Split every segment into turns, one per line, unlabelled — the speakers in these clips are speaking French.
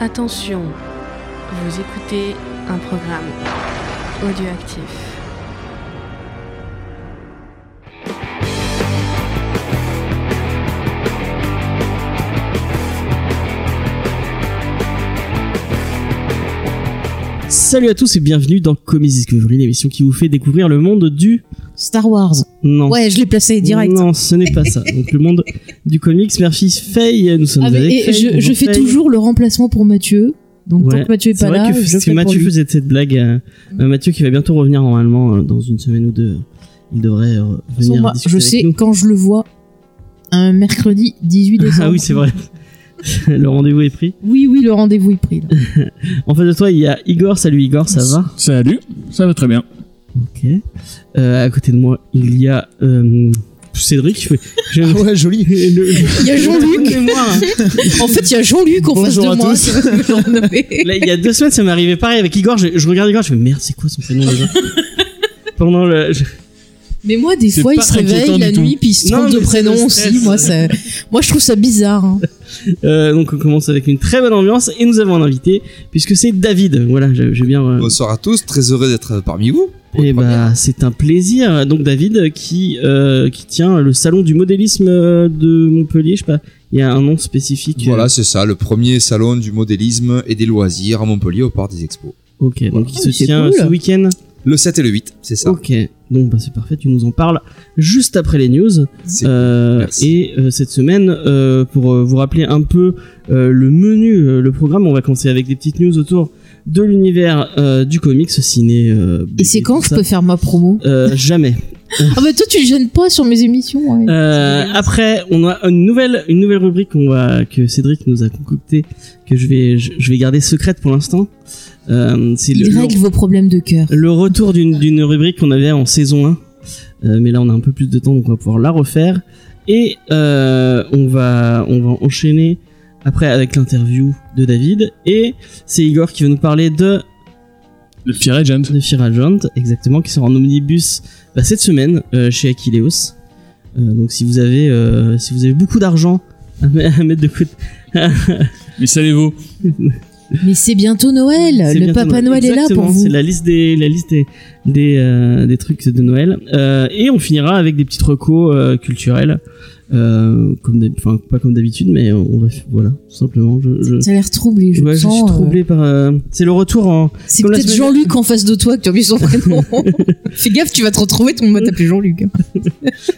Attention, vous écoutez un programme audioactif.
Salut à tous et bienvenue dans Comics Discovery, l'émission qui vous fait découvrir le monde du...
Star Wars.
Non.
Ouais, je l'ai placé direct.
Non, ce n'est pas ça. Donc le monde du comics, merci Faye, nous sommes
Ah, mais-
avec
et
Faye.
je, je
Bonjour,
fais
Faye.
toujours le remplacement pour Mathieu. Donc
Ouais,
tant que Mathieu est
C'est
pas
vrai
là,
que,
je
que
fais pour
Mathieu
lui.
faisait cette blague à, à Mathieu qui va bientôt revenir normalement euh, dans une semaine ou deux. Il devrait euh,
De toute façon,
venir
moi,
discuter
je
avec
sais
nous.
quand je le vois un mercredi 18 décembre.
Ah oui, c'est vrai. le rendez-vous est pris.
Oui, oui, le rendez-vous est pris. là.
En face de toi, il y a Igor. Salut Igor, ça va
Salut, ça va très bien.
Ok. Euh, à côté de moi, il y a euh, Cédric.
Ah
Je-
Ouais, joli.
Il y a Jean-Luc.
Pardonnez-moi, hein.
en fait, il y a Jean-Luc en face
Bonjour
de
à
moi.
tous.
si vous voulez le nommer.
Là, il y a deux semaines, ça m'est arrivé pareil avec Igor. Je, je regarde Igor, je fais merde, c'est quoi son prénom déjà Pendant le. je-
Mais moi, des
C'est
fois, il
pas
se
inquiétant
réveille
du
la
tout.
nuit puis il se
Non,
trompe de
mais c'est
prénom
le stress.
aussi. Moi, ça... moi, je trouve ça bizarre. hein.
Euh, donc, on commence avec une très bonne ambiance et nous avons un invité puisque c'est David. Voilà, j'ai j'ai bien. euh,
Bonsoir à tous, très heureux d'être parmi vous. pour
Eh
une première.
bah, c'est un plaisir. Donc David qui euh, qui tient le salon du modélisme euh, de Montpellier, je sais pas. Il y a un nom spécifique. euh,
Voilà, c'est ça, le premier salon du modélisme et des loisirs à Montpellier au Parc des Expos.
Ok, donc il
Ah,
se
mais c'est
tient
cool.
ce week-end.
Le 7 et le 8, c'est ça.
Ok, donc bah, c'est parfait. Tu nous en parles juste après les news.
C'est-
Euh,
Merci.
et euh, cette semaine, euh, pour euh, vous rappeler un peu euh, le menu, euh, le programme, on va commencer avec des petites news autour de l'univers euh, du comics, ciné. euh,
Et c'est
tout
quand que je
ça.
peux faire ma promo
Euh, Jamais.
Ah bah toi, tu le gênes pas sur mes émissions. ouais.
Euh, après, on a une nouvelle, une nouvelle rubrique qu'on va, que Cédric nous a concoctée, que je vais, je, je vais garder secrète pour l'instant. Euh, c'est le,
Il règle vos problèmes de cœur.
le retour d'une d'une rubrique qu'on avait en saison 1. Euh, mais là, on a un peu plus de temps, donc on va pouvoir la refaire. Et euh, on, va, on va enchaîner après avec l'interview de David. Et c'est Igor qui va nous parler de,
Le Fear Agent.
de Fear Agent, exactement, qui sort en omnibus bah, cette semaine euh, chez Aquileos. Euh, donc si vous avez, euh, si vous avez beaucoup d'argent à, me- à mettre de côté,
Mais ça les vaut.
Mais c'est bientôt Noël.
C'est
Le
bientôt
Papa Noël est là
Exactement,
pour vous.
C'est la liste des, la liste des, des, euh, des trucs de Noël. Euh, et on finira avec des petites recos euh, culturelles. Euh, comme d'hab- enfin pas comme d'habitude mais on va voilà tout simplement je, je,
Ça a l'air troublé, je
Ouais,
le
je suis
sens. euh,
troublé par euh, c'est le retour en
C'est
Comme la
peut-être
semaine-
Jean-Luc en face de toi que tu as mis son prénom. Fais gaffe, tu vas te retrouver, ton mot t'appelait Jean-Luc.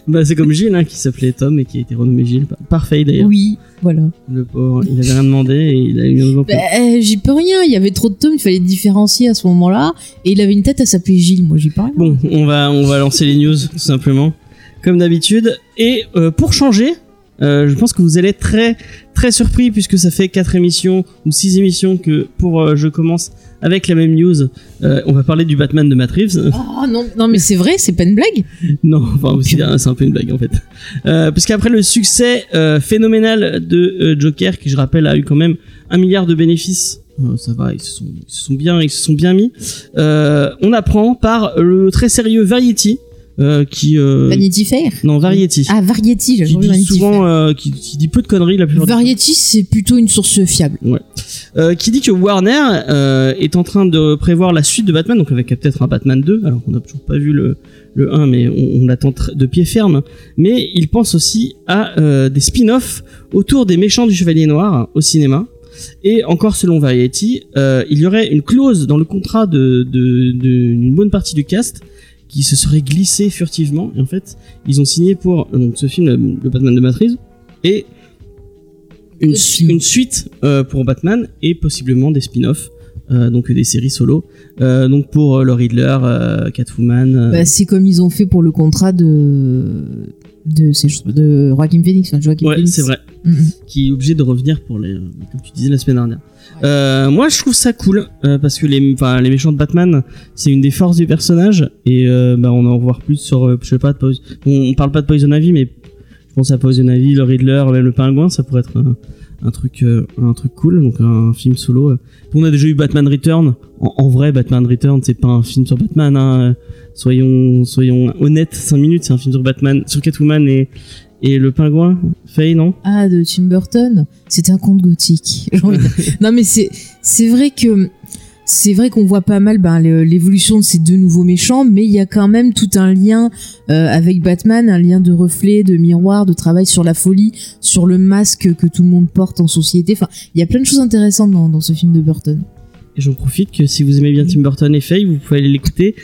bah, c'est comme Gilles hein, qui s'appelait Tom et qui a été renommé Gilles Par- parfait d'ailleurs
Oui, voilà.
le pauvre il avait rien demandé et il a eu un nouveau
Bah, euh, j'y peux rien, il y avait trop de tomes, il fallait différencier à ce moment-là. Et il avait une tête à s'appeler Gilles, moi j'y peux rien.
Bon, on va, on va lancer les news, tout simplement, comme d'habitude. Et euh, pour changer, euh, je pense que vous allez être très, très surpris, puisque ça fait 4 émissions ou 6 émissions que pour euh, je commence avec la même news. Euh, on va parler du Batman de Matt Reeves.
Oh non, non mais c'est vrai, c'est pas une blague.
non, enfin, aussi, c'est un peu une blague en fait. Euh, parce qu'après le succès euh, phénoménal de euh, Joker, qui je rappelle a eu quand même un milliard de bénéfices. euh, ça va, ils se sont, ils se sont bien, ils se sont bien mis. Euh, on apprend par le très sérieux Variety, euh, qui euh,
Vanity Fair.
non Variety,
Ah, Variety, j'ai
qui
entendu
dit
Vanity Fair.
souvent, euh, qui, qui dit peu de conneries la plupart du temps.
Variety, c'est plutôt une source fiable.
Euh, qui dit que Warner euh, est en train de prévoir la suite de Batman, donc avec peut-être un Batman 2, alors qu'on n'a toujours pas vu le, le 1, mais on, on l'attend tr- de pied ferme. Mais il pense aussi à euh, des spin-offs autour des méchants du Chevalier Noir au cinéma. Et encore selon Variety, euh, il y aurait une clause dans le contrat de, de, de- d'une bonne partie du cast qui se serait glissée furtivement. Et en fait, ils ont signé pour euh, donc, ce film, le- le Batman de Matrice, et une,
Deux
su-
films.
une suite euh, pour Batman et possiblement des spin-offs, euh, donc des séries solo. Euh, donc pour euh, le Riddler, euh, Catwoman. euh,
Bah, c'est comme ils ont fait pour le contrat de. de, c'est- de Joaquin Phoenix. enfin, Joaquin
ouais,
Phoenix.
c'est vrai.
Mhm.
qui est obligé de revenir pour les, comme tu disais la semaine dernière. Euh, moi, je trouve ça cool euh, parce que les, enfin, les méchants de Batman, c'est une des forces du personnage et euh, bah, on en voit plus sur, euh, je sais pas, de Poison- bon, on parle pas de Poison Ivy, mais je pense à Poison Ivy, le Riddler, même le Pingouin, ça pourrait être un, un truc, euh, un truc cool, donc un film solo. euh. On a déjà eu Batman Return. En, en vrai, Batman Return, c'est pas un film sur Batman. hein, euh, Soyons, soyons honnêtes, 5 minutes, c'est un film sur Batman, sur Catwoman et, et le pingouin. Faye, non
Ah, de Tim Burton, c'est un conte gothique. J'ai envie de- non, mais c'est c'est vrai que c'est vrai qu'on voit pas mal ben, le- l'évolution de ces deux nouveaux méchants, mais il y a quand même tout un lien euh, avec Batman, un lien de reflet, de miroir, de travail sur la folie, sur le masque que tout le monde porte en société. Enfin, il y a plein de choses intéressantes dans, dans ce film de Burton.
Et j'en profite que si vous aimez bien Tim Burton et Faye, vous pouvez aller l'écouter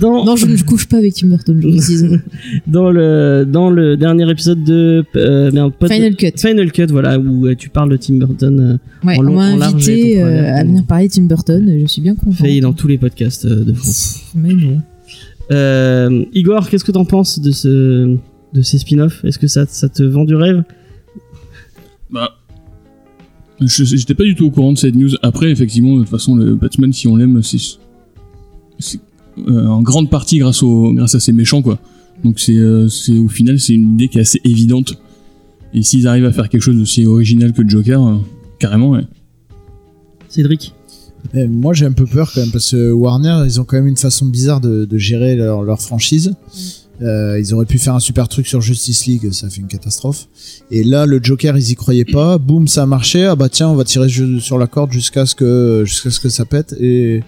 dans,
Non, je ne couche pas avec Tim Burton, je précise.
dans, le, dans le dernier épisode de euh, merde, pod-
Final Cut.
Final Cut, voilà, où euh, tu parles de Tim Burton. euh,
Ouais,
En long,
on m'a
en large et
invité
tout,
euh,
ouais.
à venir parler de Tim Burton, je suis bien content.
Faye est dans tous les podcasts euh, de France.
Mais non.
Euh, Igor, qu'est-ce que t'en penses de ce de ces spin-offs Est-ce que ça, ça te vend du rêve
Bah. je- J'étais pas du tout au courant de cette news. Après, effectivement, de toute façon, le Batman, si on l'aime, c'est. c'est, euh, en grande partie grâce, au, grâce à ses méchants, quoi. Donc, c'est, euh, c'est, au final, c'est une idée qui est assez évidente. Et s'ils arrivent à faire quelque chose d'aussi original que le Joker, euh, carrément, ouais.
Cédric
Eh, moi, j'ai un peu peur quand même parce que Warner, ils ont quand même une façon bizarre de, de gérer leur, leur franchise. Euh, ils auraient pu faire un super truc sur Justice League, ça a fait une catastrophe. Et là, le Joker, ils y croyaient pas. Boum, ça a marché. Ah bah tiens, on va tirer ju- sur la corde jusqu'à ce que jusqu'à ce que ça pète. Et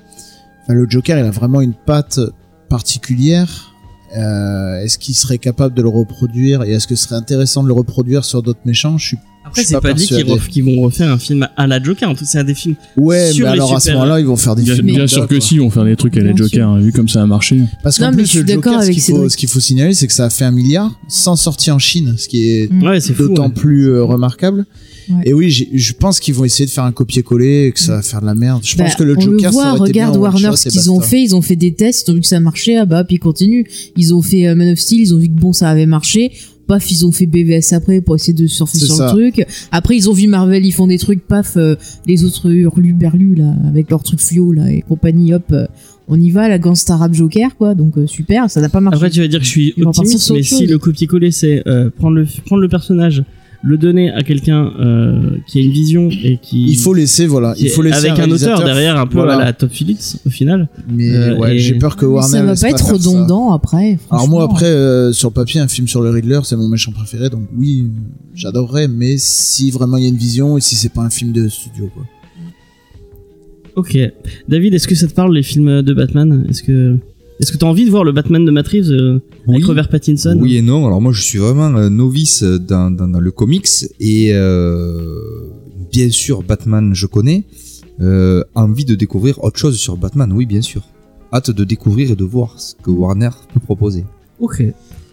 enfin, le Joker, il a vraiment une patte particulière. Euh, est-ce qu'il serait capable de le reproduire et est-ce que ce serait intéressant de le reproduire sur d'autres méchants Je suis
Après,
Je suis
c'est pas,
pas
dit qu'ils,
persuadé.
ref- qu'ils vont refaire un film à la Joker. En tout cas, c'est un des films.
ouais,
Sur les
mais alors à ce
super-
moment-là, ils vont faire des
Bien,
films.
bien
comme ça,
sûr que
quoi.
si, on faire des trucs à la
Bien
Joker, hein, vu comme ça a marché.
Parce
Non,
qu'en
mais
plus,
je suis
le
d'accord
Joker, ce
avec
qu'il faut,
Cédric.
ce qu'il faut signaler, c'est que ça a fait un milliard sans sortie en Chine, ce qui
Ah,
est
Mm.
Ouais, c'est fou. hein.
d'autant
ouais.
plus euh, remarquable.
Ouais.
Et oui, j'ai- je pense qu'ils vont essayer de faire un copier-coller et que ça va faire de la merde. Je
Bah,
pense que le
on
Joker,
le voit,
ça aurait été bien
regarde
en
Warner
one-shot
ce
et
qu'ils ont
basta.
fait, ils ont fait des tests, ils ont vu que ça marchait, ah bah puis ils continuent. Ils ont fait euh, Man of Steel, ils ont vu que bon ça avait marché. Paf, ils ont fait BVS après pour essayer de surfer
C'est
sur
ça.
le truc. Après, ils ont vu Marvel, ils font des trucs, paf, euh, les autres hurluberlus, là, avec leurs trucs fluo, là, et compagnie, hop, euh, on y va, la gangsta rap Joker, quoi, donc euh, super, ça n'a pas marché.
Après, tu vas dire que je suis
Ils vont partir
optimiste,
sur
mais
autre
si
chose.
le copier-coller, c'est euh, prendre le prendre le personnage, le donner à quelqu'un euh, qui a une vision et qui
Il faut laisser, voilà,
qui
il faut
est-
laisser
avec un auteur
réalisateur.
derrière, un peu
Voilà.
à la Top Phillips au final.
Mais
Euh,
ouais,
et-
j'ai peur que
Mais
Warner.
ça va
laisse
pas être
faire ça.
redondant après.
Alors
franchement.
moi après euh, sur le papier un film sur le Riddler c'est mon méchant préféré donc oui euh, j'adorerais mais si vraiment il y a une vision et si c'est pas un film de studio quoi.
Ok. David, est-ce que ça te parle les films de Batman Est-ce que est-ce que t'as envie de voir le Batman de Matrix euh, avec Robert Pattinson
Oui et non. Alors moi, je suis vraiment euh, novice dans, dans- dans le comics et euh, bien sûr Batman, je connais. Euh, envie de découvrir autre chose sur Batman, oui bien sûr. Hâte de découvrir et de voir ce que Warner peut proposer.
Ok.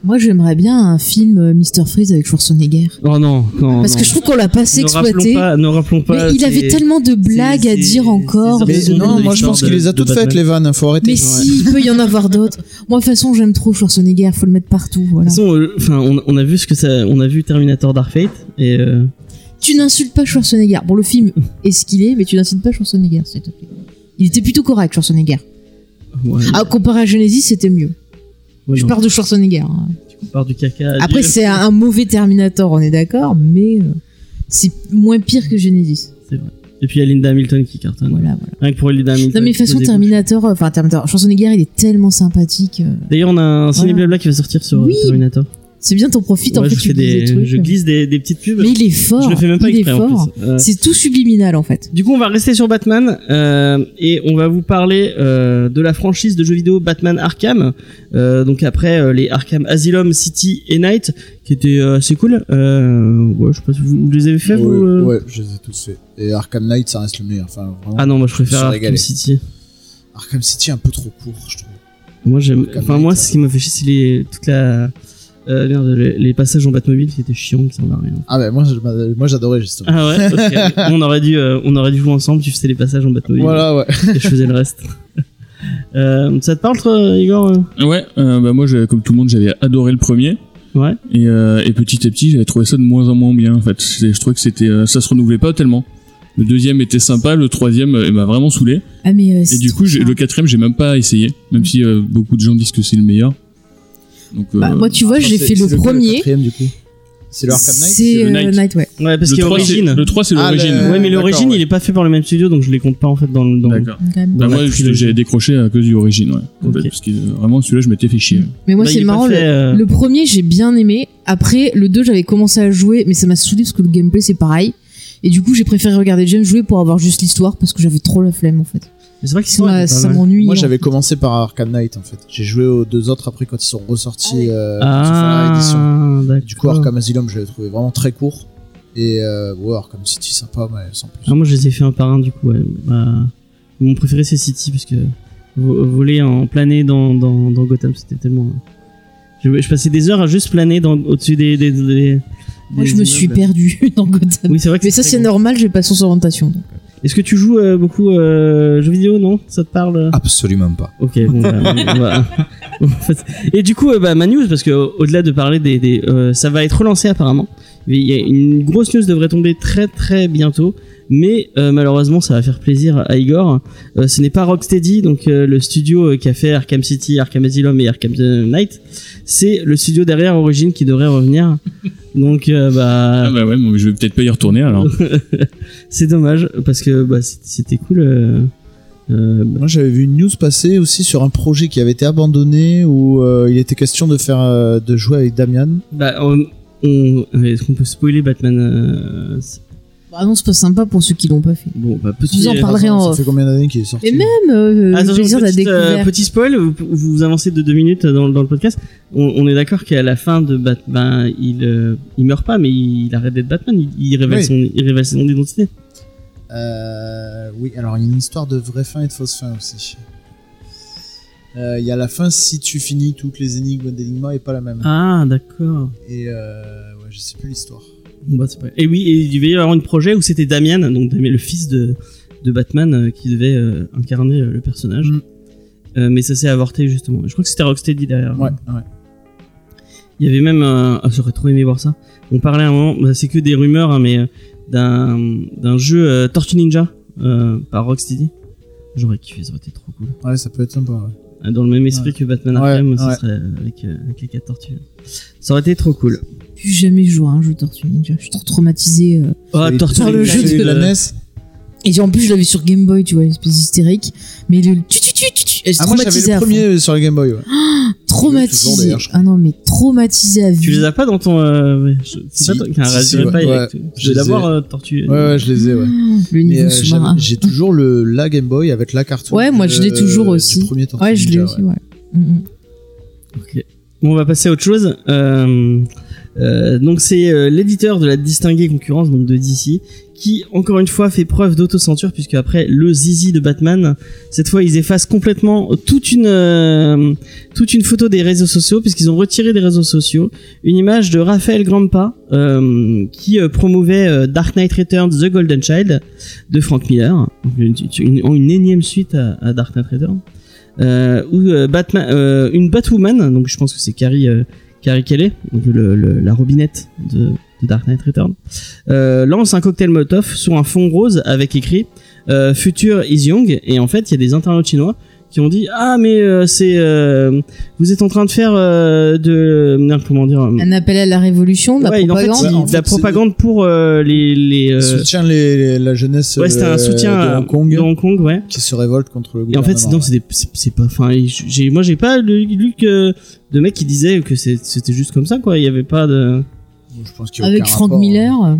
Moi, j'aimerais bien un film euh, Mr. Freeze avec Schwarzenegger.
Oh non, non.
Parce
non.
que je trouve qu'on l'a pas assez
ne rappelons
exploité.
pas, ne rappelons pas.
Mais il avait
c'est-
tellement de blagues à
c'est-
dire
c'est-
encore.
c'est
Mais
raison
non
de
moi je
l'histoire
pense
de-
qu'il les a
de
toutes faites
Batman.
les vannes faut arrêter.
Mais si, il peut y en avoir d'autres. Moi, de toute façon, j'aime trop Schwarzenegger, faut le mettre partout,
De
voilà.
toute façon, euh, enfin, on, on a vu ce que ça, on a vu Terminator Dark Fate et euh,
Tu n'insultes pas Schwarzenegger. Bon, le film est ce qu'il est, mais tu n'insultes pas Schwarzenegger, s'il te plaît. Il était plutôt correct, Schwarzenegger.
ouais,
Ah, comparé à Genesis, c'était mieux.
ouais,
Je
non, Ah,
pars de Schwarzenegger. hein.
on part du caca. à
Après,
du-
c'est un mauvais Terminator, on est d'accord, mais euh, c'est moins pire que Genesis.
Et puis il y a Linda Hamilton qui cartonne.
Voilà, voilà.
Rien que pour Linda Hamilton.
Non, mais de
qui
toute façon,
faisait
Terminator, euh, enfin, Terminator, Schwarzenegger, il est tellement sympathique. euh.
beaucoup. D'ailleurs, on a un ciné blabla qui va sortir sur
Oui.
Terminator.
C'est bien, t'en profites, en
Ouais,
fait,
je
tu
fais
glisses
des,
trucs. euh.
je glisse des, des petites pubs.
Mais il est fort.
je le fais même pas
il
exprès
est fort.
en plus. Euh,
C'est tout subliminal en fait.
Du coup, on va rester sur Batman euh, et on va vous parler euh, de la franchise de jeux vidéo Batman Arkham. Euh, donc après euh, les Arkham Asylum, City et Night, qui étaient euh, assez cool. Euh, ouais, je sais pas si vous, vous les avez fait.
Ouais,
vous, euh
ouais, je les ai tous fait. Et Arkham Knight, ça reste le meilleur. Enfin, vraiment.
Ah non, moi je préfère
Je suis
Arkham
régalé.
City.
Arkham City, un peu trop court, je trouve.
Moi j'aime.
Arkham
Enfin
Knight,
moi,
ouais.
ce qui m'a fait chier, c'est les toute la euh, merde, les, les passages en Batmobile qui étaient chiants, qui servaient à rien.
Ah, bah, moi, je- moi j'adorais, justement.
Ah ouais. ok. on aurait dû, euh, on aurait dû jouer ensemble. Tu faisais les passages en Batmobile
voilà, ouais.
et je faisais le reste. Euh, ça te parle, toi, Igor
Ouais, euh, bah moi, j'avais- comme tout le monde, j'avais adoré le premier.
Ouais.
Et, euh, et petit à petit, j'avais trouvé ça de moins en moins bien. En fait, C'est- je trouvais que c'était, euh, ça se renouvelait pas tellement. Le deuxième était sympa, le troisième euh, il m'a vraiment saoulé.
Ah mais euh, c'est
Et du
trop
coup, j'ai-
bien.
le quatrième, j'ai même pas essayé, même
Mm.
si euh, beaucoup de gens disent que c'est le meilleur. Donc, euh,
Bah, moi tu vois, j'ai
C'est-
fait
c'est
le
lequel,
premier
quatrième, du coup C'est le Arkham Knight
C'est
le
euh,
Knight.
Knight, ouais.
Ouais, parce
le
qu'il y a
3, c'est-
Origin.
Le 3, c'est
Ah,
l'origine.
le-
Ouais, mais
Euh,
l'origine,
d'accord, ouais.
il est pas fait par le même studio, donc je les compte pas en fait dans le. Dans...
D'accord.
Quand même.
Bah,
Dans
moi,
la
je-
trilogie.
j'ai décroché à cause du Origin, ouais. En fait,
Ok.
parce que euh, vraiment, celui-là, je m'étais fait chier.
Mais moi,
Là, il
c'est
est pas
marrant. le-
fait, euh,
Le premier, j'ai bien aimé. Après, le 2, j'avais commencé à jouer, mais ça m'a saoulé parce que le gameplay, c'est pareil. Et du coup, j'ai préféré regarder James jouer pour avoir juste l'histoire parce que j'avais trop la flemme en fait.
mais C'est vrai qu'ils sont.
Ça, ça m'ennuie. hein.
Moi,
en
j'avais
fait.
commencé par Arkham Knight en fait. J'ai joué aux deux autres après quand ils sont
Ah
ressortis euh, quand ils ont fait la réédition.
Ah, d'accord.
Du coup, Arkham Asylum, je l'ai trouvé vraiment très court. Et euh, ouais, Arkham City, sympa, mais sans plus.
Ah, moi, je les ai fait un par un, du coup. ouais. Bah, mon préféré, c'est City, parce que vo- voler en planer dans, dans, dans Gotham, c'était tellement. Je, je passais des heures à juste planer dans- au-dessus des, des, des-
Moi,
des
je me suis
immeubles.
perdue dans Gotham.
Oui, c'est vrai que
mais ça,
très
c'est
grand.
normal, j'ai pas son orientation. donc.
Est-ce que tu joues euh, beaucoup euh, jeux vidéo, non Ça te parle euh
Absolument pas.
Ok, bon, bah, on va- on va- Et du coup, euh, bah, ma news, parce que au- au-delà de parler des. des, euh, ça va être relancé apparemment. Il y a une grosse news devrait tomber très très bientôt. Mais euh, malheureusement, ça va faire plaisir à Igor. Euh, ce n'est pas Rocksteady, donc euh, le studio euh, qui a fait Arkham City, Arkham Asylum et Arkham euh, Knight. C'est le studio derrière Origin qui devrait revenir. Donc, euh, bah.
Ah, bah ouais, mais je vais peut-être pas y retourner alors.
c'est dommage, parce que bah, c- c'était cool. euh, euh, bah,
Moi, j'avais vu une news passer aussi sur un projet qui avait été abandonné où euh, il était question de faire euh, de jouer avec Damian.
Bah, on, on- est-ce qu'on peut spoiler Batman euh, c'est-
Bah non, c'est pas sympa pour ceux qui l'ont pas fait.
Bon, bah, petit.
Vous en
euh,
parlerez
ça,
en
ça
off.
fait combien d'années qu'il est sorti
Et même euh,
attention,
le plaisir de la
petite, euh,
découverte.
petit spoil, vous, vous avancez de deux minutes dans, dans le podcast. On, on est d'accord qu'à la fin de Batman, il, euh, il meurt pas, mais il, il arrête d'être Batman. Il, il révèle
Oui.
son, il révèle son identité.
Euh, oui, alors il y a une histoire de vraie fin et de fausse fin aussi. Euh, Il y a la fin si tu finis toutes les énigmes d'Enigma et pas la même.
Ah, d'accord.
Et euh, ouais, je sais plus l'histoire.
Bon, bah, c'est pas- Et oui, et il devait y avoir un projet où c'était Damien, donc Damien, le fils de, de Batman, euh, qui devait euh, incarner euh, le personnage.
Mm.
Euh, mais ça s'est avorté justement. Je crois que c'était Rocksteady derrière.
Mm.
Ouais, ouais.
Il y avait même, euh, ah, j'aurais trop aimé voir ça. On parlait à un moment, bah, c'est que des rumeurs, hein, mais euh, d'un d'un jeu euh, Tortue Ninja euh, par Rocksteady. J'aurais kiffé, ça aurait été trop cool.
Ouais, ça peut être sympa. ouais.
Euh, Dans le même esprit
Ouais.
que Batman
Ouais,
Arkham, ça
ouais.
serait euh, avec, euh, avec les quatre tortues. Ça aurait été trop cool.
Plus jamais jouer à un jeu de Tortue Ninja. Je suis trop traumatisée. euh.
Oh,
Celui-
Tortue
celui-
le
Ninja,
jeu
celui
c'est
de la E
le-
NES.
Et en plus, je l'avais sur Game Boy, tu vois, l'espèce hystérique. Mais le tu tu tu tu tu, j'étais
Ah, moi j'avais
traumatisée
le
à fond.
premier euh, sur le Game Boy. ouais. Toujours,
Traumatisée.
d'ailleurs, je crois.
Ah non, mais traumatisée à vie.
Tu les as pas dans ton. Euh, je- c'est
Si,
pas toi qui as un
si,
Raspberry
si, ouais.
Pi
Ouais,
avec-
je
Tu dois
les ai.
l'avoir, euh, Tortue.
Ouais, ouais, je les ai, ouais.
Ah, Le
Mais,
niveau
euh,
sous-marin.
j'avais- j'ai toujours le, la Game Boy avec la cartouche.
hein. Ouais, moi, je l'ai
euh,
toujours aussi.
Du premier Tortue
Ouais, je l'ai
Ninja,
aussi, ouais. Mm, mm.
Ok. Bon, on va passer à autre chose. Euh, euh, donc, c'est euh, l'éditeur de la distinguée concurrence, donc de DC, qui, encore une fois, fait preuve d'autocensure, puisque après le zizi de Batman, cette fois, ils effacent complètement toute une, euh, toute une photo des réseaux sociaux, puisqu'ils ont retiré des réseaux sociaux une image de Raphaël Grampa, euh, qui euh, promouvait euh, Dark Knight Returns, The Golden Child, de Frank Miller, donc une, une- une énième suite à, à Dark Knight Returns euh, où euh, Batman, euh, une Batwoman, donc je pense que c'est Carrie, euh, Carrie Kelly, donc le- le- la robinette de, de Dark Knight Return, euh, lance un cocktail Molotov sur un fond rose avec écrit euh, Future is Young, et en fait il y a des internautes chinois qui ont dit ah mais euh, c'est euh, vous êtes en train de faire euh, de non, comment dire euh,
Un appel à la révolution, de la
ouais, en fait,
propagande.
il-
Mm. Ouais, en fait,
de la
c'est-
propagande pour euh, les, les euh,
ouais. Soutient les, les- la jeunesse
ouais c'était
euh,
un soutien
de
à-
Hong Kong
de Hong Kong ouais
qui se révolte contre le
Et en
gouvernement.
fait, c'est, non, c'est, des- c'est- c'est pas. Enfin, j'ai, moi, j'ai pas lu, lu que de mecs qui disaient que c'est- c'était juste comme ça, quoi. Il y avait pas de.
ouais. Je pense qu'il y a
Avec
aucun
Frank
rapport. hein.
Miller.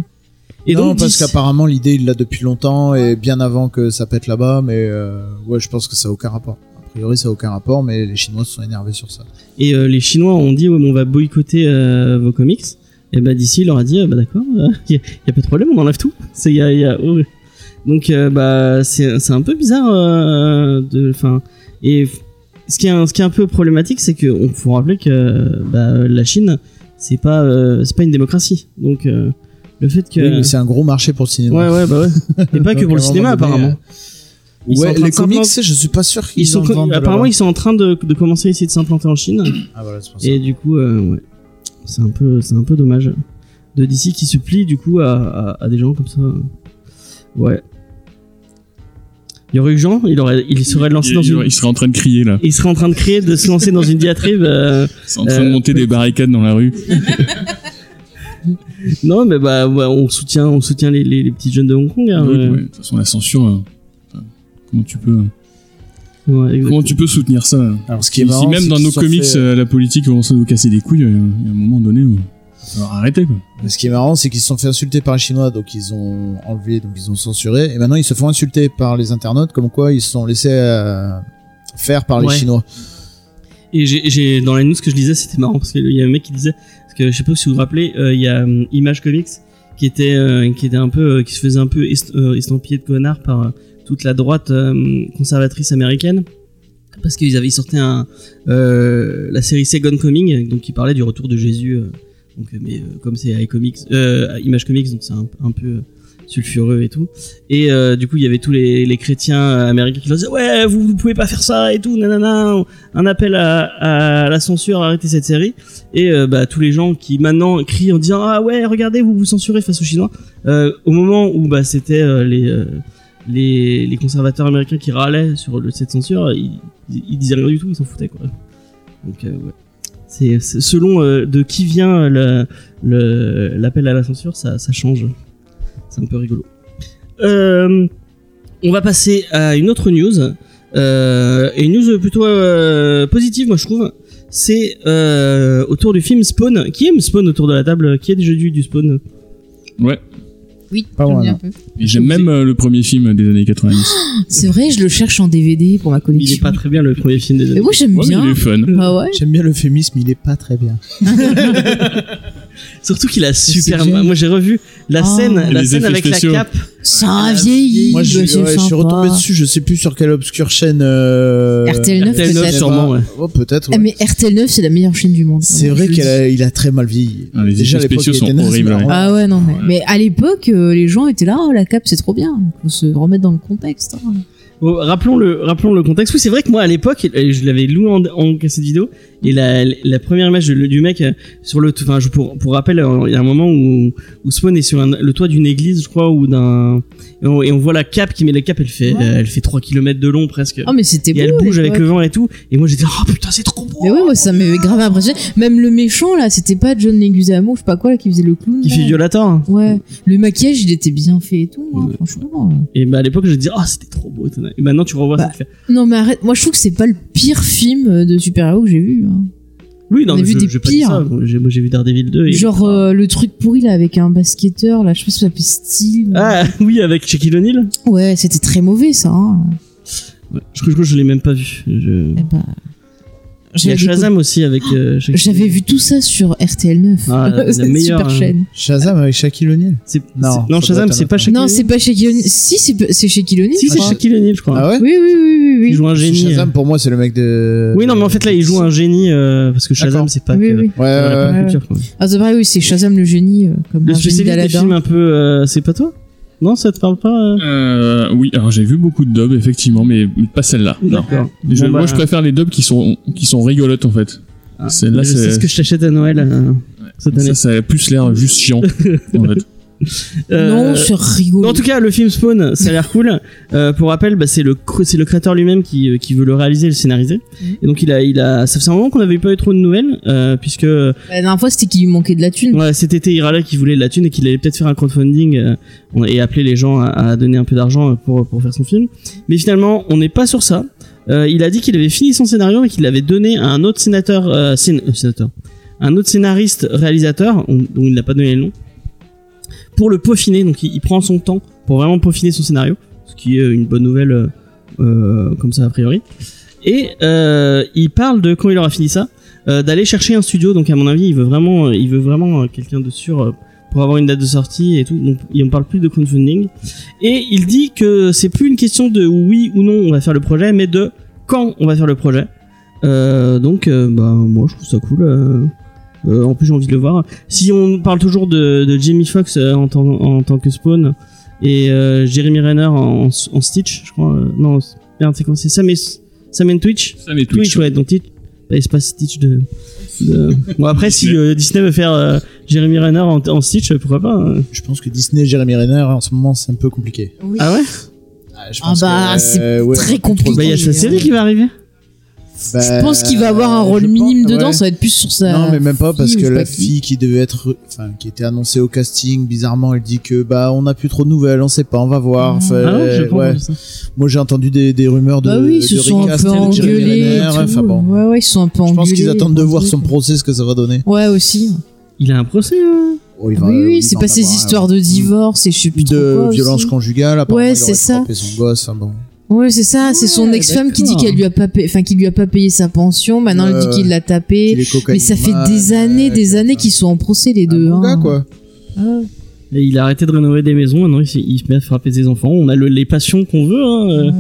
Et
non,
donc,
parce
dis-
qu'apparemment l'idée il l'a depuis longtemps et bien avant que ça pète là-bas, mais euh, ouais, je pense que ça a aucun rapport. A priori, ça a aucun rapport, mais les Chinois se sont énervés sur ça.
et euh, les Chinois ont dit, ouais, mais on va boycotter euh, vos comics. Et bah, d'ici, il leur a dit, euh, bah, d'accord, il y, a- y a pas de problème, on enlève tout. C'est, y a, y a- oh, ouais. Donc, euh, bah, c'est, c'est un peu bizarre. euh, de, enfin, et f- ce qui est un, ce qui est un peu problématique, c'est que on faut rappeler que euh, bah, la Chine, c'est pas, euh, c'est pas une démocratie. Donc, euh, le fait que
Oui, mais c'est un gros marché pour le cinéma.
Ouais, ouais, bah ouais. Mais pas que
Donc,
pour le
à un moment
cinéma,
donné,
apparemment.
euh,
Ils sont en
ouais,
train
les
de s'implanter-
comics, je suis pas sûr qu'ils
Ils sont
en
co-
vendent.
apparemment,
là-bas.
ils sont en train de, de commencer à essayer de s'implanter en Chine.
Ah, voilà, c'est pour ça.
Et du coup, euh, ouais. C'est un peu, c'est un peu dommage. De DC qui supplie, du coup, à, à- à des gens comme ça. Ouais. Il y aurait eu Jean, il, aurait, il serait lancé
il,
dans
il-
une.
il serait en train de crier là.
Il serait en train de créer, de se lancer dans une diatribe. euh,
C'est en train
Euh,
de monter des barricades dans la rue.
Non, mais bah, bah, on soutient, on soutient les, les- les petits jeunes de Hong Kong. hein,
Oui,
ouais.
ouais, De toute façon, la censure, euh, enfin, comment tu peux,
Ouais, exact.
comment tu peux soutenir ça euh
Alors, ce
Si même dans nos comics, euh, la politique commence à nous casser des couilles, euh, il y a un moment donné, où... alors arrêtez quoi.
Ce qui est marrant, c'est qu'ils se sont fait insulter par les Chinois, donc ils ont enlevé, donc ils ont censuré. Et maintenant, ils se font insulter par les internautes, comme quoi ils se sont laissés euh, faire par les
Ouais.
Chinois.
Et j'ai, j'ai- dans la news que je lisais, c'était marrant parce qu'il y a un mec qui disait, parce que je sais pas si vous vous rappelez, euh, il y a hum, Image Comics qui était, euh, qui était un peu, euh, qui se faisait un peu est, euh, estampiller de connard par euh, toute la droite euh, conservatrice américaine parce qu'ils avaient sorti un, euh, la série Second Coming, donc qui parlait du retour de Jésus. euh, donc, euh, mais euh, comme c'est I Comics, euh, Image Comics, donc c'est un, un peu euh, sulfureux et tout. Et euh, du coup, il y avait tous les, les chrétiens euh, américains qui leur disaient ouais, vous, vous pouvez pas faire ça et tout, nanana un appel à, à la censure, arrêtez cette série. Et euh, bah, tous les gens qui maintenant crient en disant ah ouais regardez vous vous censurez face aux Chinois. Euh, au moment où bah, c'était euh, les, euh, les les conservateurs américains qui râlaient sur le, cette censure, ils, ils disaient rien du tout, ils s'en foutaient quoi. Donc euh, ouais. C'est c'est- selon euh, de qui vient le- le- l'appel à la censure, ça, ça change. C'est un peu rigolo. Euh, on va passer à une autre news. Euh, et une news plutôt euh, positive, moi je trouve. C'est euh, autour du film Spawn. Qui aime Spawn autour de la table Qui a déjà vu du Spawn
Ouais.
Oui,
Pas
j'aime
moi,
bien
non.
un peu.
Et j'aime même euh, le premier film des années 90.
C'est vrai, je le cherche en DVD pour ma
Il est
collection.
pas très bien le premier film des
Mais
années.
moi j'aime
Ouais, mais il
bien.
est fun.
Ah ouais.
J'aime bien l'euphémisme, il est pas très bien.
Surtout qu'il a super.
génial.
Moi j'ai revu la
Oh.
scène,
Et
la
les
scène
effets
avec la
spéciaux.
cape.
Ça
Ah,
a vieilli.
Moi, je,
bah, c'est
ouais, je suis
sympa.
retombé dessus, je sais plus sur quelle obscure chaîne. euh,
RTL9,
RTL9,
peut-être.
sûrement, ouais.
Oh, peut-être. ouais.
Ah, mais RTL9, c'est la meilleure chaîne du monde.
C'est
Voilà,
vrai
je le
qu'il
dis.
a, il a très mal vieilli.
Ah, les
Déjà,
effets
à l'époque,
spéciaux
il
sont
était naze,
horribles,
mais
ouais.
alors,
Ah ouais, non, mais, mais à l'époque, euh, les gens étaient là, oh la cape, c'est trop bien. Faut se remettre dans le contexte. hein.
Bon, rappelons le, rappelons le contexte. Oui, c'est vrai que moi à l'époque, euh, je l'avais loué en, en cassette vidéo et la, la première image de- du mec euh, sur le, enfin, je- pour, pour rappel, euh, il y a un moment où, où Spawn est sur un- le toit d'une église, je crois, ou d'un, et, on- et on voit la cape qui met la cape, elle fait,
Ouais.
euh, elle fait 3 km de long presque.
Oh, mais c'était
et
beau.
elle bouge
à
avec
l'époque.
le vent et tout. Et moi j'étais, oh putain, c'est trop beau.
Mais ouais, moi, ça m'avait grave impressionné. Même le méchant, là, c'était pas John Leguizamo, je sais pas quoi, là, qui faisait le clown.
Qui
là.
fait hein. Violator.
Ouais, le maquillage, il était bien fait et tout, hein,
Ouais.
franchement. euh.
Et bah à l'époque, je disais, oh, c'était trop beau. étonnant. Et maintenant, tu revois ça,
Bah.
tu fais,
Non, mais arrête, moi, je trouve que c'est pas le pire film euh, de super-héros que j'ai vu. hein.
Oui, non,
On a
mais
vu
je,
des
j'ai pas dit
pires.
ça. Moi, j'ai- moi, j'ai vu Daredevil 2. Et...
Genre euh, le truc pourri là avec un basketteur là, je sais pas si ça s'appelait Steel.
Ah oui, avec Shaquille O'Neal.
Ouais, c'était très mauvais ça. hein.
Ouais, je crois que je l'ai même pas vu. Je...
Eh ben,
Il y a
j'avais
Shazam aussi avec. euh, Shaquille.
Oh, j'avais vu tout ça sur RTL9.
Ah, la- la
Cette
meilleure,
super
hein.
chaîne.
Shazam avec Shaquille O'Neal.
C'est-
Non,
c'est-
ça
non,
doit
Shazam,
être un
c'est
autre,
pas
non.
Shaquille.
Non,
O'Neal.
c'est pas Shaquille O'Neal. Si, c'est c'est Shaquille O'Neal.
Si,
je
c'est
crois.
Shaquille O'Neal, je crois.
Ah ouais
Oui, oui, oui, oui.
Il
oui.
joue un génie. euh.
Shazam, pour moi, c'est le mec de.
Oui, non, mais en fait là, il joue un génie euh, parce que Shazam,
D'accord.
c'est pas.
oui,
que...
oui.
Ouais, ouais,
la pop
ouais.
ouais.
culture, quoi.
Ah, c'est vrai, oui, c'est Shazam le génie, euh, comme
Le
un génie
spécialiste des
d'Aladin.
films un peu. euh, c'est pas toi Non, ça te parle pas euh
Euh, oui, alors j'ai vu beaucoup de dubs, effectivement, mais, mais pas celle-là. Non.
Bon,
Je-
bah,
Moi, je préfère les dubs qui sont, qui sont rigolotes, en fait.
ah,
celle-là,
je sais
c'est-
ce que je t'achète à Noël euh, cette année.
Ça, ça a plus l'air juste chiant, en fait.
Euh,
Non, c'est rigolo.
En tout cas, le film Spawn, ça a l'air cool. Euh, pour rappel, bah, c'est le cr- c'est le créateur lui-même qui, euh, qui veut le réaliser, et le scénariser.
Mhm.
Et donc il a il a ça faisait un moment qu'on n'avait pas eu trop de nouvelles euh, puisque
Bah, La dernière fois, c'était qu'il lui manquait de la thune.
ouais, cet été il râlait qu'il voulait de la thune et qu'il allait peut-être faire un crowdfunding euh, on- et appeler les gens à, à donner un peu d'argent euh, pour pour faire son film. Mais finalement, on n'est pas sur ça. Euh, il a dit qu'il avait fini son scénario et qu'il l'avait donné à un autre sénateur euh, scén- euh, sénateur un autre scénariste réalisateur on- dont il n'a pas donné le nom pour le peaufiner. Donc il, il prend son temps pour vraiment peaufiner son scénario, ce qui est une bonne nouvelle euh, euh, comme ça a priori. Et euh, il parle de quand il aura fini ça, euh, d'aller chercher un studio. Donc à mon avis, il veut vraiment, euh, il veut vraiment euh, quelqu'un de sûr euh, pour avoir une date de sortie et tout. Donc il- on parle plus de crowdfunding. Et il dit que c'est plus une question de oui ou non on va faire le projet, mais de quand on va faire le projet. Euh, donc euh, bah moi je trouve ça cool. euh. Euh, en plus j'ai envie de le voir. Si on parle toujours de, de Jamie Foxx euh, en, tant, en tant que Spawn et euh, Jeremy Renner en, en Stitch, je crois. euh, non, c'est- merde, c'est quoi C'est Sam, et, Sam and Twitch
Ça m'est
Twitch, ouais, donc Twitch. Bah, il se passe Stitch de. de- Bon, après, si euh, Disney veut faire euh, Jeremy Renner en, en Stitch, pourquoi pas hein.
Je pense que Disney et Jeremy Renner, en ce moment, c'est un peu compliqué.
Ah ouais
Ah, je euh,
Ah bah, c'est
ouais,
très
on trouve-
compliqué.
Bah, il y a
Oui,
sa série
oui.
qui va arriver.
Bah,
je pense qu'il va avoir un rôle minime dedans, ça va être plus sur sa.
Non, mais même pas parce
fille,
que
ou
la
pas qui.
fille qui devait être, enfin, qui était annoncée au casting, bizarrement, elle dit que bah on n'a plus trop de nouvelles, on sait pas, on va voir. Enfin,
Ah ouais, j'ai
euh,
pas
ouais.
entendu ça.
Moi j'ai entendu des, des rumeurs de.
bah oui, ils se
de
sont un
recast
peu
et de Jeremy
engueulés. et
Renner,
tout.
enfin, bon.
Ouais, ouais, ils se sont un peu
Je
engueulés.
pense qu'ils attendent de voir son
truc.
procès ce que ça va donner.
Ouais, aussi.
Il a un procès. hein.
Oh, il
Ah
va-
oui, oui,
il
c'est
va
pas
en
ces
avoir un.
histoires de divorce et je sais plus trop
de
quoi
violence
aussi.
conjugale. apparemment,
Ouais,
il
c'est
aurait
ça.
frappé son gosse. Enfin, bon.
Ouais, c'est ça.
Ouais,
C'est son ex-femme qui dit
d'accord.
qu'elle lui a pas, payé- enfin, qui lui a pas payé sa pension. Maintenant, elle
Ouais.
dit qu'il l'a tapé.
Qu'il est
Mais ça fait des
cocaïnomane,
années, des
euh,
années qu'ils sont en procès les
un
deux.
bon
hein.
gars, quoi.
Ah.
Et il a arrêté de rénover des maisons, maintenant il, se- il se met à frapper des enfants. On a le- les passions qu'on veut. hein, euh.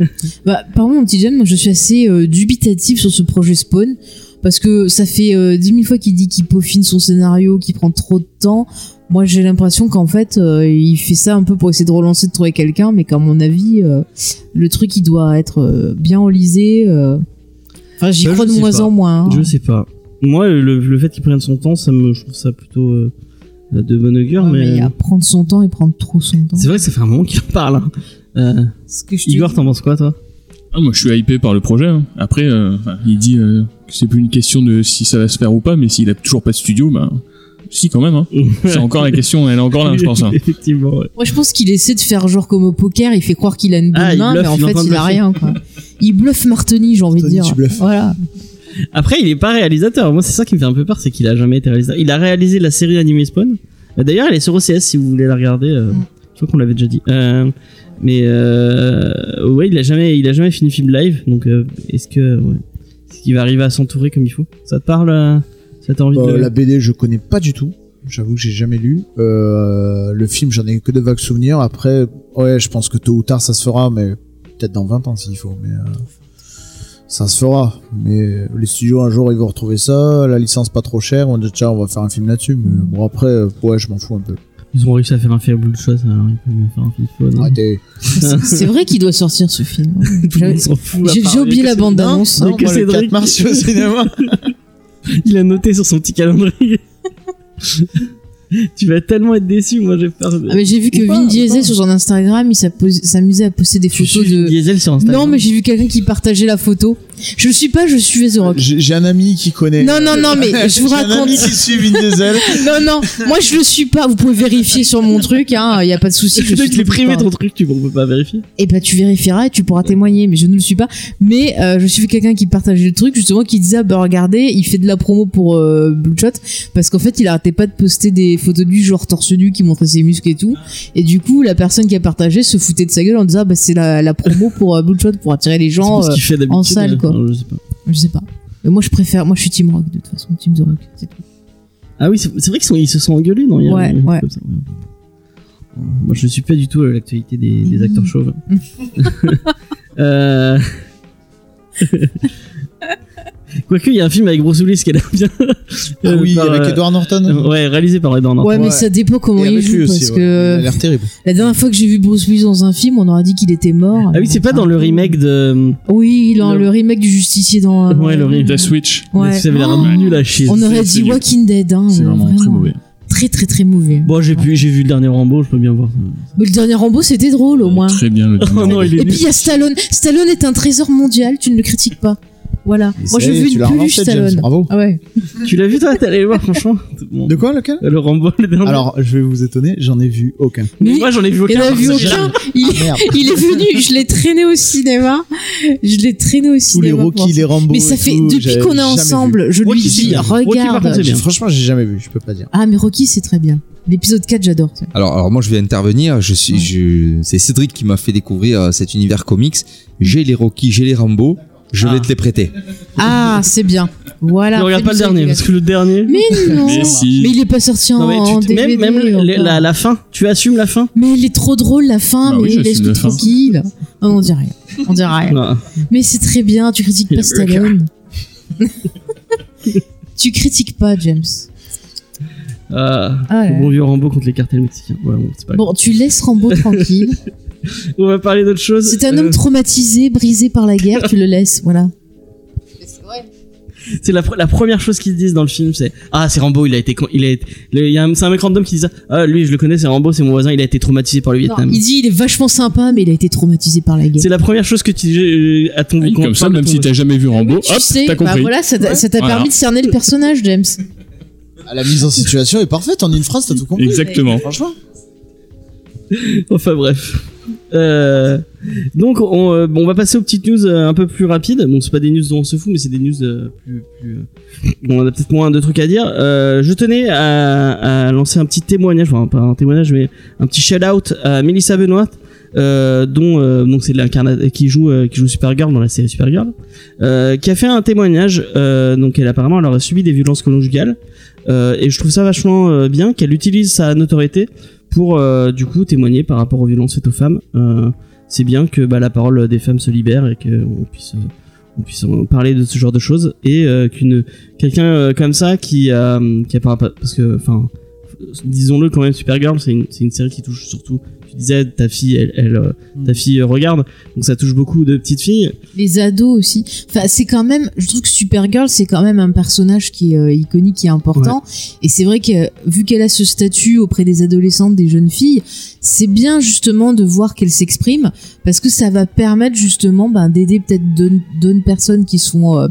Ouais. bah, par contre, mon petit jeune, moi, je suis assez euh, dubitatif sur ce projet Spawn. Parce que ça fait euh, dix mille fois qu'il dit qu'il peaufine son scénario, qu'il prend trop de temps. Moi, j'ai l'impression qu'en fait, euh, il fait ça un peu pour essayer de relancer, de trouver quelqu'un, mais qu'à mon avis, euh, le truc, il doit être euh, bien enlisé. euh. Enfin, j'y
Bah, je
crois de
sais
moins
pas.
en moins. hein.
Je sais pas. Moi, le, le fait qu'il prenne son temps, ça me, je trouve ça plutôt euh, de bonne augure.
Ouais,
mais euh,
mais à prendre son temps et prendre trop son temps.
c'est vrai que ça fait un moment qu'il en parle. hein. Euh,
Ce que je te
Igor,
dis.
t'en penses quoi, toi
Ah, moi, je suis hypé par le projet. hein. Après, euh, enfin, il dit euh, que c'est plus une question de si ça va se faire ou pas, mais s'il a toujours pas de studio, bah, si quand même. Hein. C'est encore la question, elle est encore là, je pense. hein.
Effectivement. ouais.
Moi, je pense qu'il essaie de faire genre comme au poker, il fait croire qu'il a une bonne
Ah, il
main,
bluffe,
mais en
il est en
fait,
train de
il a
bluffer.
rien, quoi. Il bluffe Martoni, j'ai envie de
Martoni,
dire.
tu bluffes.
Voilà.
Après, il est pas réalisateur. Moi, c'est ça qui me fait un peu peur, c'est qu'il a jamais été réalisateur. Il a réalisé la série animée Spawn. Euh, D'ailleurs, elle est sur OCS si vous voulez la regarder. euh,
Mm.
Je crois qu'on l'avait déjà dit. Euh, mais euh, ouais, il a jamais, il a jamais fini le film live. Donc, euh, est-ce que, ouais, est-ce qu'il va arriver à s'entourer comme il faut Ça te parle euh, Ça t'a envie
Euh,
de
la BD, je connais pas du tout. J'avoue que j'ai jamais lu. Euh, le film, j'en ai que de vagues souvenirs. Après, ouais, je pense que tôt ou tard, ça se fera, mais peut-être dans 20 ans s'il faut. Mais euh, ça se fera. Mais les studios, un jour, ils vont retrouver ça. La licence pas trop chère. On dit, tiens, on va faire un film là-dessus. Mais
Mm.
bon, après, euh, ouais, je m'en fous un peu.
Ils ont réussi à faire un film de choses, alors hein, ils peuvent bien faire un film
Mm.
Spawn. hein.
Arrêtez.
C'est- C'est vrai qu'il doit sortir ce film.
Tout le monde s'en fout, à
J'ai
part-
j'ai oublié
que
la
c'est-
bande annonce.
Non,
Non,
que
moi, le
Cédric.
4 mars, je suis au cinéma.
Il a noté sur son petit calendrier. tu vas tellement être déçu, moi j'ai peur. de-
Ah, mais j'ai vu que
Ou pas,
Vin
ou
Diesel
pas.
sur son Instagram, il s'appose- s'amusait à poster des
Tu
photos
suis
de.
Diesel sur Instagram.
Non, mais j'ai vu quelqu'un qui partageait la photo. Je le suis pas, je suivais The Rock.
J'ai j'ai un ami qui connaît.
Non, non, non, mais je vous
J'ai un
raconte.
ami qui suit Vin Diesel.
Non, non, moi je le suis pas. Vous pouvez vérifier sur mon truc, hein. Il y a pas de souci.
Je sais
Je suis
que les
toujours
privé
pas.
ton truc, tu on peut pas vérifier.
et ben tu vérifieras et tu pourras témoigner mais je ne le suis pas mais euh, je suis quelqu'un qui partageait le truc justement qui disait ah, bah regardez il fait de la promo pour euh, Bloodshot parce qu'en fait il arrêtait pas de poster des photos de lui genre torse nu qui montrait ses muscles et tout et du coup la personne qui a partagé se foutait de sa gueule en disant Ah, bah c'est la, la promo pour euh, Bloodshot pour attirer les gens
C'est pour ce
euh,
qu'il fait d'habitude.
en salle,
euh,
quoi.
non, je sais pas.
je sais pas mais moi je préfère moi je suis Team Rock de toute façon Team The Rock c'est tout.
Ah oui, c'est c'est vrai qu'ils sont- ils se sont engueulés, non il y a-
Ouais,
il y a un truc
ouais.
comme ça, ouais. Moi, je suis pas du tout à l'actualité des, des acteurs chauves. euh... Quoique, il y a un film avec Bruce Willis qui est là bien.
Ah
Euh,
oui,
par,
avec
euh,
Edward Norton.
Ouais, réalisé par Edward Norton.
ouais, mais
Bah, ouais.
ça dépend comment
Et
il
avec
joue
lui aussi,
parce
ouais.
que
Il a l'air terrible.
la dernière fois que j'ai vu Bruce Willis dans un film on aurait dit qu'il était mort
Ah oui, c'est pas dans le remake de.
oui dans
Le-
le remake du Justicier dans euh,
Ouais, le remake.
La Switch,
Ouais.
Ça avait l'air
Oh,
nul à chier.
On
C'est-
aurait
c'est
dit
du-
Walking Dead. Hein,
c'est vraiment, très mauvais.
Très, très, très mauvais.
Bon, j'ai pu- j'ai vu le dernier Rambo, je peux bien voir.
Mais le dernier Rambo, c'était drôle au moins.
Très bien le
Oh non,
dernier.
il est
Et puis
nul.
il y a Stallone. Stallone est un trésor mondial, tu ne le critiques pas. Voilà. Moi, je
Ça y est,
veux
tu
une
l'as
peluche
relancé, James,
Stallone.
Bravo.
Ah ouais.
Tu l'as vu toi T'es allé le voir, franchement Bon.
De quoi, lequel
Le Rambo, le dernier.
Alors, je vais vous étonner, j'en ai vu aucun.
Mais
lui,
moi, j'en ai vu aucun.
il en a vu
parce que
aucun.
Ah,
Il,
merde.
il est venu, je l'ai traîné au cinéma. Je l'ai traîné au
Tous les
cinéma. pour
Rocky, les Rambo.
Mais ça
et
fait
tout,
depuis
j'avais
qu'on est
jamais vu.
ensemble, je lui
Rocky, c'est
dis
bien. Rocky, par contre,
regarde.
c'est bien.
J'ai- Franchement, j'ai jamais vu, je peux pas dire.
Ah mais Rocky c'est très bien. L'épisode 4 j'adore. ça.
Alors, alors moi je vais intervenir. Je suis,
Ouais.
je, c'est Cédric qui m'a fait découvrir euh, cet univers comics. J'ai les Rocky, j'ai les Rambo. Je
Ah.
vais te les prêter.
Ah c'est bien. Voilà.
Ne regarde pas le dernier, parce que le dernier.
Mais non.
Mais si.
Mais il est pas sorti en,
Non, mais tu-
en DVD,
même, même le-
encore.
le- la, la fin, tu assumes la fin
Mais elle est trop drôle la fin,
Bah oui,
mais
j'assume
laisse-nous
la fin.
tranquille. Non, Oh, on dirait rien. On dira rien.
Non.
Mais c'est très bien, tu critiques
Il
pas
a breaké.
Stallone. tu critiques pas James.
Euh,
Ah là
le
là.
Bon vieux Rambo contre les cartels mexicains. Ouais, bon, c'est pas
Bon, tu laisses Rambo tranquille.
grave. On va parler d'autre chose.
C'est un
Euh,
homme traumatisé, brisé par la guerre, tu le laisses, voilà.
C'est la, pre- la première chose qu'ils disent dans le film, c'est ah c'est Rambo, il a été con- il a été- le- il y a un- c'est un mec random qui dit ça. Ah lui je le connais, c'est Rambo, c'est mon voisin, il a été traumatisé par le
Non,
Mm.
Vietnam.
il dit il est vachement sympa, mais il a été traumatisé par la guerre.
C'est la première chose que tu euh, à ton
Oui,
qu'on
Ah, comme ça,
parle de
même
ton
si t'as jamais vu Rambo,
Ah Tu
hop,
sais,
t'as
bah
compris.
voilà, ça t'a ça t'a
Voilà.
permis de cerner le personnage, James.
Ah, La mise en situation est parfaite. En une phrase, t'as tout compris.
Exactement.
Franchement.
Enfin bref. Euh, donc on, euh, bon, on va passer aux petites news euh, un peu plus rapides. Bon, c'est pas des news dont on se fout, mais c'est des news euh, plus. plus, euh, bon, on a peut-être moins de trucs à dire. Euh, je tenais à, à lancer un petit témoignage, enfin pas un témoignage, mais un petit shout out à Melissa Benoît, euh, dont euh, donc c'est l'incarnate qui joue euh, qui joue Supergirl dans la série Supergirl, euh, qui a fait un témoignage. euh, donc elle apparemment elle aurait subi des violences conjugales euh, et je trouve ça vachement euh, bien qu'elle utilise sa notoriété pour euh, du coup témoigner par rapport aux violences faites aux femmes. Euh, c'est bien que bah, la parole des femmes se libère et qu'on puisse euh, on puisse en parler de ce genre de choses et euh, qu'une quelqu'un euh, comme ça qui a qui a par rapport- parce que enfin disons-le quand même Supergirl c'est une c'est une série qui touche surtout tu disais ta fille elle, elle, euh, ta fille euh, regarde donc ça touche beaucoup de petites filles
Les ados aussi. Enfin, c'est quand même, je trouve que Supergirl, c'est quand même un personnage qui est euh, iconique, qui est important. Et c'est vrai que, euh, vu qu'elle a ce statut auprès des adolescentes, des jeunes filles, c'est bien justement de voir qu'elle s'exprime, parce que ça va permettre justement ben, d'aider peut-être d'autres d'autres personnes qui sont... euh,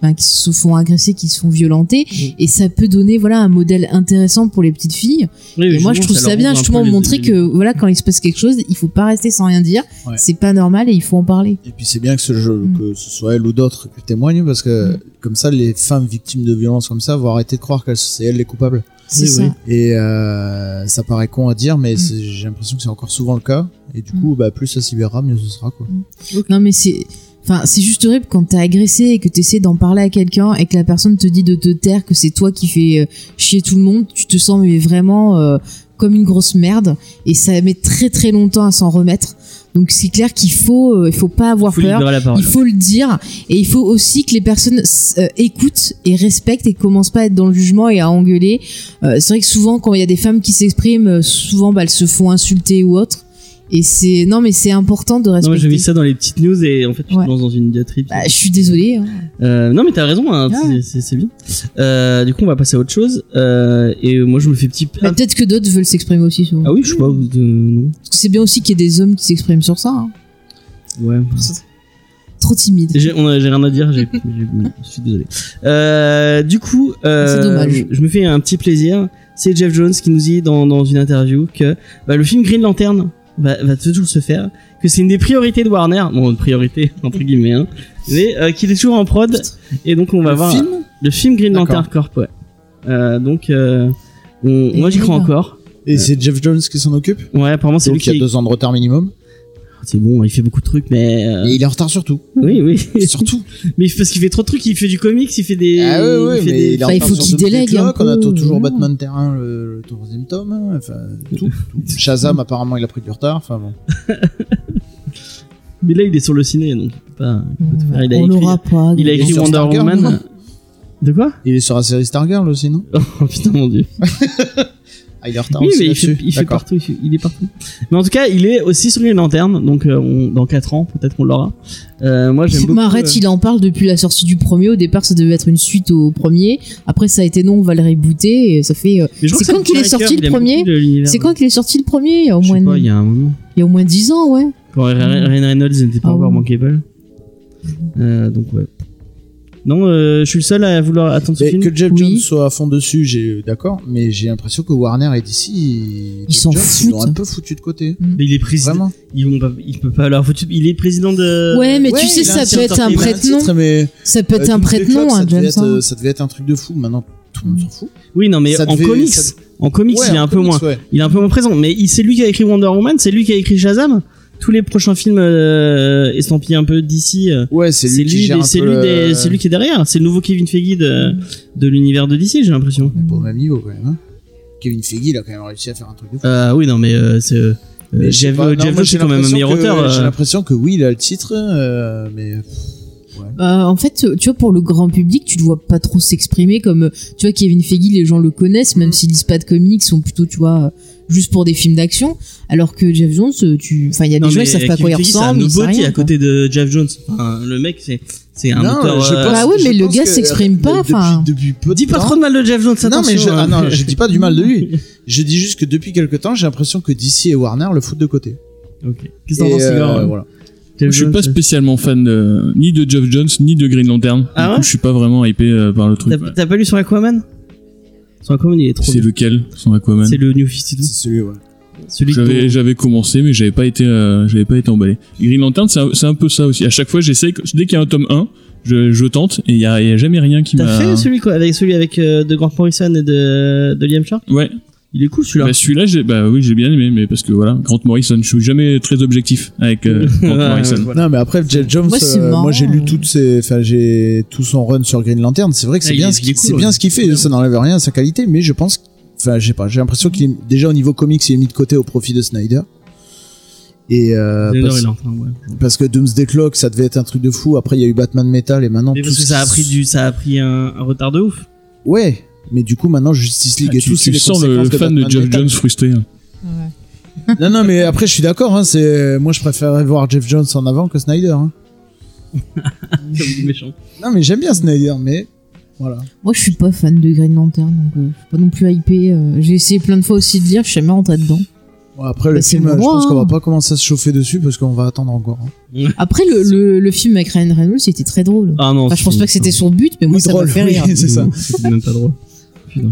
ben, qui se font agresser, qui se font violenter, et ça peut donner voilà un modèle intéressant pour les petites filles. Et moi, je trouve ça bien, justement, montrer que voilà, quand il se passe quelque chose, il faut pas rester sans rien dire.
Ouais.
C'est pas normal et il faut en parler.
Et puis c'est bien que ce jeu,
Mm.
que ce soit elle ou d'autres qui témoignent, parce que
Mm.
comme ça, les femmes victimes de violences comme ça vont arrêter de croire que c'est elles les coupables.
C'est
Oui,
ça.
oui.
Et euh, ça paraît con à dire,
Mm.
mais c'est- j'ai l'impression que c'est encore souvent le cas. Et du coup, bah, plus ça s'y verra, mieux ce sera. Quoi.
Non, mais c'est. Enfin, c'est juste horrible quand t'es agressé et que t'essaies d'en parler à quelqu'un et que la personne te dit de te taire, que c'est toi qui fais euh, chier tout le monde. Tu te sens mais vraiment euh, comme une grosse merde et ça met très très longtemps à s'en remettre. Donc c'est clair qu'il faut, euh, il faut pas avoir
faut
peur.
libérer la parole.
Il faut le dire et il faut aussi que les personnes s- euh, écoutent et respectent et commencent pas à être dans le jugement et à engueuler. Euh, c'est vrai que souvent quand il y a des femmes qui s'expriment, euh, souvent bah, elles se font insulter ou autre. Et c'est non mais c'est important de
Non, mais
respecter.
j'ai vu ça dans les petites news et en fait, tu
Ouais.
te lances dans une diatribe.
Bah, je suis désolée. hein.
Euh, non, mais t'as raison, hein,
Ah.
c'est- c'est c'est bien. Euh, du coup, on va passer à autre chose. Euh, et moi, je me fais petit.
Mais peut-être que d'autres veulent s'exprimer aussi sur.
Ah oui, je sais pas, vous- euh, non.
Parce que c'est bien aussi qu'il y ait des hommes qui s'expriment sur ça. hein.
Ouais.
Trop timide. Euh,
J'ai on a- j'ai rien à dire, j'ai- j'ai- je suis désolé. Euh, du coup, euh,
Ah, C'est dommage.
je me fais un petit plaisir. C'est Jeff Jones qui nous dit dans, dans une interview que bah, le film Green Lantern va, va toujours se faire, que c'est une des priorités de Warner, bon, une priorité entre guillemets, hein, mais euh, qu'il est toujours en prod, et donc on va voir
film
le film Green Lantern Corp. Ouais. Euh, donc, euh, on- moi j'y crois
là.
encore.
Et c'est Jeff Jones qui s'en occupe
Ouais, apparemment c'est
Donc
lui
il y a
qui.
deux ans de retard minimum.
C'est bon, il fait beaucoup de trucs, mais. euh,
Et il est en retard surtout.
Oui, oui.
surtout.
mais parce qu'il fait trop de trucs, il fait du comics, il fait des.
Ah ouais, ouais,
il fait
mais
des-
il est en
Bah, il
retard
faut
sur
qu'il
deux trucs
délègue
là,
un
qu'on
peu,
attend toujours
voilà.
Batman Terrain, le, le troisième tome. hein, Enfin, tout, tout. Shazam, apparemment, il a pris du retard. Enfin, bon.
Mais là, il est sur le ciné, donc il peut pas. il peut pas tout faire. Il a
on
écrit-
l'aura pas.
Il a
est
écrit
sur
Wonder
Stargirl,
Woman. De quoi
Il est sur la série Stargirl aussi, non
Oh putain, mon dieu.
Ah, il est en retard
Oui,
aussi
mais il
là-dessus.
fait, il fait
D'accord.
partout, il, fait- il est partout. Mais en tout cas, il est aussi sur Green Lantern, donc euh, on- dans 4 ans, peut-être qu'on l'aura. Euh, moi, j'aime beaucoup.
M'arrête,
euh,
il en parle depuis la sortie du premier. Au départ, ça devait être une suite au premier. Après, ça a été non, on va le rebooter. Et ça fait. euh,
mais je crois
c'est
que
quand qu'il est
Peter
sorti,
Parker,
le
il aime
premier
beaucoup l'univers. hein.
C'est quand qu'il est sorti le premier Il y a au
Je sais
moins,
pas, il y a un moment.
il y a au moins 10 ans, ouais.
Quand Ryan Ryan Reynolds n'était pas
Ah
encore
ouais.
manquable. Euh, donc, ouais. Non, euh, je suis le seul à vouloir attendre ce
Mais
film.
que Jeff
Oui.
Jones soit à fond dessus, j'ai d'accord, mais j'ai l'impression que Warner et DC, ils Jeff
s'en
Jones, Ils l'ont
foutent.
un peu foutu de côté.
Mais il est président.
Vraiment.
Ils vont pas- il peut pas alors faut- Il est président de.
ouais, mais tu
Ouais,
sais,
il
ça
a un
peut être
titre,
un
il a
prête-nom.
titre, mais,
Ça peut
euh,
être un
Doom
prête-nom,
Club,
hein,
ça, devait
James.
être, euh, ça devait être un truc de fou. Maintenant, tout le monde s'en fout.
Oui, non, mais
Ça
en
devait-
comics.
ça-
En comics,
Ouais,
il est
en
un peu
comics,
moins.
ouais.
Il est un peu moins présent. Mais il- c'est lui qui a écrit Wonder Woman, c'est lui qui a écrit Shazam. Tous les prochains films euh, estampillés un peu d'ici. euh,
Ouais, c'est lui qui
des-
gère un
c'est
peu
lui
le-
des- c'est lui qui est derrière. C'est le nouveau Kevin Feige de, de l'univers de DC, j'ai l'impression.
On est pas au même niveau quand même. hein. Kevin Feige, il a quand même réussi à faire un truc de fou.
Euh, oui, non, mais euh, c'est. euh,
Mais je sais
Jeff
pas, non,
Jeff
moi,
Jones,
j'ai
c'est quand même un
l'impression
meilleur
que-
auteur.
J'ai
euh.
l'impression que oui, il a le titre, euh, mais
Euh, en fait, tu vois, pour le grand public, tu le vois pas trop s'exprimer comme, euh, tu vois, Kevin Feige, les gens le connaissent, même s'ils lisent pas de comics, sont plutôt, tu vois, euh, juste pour des films d'action, alors que Jeff Jones, euh, tu, enfin, il y a des
Non,
gens
mais
qui savent pas à quoi ils
Kevin Feige, c'est
ressemblent.
un
ils savent
nobody
rien,
à
quoi.
côté de Jeff Jones. Enfin, le mec, c'est c'est un
Non,
auteur.
je
euh,
pense-
Bah oui,
je
mais le
pense
gars
que,
s'exprime
euh,
pas, enfin.
Depuis, depuis peu de
Dis pas
temps-
trop de mal de Jeff Jones,
Non, mais je,
attention,
ah
hein.
non, je dis pas du mal de lui. Je dis juste que depuis quelque temps, j'ai l'impression que DC et Warner le foutent de côté.
Ok. Qu'est-ce que t'en
Et,
penses,
euh,
Igor
voilà.
Jeff
Je suis pas
Jones,
spécialement fan de, ni de Jeff Jones ni de Green Lantern.
Ah
du
ouais
coup, je suis pas vraiment hypé euh, par le truc.
T'as
ouais.
t'as pas lu sur Aquaman Sur Aquaman, il est trop
C'est
bien.
lequel son Aquaman
C'est le New 52.
C'est celui, ouais.
Celui
J'avais
dont-
j'avais commencé mais j'avais pas été euh, j'avais pas été emballé. Green Lantern c'est un, c'est un peu ça aussi. À chaque fois j'essaie que- dès qu'il y a un tome 1, je, je tente et il y, a il y a jamais rien qui m'a
T'as fait celui quoi avec celui avec euh, de Grant Morrison et de, de Liam Sharp
Ouais,
Il est cool celui-là.
bah celui-là j'ai bah oui, j'ai bien aimé mais parce que voilà, Grant Morrison, je suis jamais très objectif avec euh, Grant
Ouais,
Morrison.
voilà. hein.
Non, mais après, Jeff Jones,
Moi, c'est
euh,
marrant.
moi j'ai lu toutes ses, enfin, j'ai tout son run sur Green Lantern. C'est vrai que c'est
Ah, il
bien,
est-
ce
il est
qu'il-
cool,
c'est
ouais.
bien ce qu'il fait. Ça n'enlève rien à sa qualité, mais je pense, enfin, j'ai pas, j'ai l'impression qu'il est- déjà au niveau comics, il est mis de côté au profit de Snyder. Et euh,
D'ailleurs,
parce,
il est en train, ouais.
parce que Doomsday Clock, ça devait être un truc de fou. Après, il y a eu Batman Metal et maintenant
Mais
tout
parce que
ce
ça a
qui-
pris du, ça a pris un, un retard de ouf.
Ouais, mais du coup maintenant Justice League
Ah,
et
tu
tout, c'est
tu
les
sens le
conséquences
fan de
Batman
Jeff
Metal.
Jones frustré. hein.
Ouais.
Non, non, mais après je suis d'accord. Hein, c'est moi je préférais voir Jeff Jones en avant que Snyder. hein.
Comme du méchant.
Non, mais j'aime bien Snyder, mais voilà.
Moi, je suis pas fan de Green Lantern, donc euh, je suis pas non plus hypé. euh, j'ai essayé plein de fois aussi de lire, je suis jamais rentré dedans.
Bon, après le
Bah, c'est
film,
le
je
droit,
pense qu'on va
hein.
pas commencer à se chauffer dessus parce qu'on va attendre encore. hein.
Après, le, le, le film avec Ryan Reynolds, il était très drôle.
Ah non.
Enfin, je pense
c'est-
pas que c'était son but, mais moi,
Oui,
ça
drôle,
m'a fait
oui.
rire.
c'est ça.
C'est même pas drôle. Putain.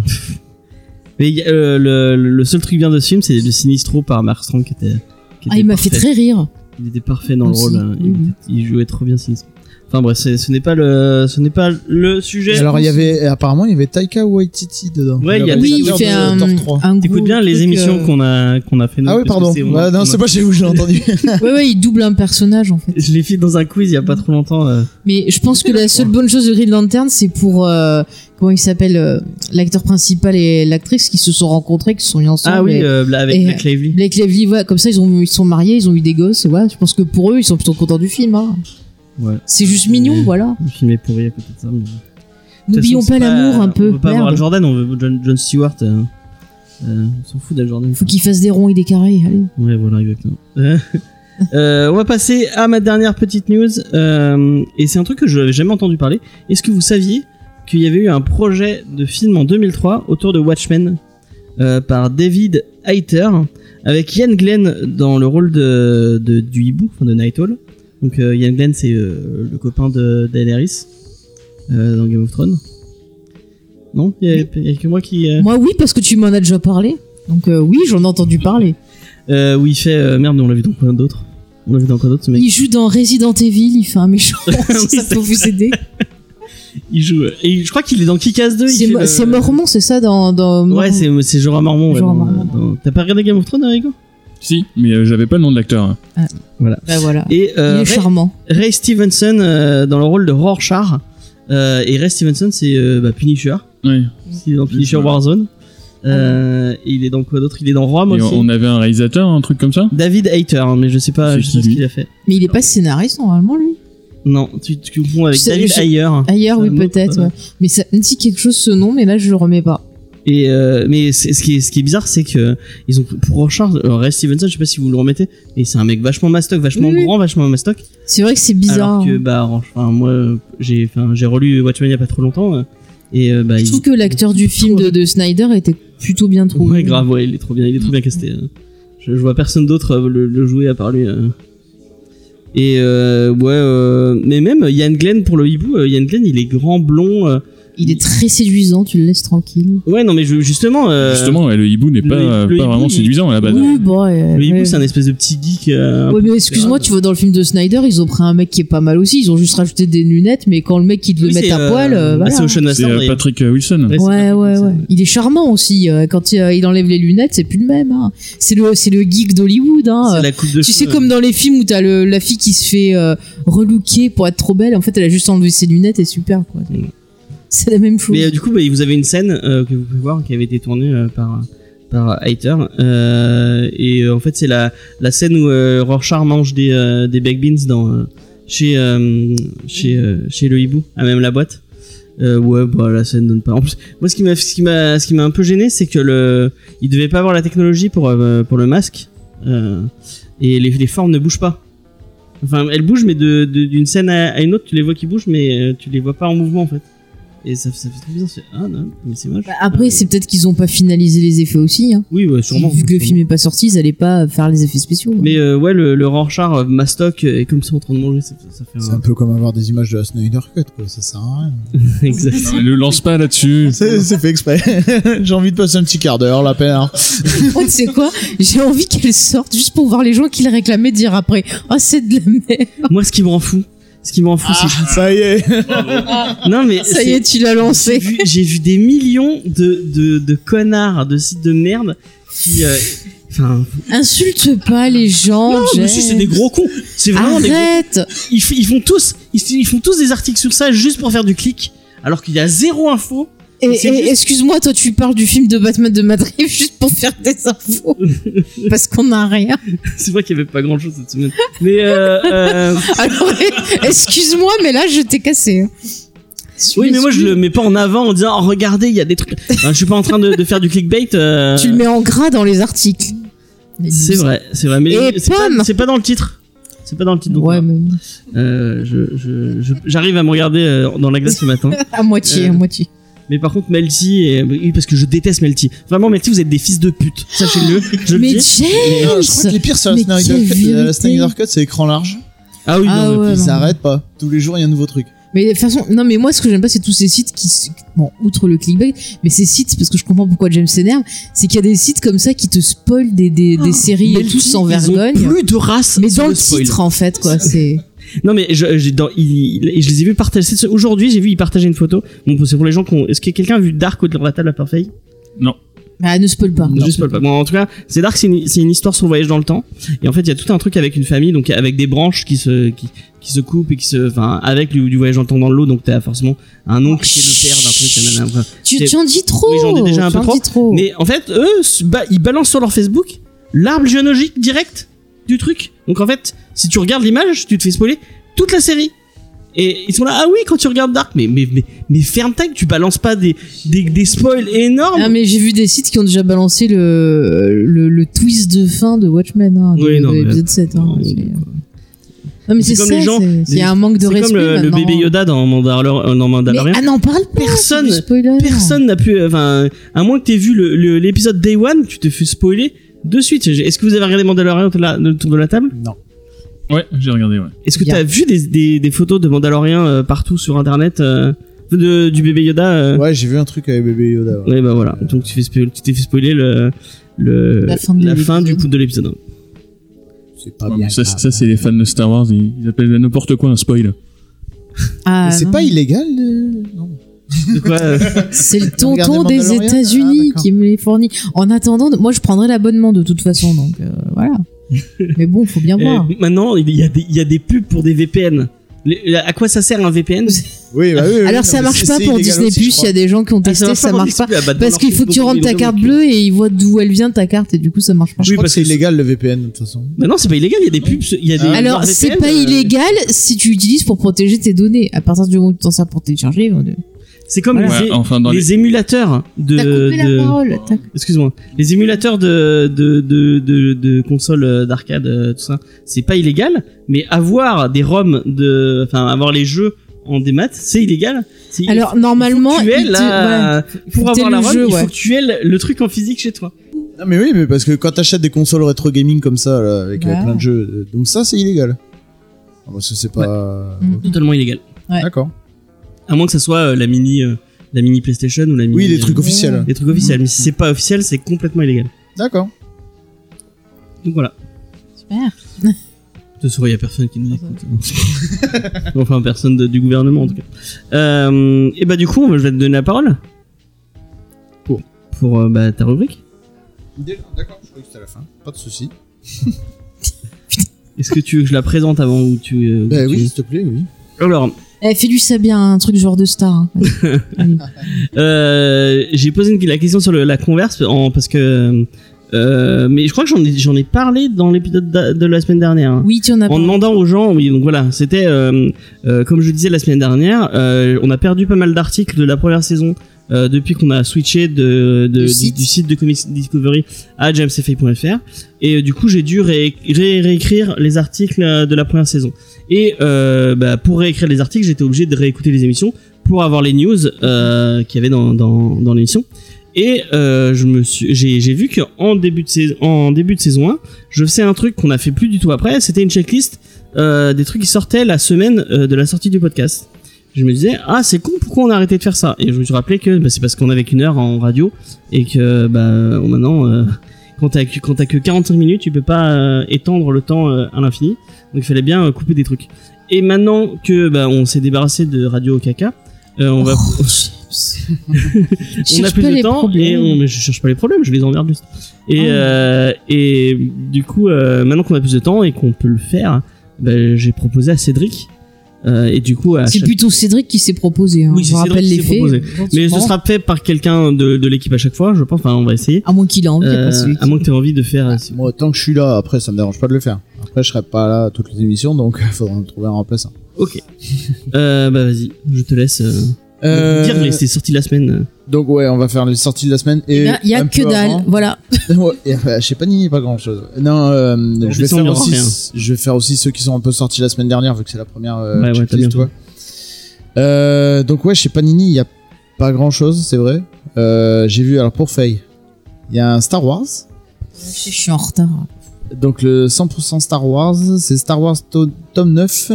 Mais il y a, euh, le, le seul truc bien de ce film, c'est le Sinistro par Mark Strong qui était. qui
Ah,
était
il m'a fait
parfait.
très rire.
Il était parfait dans
Aussi,
le rôle. hein.
oui,
Il,
oui.
était- il jouait trop bien Sinistro. Enfin bref, c'est- ce n'est pas le, ce n'est pas le sujet.
Alors il y avait apparemment il y avait Taika Waititi dedans.
Ouais, il y a-
Le
Oui, il
réalisateur
fait
de
un,
Thor 3.
un gros
T'écoutes bien les
truc,
émissions
euh,
qu'on a, qu'on a fait. nous,
Ah oui,
parce que
pardon.
c'est- on-
Bah,
Ouais,
on
non,
a-
c'est pas chez vous, je l'ai entendu.
Ouais, ouais, il double un personnage, en fait.
Je l'ai fait dans un quiz il y a pas trop longtemps. euh.
Mais je pense que la seule bonne chose de Green Lantern, c'est pour euh, comment il s'appelle euh, l'acteur principal et l'actrice qui se sont rencontrés, qui se sont mis ensemble.
Ah oui,
et
euh, là, avec
et-
Blake Lively.
Blake Lively, ouais, comme ça ils ont ils sont mariés, ils ont eu des gosses, et voilà. Je pense que pour eux, ils sont plutôt contents du film. hein.
Ouais.
C'est juste mignon,
Ouais.
voilà.
Le film est pourri à côté de ça. mais-
N'oublions
De toute façon, c'est
pas l'amour un peu.
On veut pas voir
Merde.
Al Jordan, on veut John, John Stewart. euh, euh, on s'en fout d'Al Jordan.
Faut qu'il fasse des ronds et des carrés. Allez.
Ouais, voilà, exactement. Euh, euh, on va passer à ma dernière petite news. euh, et c'est un truc que je n'avais jamais entendu parler. Est-ce que vous saviez qu'il y avait eu un projet de film en 2003 autour de Watchmen euh, par David Hayter avec Ian Glenn dans le rôle de, de- du hibou, enfin de Night Owl. Donc euh, Ian Glenn, c'est euh, le copain de Daenerys euh, dans Game of Thrones. Non Il n'y a, il y a que moi qui... euh,
Moi oui, parce que tu m'en as déjà parlé. Donc euh, oui, j'en ai entendu parler.
euh, où il fait... euh, merde, on l'a vu dans quoi d'autre On l'a vu dans quoi d'autre ce mec
Il joue dans Resident Evil, il fait un méchant.
Oui,
ça
c'est
peut vous aider.
Il joue. Et je crois qu'il est dans Kick-Ass 2. il
C'est
fait
Mo-
le-
c'est Mormon, c'est ça dans, dans
Ouais, c'est c'est Jorah Mormon. ouais,
Jorah
dans-
Mormont.
dans- T'as pas regardé Game of Thrones, Rico
Si, mais euh, j'avais pas le nom de l'acteur. hein.
Bah voilà.
Et
il
euh,
est
Ray,
charmant.
Ray Stevenson euh, dans le rôle de Rorschach. Euh, et Ray Stevenson, c'est euh, bah, Punisher.
Ouais.
Il est dans Punisher Warzone. Euh, et il est dans quoi d'autre Il est dans Rome
Et
aussi.
on, on avait un réalisateur, un truc comme ça
David Hayter, hein, mais je sais pas,
C'est
je sais pas
qui,
ce
lui
qu'il a fait.
Mais il est pas scénariste normalement lui.
Non, tu tu confonds avec
Je sais-
David
je-
Ayer.
Ailleurs
C'est
oui
un autre,
peut-être.
euh,
ouais. Mais ça me dit quelque chose ce nom, mais là je le remets pas.
Et euh, mais c'est- ce qui est, ce qui est bizarre, c'est que ils ont pour Rorschach, euh, Ray Stevenson, je sais pas si vous le remettez, mais c'est un mec vachement mastoc, vachement
Oui, oui.
grand, vachement mastoc.
C'est vrai que c'est bizarre. hein.
Alors que bah enfin moi euh, j'ai enfin j'ai relu Watchmen il y a pas trop longtemps euh, et euh, bah
Je trouve
il
que l'acteur du film de, de Snyder était plutôt bien trouvé.
ouais, grave ouais, il est trop bien, il est trop bien casté. euh. Je, je vois personne d'autre euh, le, le jouer à part lui. euh. Et euh, ouais euh, mais même euh, Ian Glenn pour le hibou, euh, Ian Glenn il est grand blond. euh.
Il est très séduisant, tu le laisses tranquille.
Ouais non mais je- justement euh,
Justement, ouais, le hibou n'est
le-
pas, euh,
le
pas
hibou,
vraiment
il-
séduisant à la base.
Oui, bon, ouais,
le hibou
ouais.
c'est un espèce de petit geek euh, un
Ouais,
peu
mais excuse-moi, tu vois, dans le film de Snyder, ils ont pris un mec qui est pas mal aussi. Ils ont juste rajouté des lunettes, mais quand le mec, il devait
Oui,
mettre
c'est,
à
euh,
poil. euh,
bah,
voilà.
C'est Ocean
C'est
Master.
euh,
d'ailleurs.
Patrick euh, Wilson.
Ouais, c'est
Ouais,
Patrick
ouais,
Wilson,
ouais. Il est charmant aussi. euh, Quand il, euh, il enlève les lunettes, c'est plus le même. hein. C'est le, c'est le geek d'Hollywood. hein.
C'est la coupe de
Tu
cheveux,
sais, comme dans les films où t'as le, la fille qui se fait euh, relooker pour être trop belle, en fait, elle a juste enlevé ses lunettes et super, quoi.
Mm.
C'est la même chose.
Mais euh, du coup, bah, vous avez une scène euh, que vous pouvez voir qui avait été tournée euh, par par Hater. Euh, et euh, en fait, c'est la, la scène où euh, Rorschach mange des, euh, des baked beans dans, euh, chez, euh, chez, euh, chez le hibou, à même la boîte. Euh, ouais, bah la scène donne pas. En plus, moi, ce qui m'a, ce qui m'a, ce qui m'a un peu gêné, c'est que le, il devait pas avoir la technologie pour euh, pour le masque, euh, et les, les formes ne bougent pas. Enfin, elles bougent, mais de, de- d'une scène à, à une autre, tu les vois qui bougent, mais euh, tu les vois pas en mouvement en fait. Et ça, ça fait trop bizarre. c'est- Ah non, mais c'est moche.
Bah, après,
Euh,
c'est peut-être qu'ils ont pas finalisé les effets aussi. Hein.
oui, ouais, sûrement.
Vu que le
sûrement.
film est pas sorti, ils allaient pas faire les effets spéciaux. hein.
Mais euh, ouais, le, le Rorschach euh, mastoc est comme ça en train de manger. Ça, ça fait
C'est un
un...
peu comme avoir des images de la Snyder Cut, quoi. Ça sert à rien.
exact.
Non, mais le lance pas là-dessus.
C'est c'est fait exprès. J'ai envie de passer un petit quart d'heure, la peine.
Oh, tu sais quoi J'ai envie qu'elle sorte juste pour voir les gens qui la réclamaient dire après « Ah, c'est de la merde
Moi, ce qui me rend fou, ce qui me rend fou,
Ça y est.
c'est non mais !»
Ah. Ça y
c'est-
est, tu l'as
J'ai
lancé.
vu, j'ai vu des millions de, de, de connards de sites de merde qui. euh, Enfin.
Insulte pas les gens,
non, mais si,
Jeff.
c'est des gros cons. C'est vraiment des gros.
Oh, Arrête
Ils, f- ils font tous, ils, f- ils font tous des articles sur ça juste pour faire du clic, alors qu'il y a zéro info.
Et,
C'est
et-
juste-
excuse-moi, toi tu parles du film de Batman de Madrid juste pour faire des infos parce qu'on n'a rien.
C'est vrai qu'il y avait pas grand chose cette semaine. Mais euh, euh,
Alors excuse-moi, mais là je t'ai cassé.
oui, mais moi je le mets pas en avant en disant oh, regardez, il y a des trucs. Enfin, je suis pas en train de, de faire du clickbait. euh,
Tu le mets en gras dans les articles.
C'est vrai, c'est vrai. Mais
Et
c'est pas,
pomme
c'est pas dans le titre. C'est pas dans le titre. donc
Ouais,
voilà.
mais
Euh, je- je- je- j'arrive à me regarder euh, dans la glace ce matin.
à moitié,
Euh,
à moitié.
Mais par contre, Melty, est- oui, parce que je déteste Melty. Vraiment, Melty, vous êtes des fils de pute. Sachez-le, je le
Ah, mais
dis.
Non, je crois que
James
les pires, c'est la
Mais
Snyder
quelle
Cut. La
vérité.
Snyder Cut, c'est écran large.
Ah oui,
Ah
non, mais-
ouais,
Ils
non.
s'arrêtent pas. Tous les jours, il y a un nouveau truc.
Mais de toute façon, non, mais moi, ce que j'aime pas, c'est tous ces sites qui, s- bon, outre le clickbait, mais ces sites, parce que je comprends pourquoi James s'énerve, c'est qu'il y a des sites comme ça qui te spoilent des, des, des séries et
Melty,
tout sans
Ah. ils ont
vergogne.
plus de race.
Mais
sur
dans le
spoil.
titre, en fait, quoi, c'est.
Non, mais je, j'ai- dans- il- il- je les ai vus partager. c'est- Aujourd'hui, j'ai vu ils partager une photo. Bon, c'est pour les gens qui ont. Est-ce que quelqu'un a vu Dark au-delà de la table à Parfait
Ah, ne spoil pas.
Je spoil pas. Bon, en tout cas, c'est Dark, c'est une, c'est une histoire sur le voyage dans le temps. Et en fait, il y a tout un truc avec une famille, donc avec des branches qui se, qui, qui se coupent et qui se. Enfin, avec du, du voyage dans le temps dans l'eau, donc t'as forcément un oncle qui est le père d'un truc. nanana, bref.
Tu,
C'est-
tu en dis trop.
Oui, j'en ai déjà un peu
tu en
trop,
dis trop.
Mais en fait, eux, s- ba- ils balancent sur leur Facebook l'arbre géologique direct du truc. Donc en fait, si tu regardes l'image, tu te fais spoiler toute la série. Et ils sont là, ah oui, quand tu regardes Dark, mais, mais, mais, mais ferme ta gueule, tu balances pas des, des, des spoils énormes.
Ah, mais j'ai vu des sites qui ont déjà balancé le, le, le twist de fin de Watchmen, hein, de,
Oui, non,
de
mais-
l'épisode 7. Hein,
Non,
c'est-
quoi.
Non, mais
C'est
c'est
comme
ça,
les gens-
c'est- il y a un manque de
C'est
respect.
comme le, le
maintenant. hein.
bébé Yoda dans Mandalor- euh, dans
Mais,
Mandalorian.
ah non, parle pas. c'est
Personne-
du spoiler.
Personne n'a pu, euh, enfin, à moins que t'aies vu le- le- l'épisode Day One, tu te fais spoiler de suite. Est-ce que vous avez regardé Mandalorian autour de la- autour de la table
Non.
Ouais, j'ai regardé, ouais.
Est-ce que
Bien.
t'as vu des, des, des photos de Mandaloriens euh, partout sur internet euh, de, du bébé Yoda euh
Ouais, j'ai vu un truc avec bébé Yoda. ouais.
Ouais, bah voilà. Donc tu fais spo- tu t'es fait spoiler le, le,
La fin de l'épisode.
du coup de l'épisode.
C'est pas
Ouais,
bien.
mais Ah ça,
grave.
c'est- ça, c'est les fans de Star Wars, ils, ils appellent n'importe quoi un spoil.
Ah,
Mais c'est
non.
pas illégal de- non.
De quoi euh,
C'est le
Regardez
tonton des
Mandalorian. Ah,
États-Unis
d'accord.
qui me les fournit. En attendant, moi je prendrais l'abonnement de toute façon, donc euh, voilà. Mais bon, faut bien voir.
euh, Maintenant, il y, a des, il y a des pubs pour des VPN. Les- à quoi ça sert un VPN
Oui, bah oui, oui, non,
Alors ça
mais
marche
c'est-
pas
c'est
pour
illégal
Disney+,
aussi, je
il y a des gens qui
Ah,
ont testé, ça marche pas.
bah,
Parce qu'il faut que tu rentres ta carte bleue et ils voient d'où elle vient ta carte et du coup ça marche pas.
crois. Je
Oui,
crois que
parce
c'est
que-
illégal le VPN de toute façon.
Bah non, c'est pas illégal. Il y a des pubs. Il y a des
Ah.
voire
Alors c'est
VPN,
pas
euh,
illégal si tu utilises pour protéger tes données. À partir du moment où tu t'en sers pour télécharger, on...
C'est comme
Ouais,
les,
enfin, dans
les
les...
émulateurs de.
t'as coupé
de-
la parole. t'as-
Excuse-moi. Les émulateurs de, de, de, de, de consoles euh, d'arcade, euh, tout ça, c'est pas illégal, mais avoir des ROM de, enfin, avoir les jeux en démat, c'est illégal. C'est-
Alors
il
normalement,
faut que tu aies
il te- voilà.
la-
faut
pour
que t'aies
avoir la
le
ROM,
jeu,
il
ouais.
faut que tu aies le, le truc en physique chez toi.
Non mais oui, mais parce que quand t'achètes des consoles rétro gaming comme ça, là, avec euh,
Ouais.
plein de jeux, euh, donc ça c'est illégal. Ah, bah, ça c'est pas.
Mm.
Totalement illégal.
Ouais.
D'accord.
À moins que ça soit euh, la mini, euh, la mini PlayStation ou la mini.
Oui, les
euh,
trucs officiels.
les trucs officiels. Mais si c'est pas officiel, c'est complètement illégal.
D'accord.
Donc voilà.
Super.
De toute façon, il n'y a personne qui nous écoute. enfin, personne de- du gouvernement, en tout cas. Euh, et bah, du coup, je vais te donner la parole. Pour, pour euh, bah, ta rubrique.
D'accord, je croyais que c'était la fin. Pas de souci.
Est-ce que tu veux que je la présente avant ou tu. euh,
Bah
tu-
oui, s'il te plaît, oui.
Alors,
Eh, Fais-lui ça bien, un truc genre de star. hein.
Mm. euh, j'ai posé une- la question sur le- la converse en, parce que Euh, mais je crois que j'en ai, j'en ai parlé dans l'épisode d'a- de la semaine dernière. hein.
Oui, tu en as
En
parlé.
demandant aux gens, oui, donc voilà, c'était, euh, euh, comme je le disais la semaine dernière, euh, on a perdu pas mal d'articles de la première saison euh, depuis qu'on a switché de, de-
Du
du,
site.
du site de Comics Discovery à jamcfay.fr. Et euh, du coup, j'ai dû ré- ré- réécrire les articles euh, de la première saison. Et euh, bah, pour réécrire les articles, j'étais obligé de réécouter les émissions pour avoir les news euh, qu'il y avait dans, dans, dans l'émission. Et euh, je me suis, j'ai, j'ai vu qu'en début de saison, en début de saison 1, je faisais un truc qu'on a fait plus du tout après. C'était une checklist euh, des trucs qui sortaient la semaine euh, de la sortie du podcast. Je me disais ah c'est con pourquoi on a arrêté de faire ça et je me suis rappelé que bah, c'est parce qu'on avait qu'une heure en radio et que bah on- maintenant euh, quand t'as que- quand t'as que 45 minutes tu peux pas euh, étendre le temps euh, à l'infini donc il fallait bien euh, couper des trucs et maintenant que bah on s'est débarrassé de radio caca euh, on va
Je
on a
cherche
plus
pas
de
les
temps
problèmes.
et on, mais je cherche pas les problèmes, je les emmerde juste. Et,
Ah.
euh, et du coup, euh, maintenant qu'on a plus de temps et qu'on peut le faire, ben, j'ai proposé à Cédric. euh, et du coup, à
C'est
chaque-
plutôt Cédric qui s'est proposé. Hein.
Oui,
je
c'est
vous rappelle
Cédric
les
qui s'est
faits.
proposé. mais ce
Gentiment.
sera fait par quelqu'un de, de l'équipe à chaque fois, je pense. Enfin, on va essayer.
À moins qu'il a envie, y a
Euh,
pas Ah, celui qui-
à moins que tu aies envie de faire. euh,
Moi, tant que je suis là, après, ça me dérange pas de le faire. Après, je serai pas là à toutes les émissions, donc il faudra me trouver un remplaçant.
Ok. euh, bah vas-y, je te laisse euh, dire
Euh,
les c'est sorti la semaine. euh.
Donc ouais, on va faire les sorties de la semaine. Et
Là, Il Eh ben, y a
un
que
peu
dalle.
avant-
Voilà.
Ouais, et, euh, je sais pas ni pas grand chose. Non, euh, je vais
descend, il y
faire
aura
aussi,
rien.
je vais faire aussi ceux qui sont un peu sortis la semaine dernière vu que c'est la première euh,
Ouais, ouais,
checklist,
t'as bien
tu vois. Euh, donc ouais, chez Panini, il y a pas grand chose, c'est vrai. Euh, j'ai vu alors pour Faye, il y a un Star Wars.
Je suis en retard.
Donc le 100% Star Wars, c'est Star Wars to- tome 9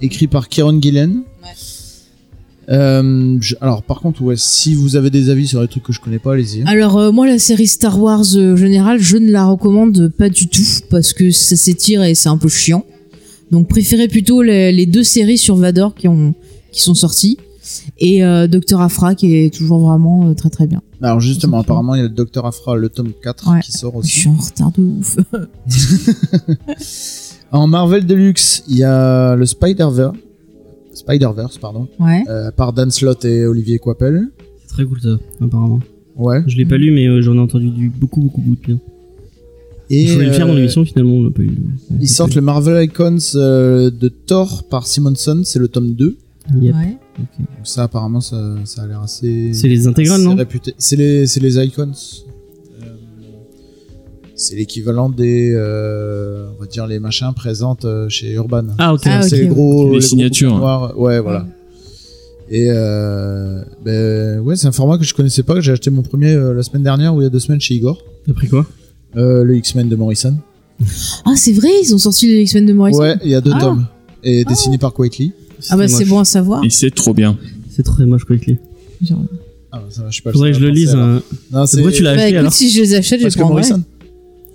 écrit par Kieron Gillen.
Ouais.
Euh, je- alors par contre, ouais, si vous avez des avis sur les trucs que je connais pas, allez-y.
Alors euh, moi la série Star Wars euh, générale je ne la recommande pas du tout parce que ça s'étire et c'est un peu chiant. Donc préférez plutôt les, les deux séries sur Vador qui ont qui sont sorties et euh, Docteur Afra qui est toujours vraiment euh, très très bien.
Alors justement,
Ils sont plus.
apparemment, il y a le Docteur Afra, le tome 4
Ouais.
qui sort
Je
aussi.
suis en retard de ouf.
En Marvel Deluxe, il y a le Spider-Verse, Spider-Verse pardon,
Ouais.
euh, par Dan Slott et Olivier Coipel.
C'est très cool ça, apparemment.
Ouais.
Je l'ai
Hmm.
pas lu, mais euh, j'en ai entendu du, beaucoup, beaucoup, beaucoup de bien.
Et
je voulais le faire dans
euh,
l'émission, finalement, on l'a pas eu.
Ils sortent le Marvel Icons euh, de Thor par Simonson, c'est le tome 2.
Yep.
Ouais.
Donc ça, apparemment, ça, ça a l'air assez.
Ah, C'est les intégrales,
assez
non
réputé. C'est les, c'est les Icons. Euh, C'est l'équivalent des, euh, on va dire les machins présentes euh, chez Urban.
Ah ok.
Ah,
c'est
ok,
les gros
Les
gros
signatures.
groupes noirs. ouais voilà et euh, ben ouais c'est un format que je connaissais pas que j'ai acheté mon premier euh, la semaine dernière ou il y a deux semaines chez Igor
T'as pris quoi
Euh, le X-Men de Morrison
Ah c'est vrai ils ont sorti les X-Men de Morrison.
ouais il y a deux
Ah.
tomes et dessiné par Quietly
Ah bah c'est
moche.
bon à savoir.
Et c'est trop bien.
C'est très moche Quickly.
Genre,
ah, ça, va, je suis pas le
Faudrait que je
seul à
le
penser,
lise.
alors.
hein.
non c'est
Pourquoi tu l'as
Bah
acheté
écoute
alors
si je les achète je les
parce que
prendrai.
Morrison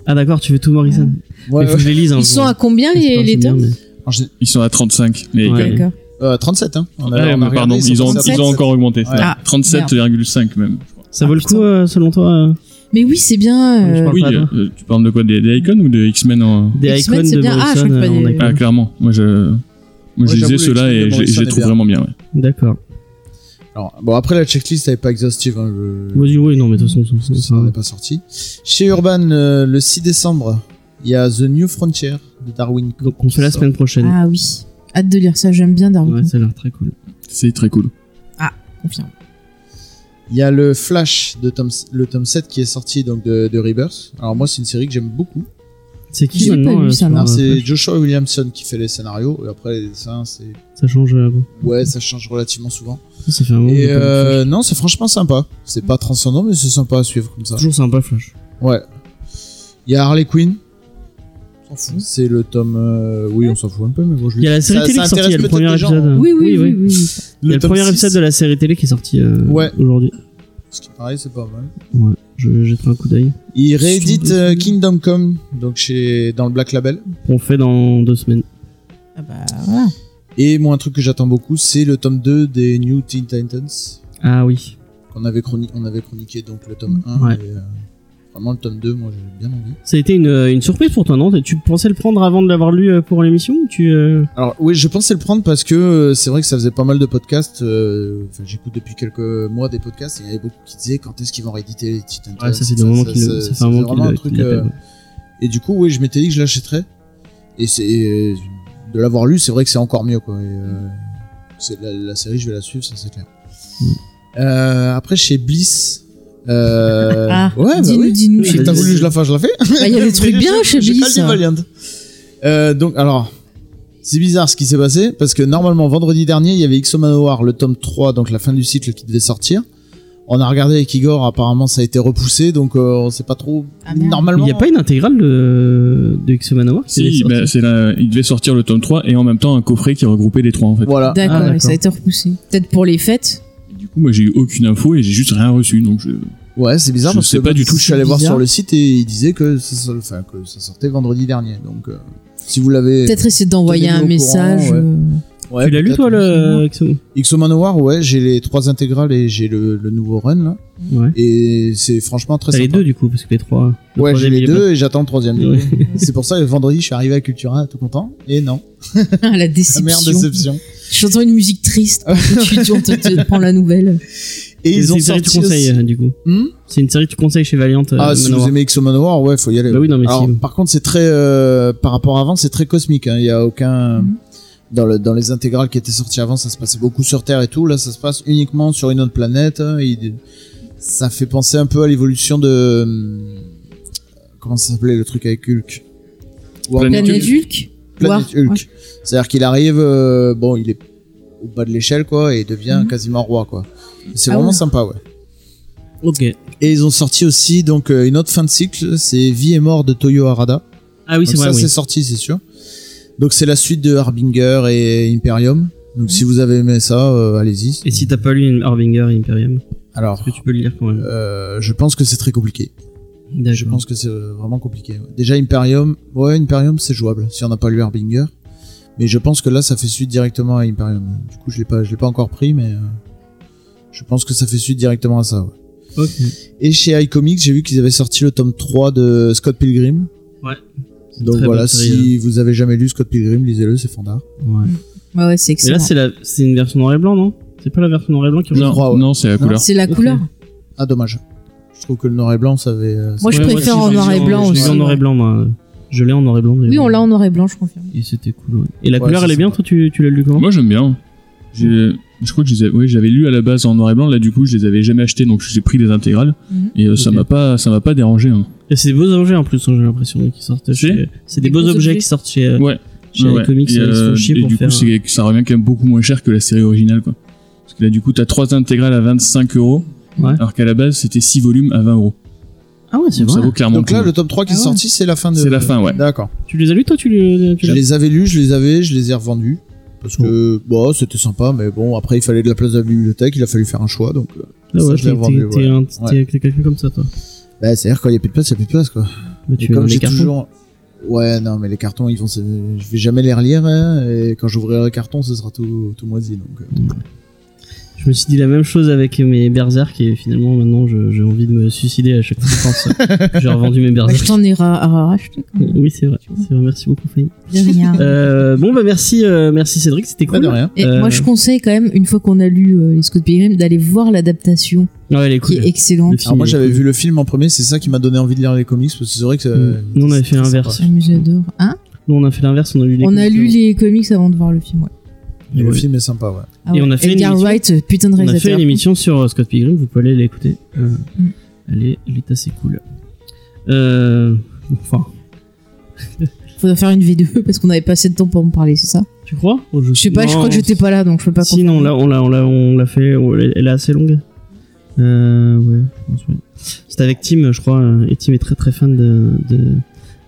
Ah d'accord, tu veux tout Morrison.
ouais,
Il faut que je les lise. un
Ils
jour.
sont à combien les, les
J'espère que
tomes
c'est bien,
En gé-
Ils sont à 35. Les
Ouais.
gars.
D'accord.
euh, 37 hein
Ah,
on a- on
mais
a regardé,
pardon, ils ont,
sont
ils ont
37.
encore augmenté.
Ouais.
Ah,
37,5 même. je crois.
mais- Ça vaut le
putain.
coup euh, selon toi euh,
Mais oui c'est bien.
Ouais, je
euh,
parle
Oui,
pas, non
euh, tu parles de quoi Des, des icônes ou des X-Men en...
Des
X-Men,
icônes
c'est
de
bien. Ah, je
Morrison
crois que
euh, en
t'avais-
icône.
Ah, clairement. Moi, je, moi, je
j'avoue,
lisais
les
ceux-là
X-Men de
et je- je
Morrison
les
est
trouve
bien.
vraiment bien. ouais.
D'accord.
Alors, bon après la checklist elle est pas exhaustive hein, je-
Vas-y, oui, non, mais de toute façon,
parce que ça n'en est
c'est
pas sorti chez Urban euh, le 6 décembre il y a The New Frontier de Darwin
donc on fait la
Ça.
semaine prochaine.
Ah oui. Hâte de lire ça j'aime bien Darwin.
Ouais, ça a l'air très cool.
C'est très cool.
Confirme.
Il y a le Flash de tome, le tome 7 qui est sorti donc de, de Rebirth. Alors moi c'est une série que j'aime beaucoup.
C'est qui
J'ai pas
maintenant
lu
euh,
ça,
sur, euh,
non.
Alors c'est
Flash
Joshua Williamson qui fait les scénarios et après les dessins c'est
Ça change. euh,
ouais ça change relativement souvent.
Ça fait un moment. qu'on
Et
a pas lu Flash.
euh, non c'est franchement sympa. C'est pas transcendant mais c'est sympa à suivre comme ça.
Toujours sympa Flash.
Ouais. Il y a Harley Quinn. On s'en fout. C'est le tome euh, oui on s'en fout un peu mais bon je
Il y a la série
Ça-
télé
ça
qui est sortie, il y a le
intéresse
premier
peut-être des gens,
épisode.
Oui oui oui oui. oui.
Il y a le premier épisode de la série télé qui est sorti euh,
Ouais.
aujourd'hui.
Ce qui pareil c'est pas mal.
Ouais, je jetterai un coup d'œil.
Il réédite euh, Kingdom Come donc chez dans le Black Label.
On fait dans deux semaines.
Ah bah voilà.
Et moi, un truc que j'attends beaucoup, c'est le tome 2 des New Teen Titans.
Ah oui.
qu'on avait, chroni- on avait chroniqué donc le tome 1.
Ouais.
et, euh, Vraiment, le tome 2, moi, j'ai bien envie.
Ça a été une, euh, une surprise pour toi, non Tu pensais le prendre avant de l'avoir lu euh, pour l'émission ou tu euh,
Alors, oui, je pensais le prendre parce que euh, c'est vrai que ça faisait pas mal de podcasts. euh, Enfin, j'écoute depuis quelques mois des podcasts et il y avait beaucoup qui disaient quand est-ce qu'ils vont rééditer les Titans.
Ouais, ça c'est des moments qui le- ça fait un moment qu'il
vraiment un
le-
truc.
qu'il l'appelle.
euh, Et du coup, oui, je m'étais dit que je l'achèterais. Et c'est et de l'avoir lu, c'est vrai que c'est encore mieux, quoi. Et, euh, c'est la, la série, je vais la suivre, ça c'est clair.
Mm.
Euh, après, chez Bliss. Euh...
Ah,
ouais, bah
dis-nous,
oui.
dis-nous.
Si T'as voulu, que je la fasse, je la fais.
Bah, il y a des trucs bien chez
J'ai pas
Bliss,
lu
hein.
Valiant. Euh, donc, alors, c'est bizarre ce qui s'est passé parce que normalement, vendredi dernier, il y avait XO Manowar, le tome 3, donc la fin du cycle qui devait sortir. On a regardé avec Igor, apparemment ça a été repoussé, donc euh, on sait pas trop.
Ah, merde.
Il
normalement,
n'y a pas une intégrale de, de X Manowar qui est
Si,
sortie
bah, c'est là, il devait sortir le tome 3 et en même temps un coffret qui regroupait les trois en fait.
Voilà.
D'accord,
Ah,
ouais,
d'accord.
ça a été repoussé. Peut-être pour les fêtes.
Du coup, moi j'ai eu aucune info et j'ai juste rien reçu donc je.
Ouais, c'est bizarre
Je
parce
sais
que
pas
moi,
du tout,
Je suis allé
c'est
voir
bizarre.
sur le site et il disait que ça, sort- enfin, que ça sortait vendredi dernier. Donc, euh, si vous l'avez.
Peut-être essayer d'envoyer
Tenez-nous
un
au
message.
courant, ouais.
euh,
Ouais,
Tu l'as lu
peut-être.
toi le euh, X
XO Manowar, ouais, j'ai les trois intégrales et j'ai le, le nouveau run là.
Ouais.
Et c'est franchement très
T'as les
sympa.
deux du coup parce que les trois. le
ouais, j'ai
troisième,
les
il est
deux et j'attends le troisième.
pas- Ouais.
C'est pour ça que vendredi, je suis arrivé à Cultura tout content. Et non,
la
Ah, merde,
déception.
déception.
J'entends une musique triste. Tout de suite, on te, te prend la nouvelle.
Et
C'est
ils ont
une série que
sorti.
tu conseilles
aussi-
euh, du coup.
Hmm
C'est une série que tu conseilles chez Valiant. euh,
ah, si
Manowar.
vous aimez XO Manowar, ouais, faut y aller.
Bah oui, non, mais
Alors,
si.
Par contre, c'est très euh, par rapport à avant, c'est très cosmique. hein. Il y a aucun
Mhm.
dans, le, dans les intégrales qui étaient sorties avant, ça se passait beaucoup sur Terre et tout. Là, ça se passe uniquement sur une autre planète. hein. Il- Ça fait penser un peu à l'évolution de hum, comment ça s'appelait le truc avec Hulk. War-
Planète
Planète Hulk
Planète
War,
Hulk.
ouais.
C'est-à-dire qu'il arrive, euh, bon, il est au bas de l'échelle quoi, et il devient
Mhm.
quasiment roi quoi. C'est
Ah
vraiment
ouais.
sympa ouais.
Ok.
Et ils ont sorti aussi donc euh, une autre fin de cycle, c'est Vie et mort de Toyo Harada.
Ah oui, c'est
Donc
vrai.
ça,
oui.
c'est sorti, c'est sûr. Donc, c'est la suite de Harbinger et Imperium. Donc, si vous avez aimé ça, euh, allez-y.
Et si t'as pas lu Harbinger et Imperium,
Alors,
que tu peux le lire quand même.
euh, je pense que c'est très compliqué. Je
D'accord.
pense que c'est euh, vraiment compliqué. ouais. Déjà, Imperium, ouais, Imperium, c'est jouable si on n'a pas lu Harbinger. Mais je pense que là, ça fait suite directement à Imperium. Du coup, je l'ai pas, je l'ai pas encore pris, mais euh, je pense que ça fait suite directement à ça. ouais.
Ok.
Et chez iComics, j'ai vu qu'ils avaient sorti le tome 3 de Scott Pilgrim.
Ouais.
Donc
Très
voilà,
bonne série, hein.
si vous avez jamais lu Scott Pilgrim, lisez-le, c'est fandard.
Ouais.
Ah Ouais, ouais, c'est
Et
excellent.
là, c'est la, c'est une version noir et blanc, non C'est pas la version noir et blanc qui
Je
non,
crois, ouais.
non, c'est la
Non,
couleur.
C'est la
Ok.
couleur.
Ah, dommage. Je trouve que le noir et blanc, ça avait. euh,
Moi, je
Ouais,
préfère
si,
en
je l'ai
noir
lu
et blanc
Je l'ai
aussi.
lu en noir et blanc, moi. Je l'ai en noir et blanc.
Oui,
d'ailleurs.
on l'a en noir et blanc, je confirme.
Et c'était cool. ouais. Et la
Ouais,
couleur,
ça,
elle est
c'est
bien.
vrai.
Toi, tu, tu l'as lu comment
Moi j'aime bien. J'ai- Je crois que je les ai- oui, j'avais lu à la base en noir et blanc, là du coup je les avais jamais achetés donc j'ai pris les intégrales
Mhm.
et euh, ça
Ok.
m'a pas ça m'a pas dérangé. hein.
Et c'est des beaux objets en plus, hein, j'ai l'impression, qui sortent.
Si.
Chez... C'est des,
Bah,
beaux,
Des beaux
objets
objets.
qui sortent chez, euh,
Ouais.
chez
Ouais,
les comics.
et,
ils se
euh,
font chier
et
pour
du
faire.
coup c'est que ça revient quand même beaucoup moins cher que la série originale quoi. Parce que là du coup t'as trois intégrales à 25 euros
Ouais.
alors qu'à la base c'était 6 volumes à 20 euros.
Ah ouais, c'est
Donc, Ça
vrai.
vaut clairement
Donc
le
là,
coup.
le top 3 qui
Ah
est
ouais.
sorti, c'est la fin de.
C'est la fin, ouais.
D'accord.
Tu les as lus, toi Tu les tu
Je
l'as-
les avais lus, je les avais, je les ai revendus. Parce que, bon, c'était sympa, mais bon, après, il fallait de la place de la bibliothèque, il a fallu faire un choix, donc. euh,
Ah
ça,
ouais,
je l'ai
t'es-
revendu,
t'es- t'es
ouais.
un- t'es- t'es quelqu'un comme ça, toi.
Bah, c'est-à-dire, quand il n'y a plus de place, il n'y a plus de place, quoi.
Mais
Et
tu es dans
comme
les
j'ai
cartons.
toujours. Ouais, non, mais les cartons, ils vont. se- Je vais jamais les relire, hein, et quand j'ouvrirai les cartons, ce sera tout, tout moisi, donc. euh.
Je me suis dit la même chose avec euh, mes Berserk et finalement maintenant je- j'ai envie de me suicider à chaque fois que je pense. J'ai revendu mes
Ouais, Bah, je
Berserk.
t'en ai ra- à racheter quand même.
Oui, c'est vrai. c'est vrai. Merci beaucoup, Fanny.
De rien.
Euh, bon, bah merci, euh, merci Cédric, c'était
Pas
cool.
de rien.
Et
euh,
moi, je conseille quand même, une fois qu'on a lu euh, les Scott Pilgrim, d'aller voir l'adaptation
Ouais, elle est cool.
qui est
Le
excellente.
film
Alors, moi,
est
j'avais
cool.
vu le film en premier, c'est ça qui m'a donné envie de lire les comics, parce que c'est vrai que. euh,
Nous, on avait
c'est
fait
très
l'inverse.
sympa.
Ah, mais J'adore. Hein
Nous, on a fait l'inverse, on a lu les
on a
comics
lu
avant.
les comics avant de voir le film. Ouais.
Et Le
Ouais.
film est sympa, ouais.
Ah
Et
ouais.
on a fait une
Edgar
émission-
Wright, euh, putain de
On a fait
réalisateur.
une émission sur euh, Scott Pilgrim, vous pouvez aller l'écouter. Euh,
Mm.
elle, est, elle est assez cool. Euh, enfin,
Faudrait faire une V2 parce qu'on avait pas assez de temps pour me parler, c'est ça
tu crois Oh,
Je sais pas,
Non,
je crois que j'étais pas là donc je peux pas
Si, non, là, on l'a, on l'a, on l'a fait, on- elle elle est assez longue. Euh, ouais, je pense, ouais. C'était avec Tim, je crois, euh, et Tim est très très fan de, de, de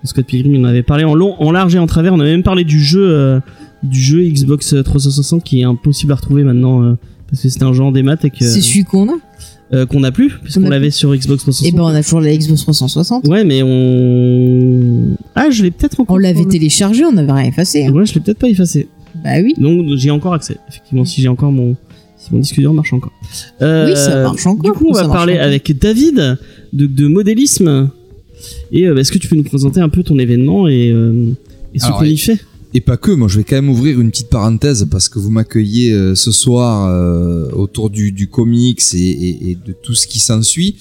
Scott Pilgrim. Il en avait parlé en long, en large et en travers. On avait même parlé du jeu, euh, du jeu Xbox 360 qui est impossible à retrouver maintenant euh, parce que c'était un jeu en démat et que,
C'est celui qu'on a.
euh, qu'on n'a plus, parce
On
qu'on
a
l'avait sur Xbox 360.
Et ben on a toujours la Xbox 360.
Ouais, mais on. Ah, je l'ai peut-être encore.
On l'avait
sur le-
téléchargé, on n'avait rien effacé. hein.
Ouais, je l'ai peut-être pas effacé.
Bah oui.
Donc j'ai encore accès. Effectivement, si j'ai encore mon, si mon disque dur marche encore. Euh,
Oui, ça marche encore.
Du coup, on
Ça
va
marche
parler
encore.
avec David de, de modélisme. Et euh, est-ce que tu peux nous présenter un peu ton événement et, euh, et ce
Alors,
qu'on
et-
y fait
Et pas que, moi je vais quand même ouvrir une petite parenthèse parce que vous m'accueillez euh, ce soir euh, autour du, du comics et, et- et de tout ce qui s'ensuit.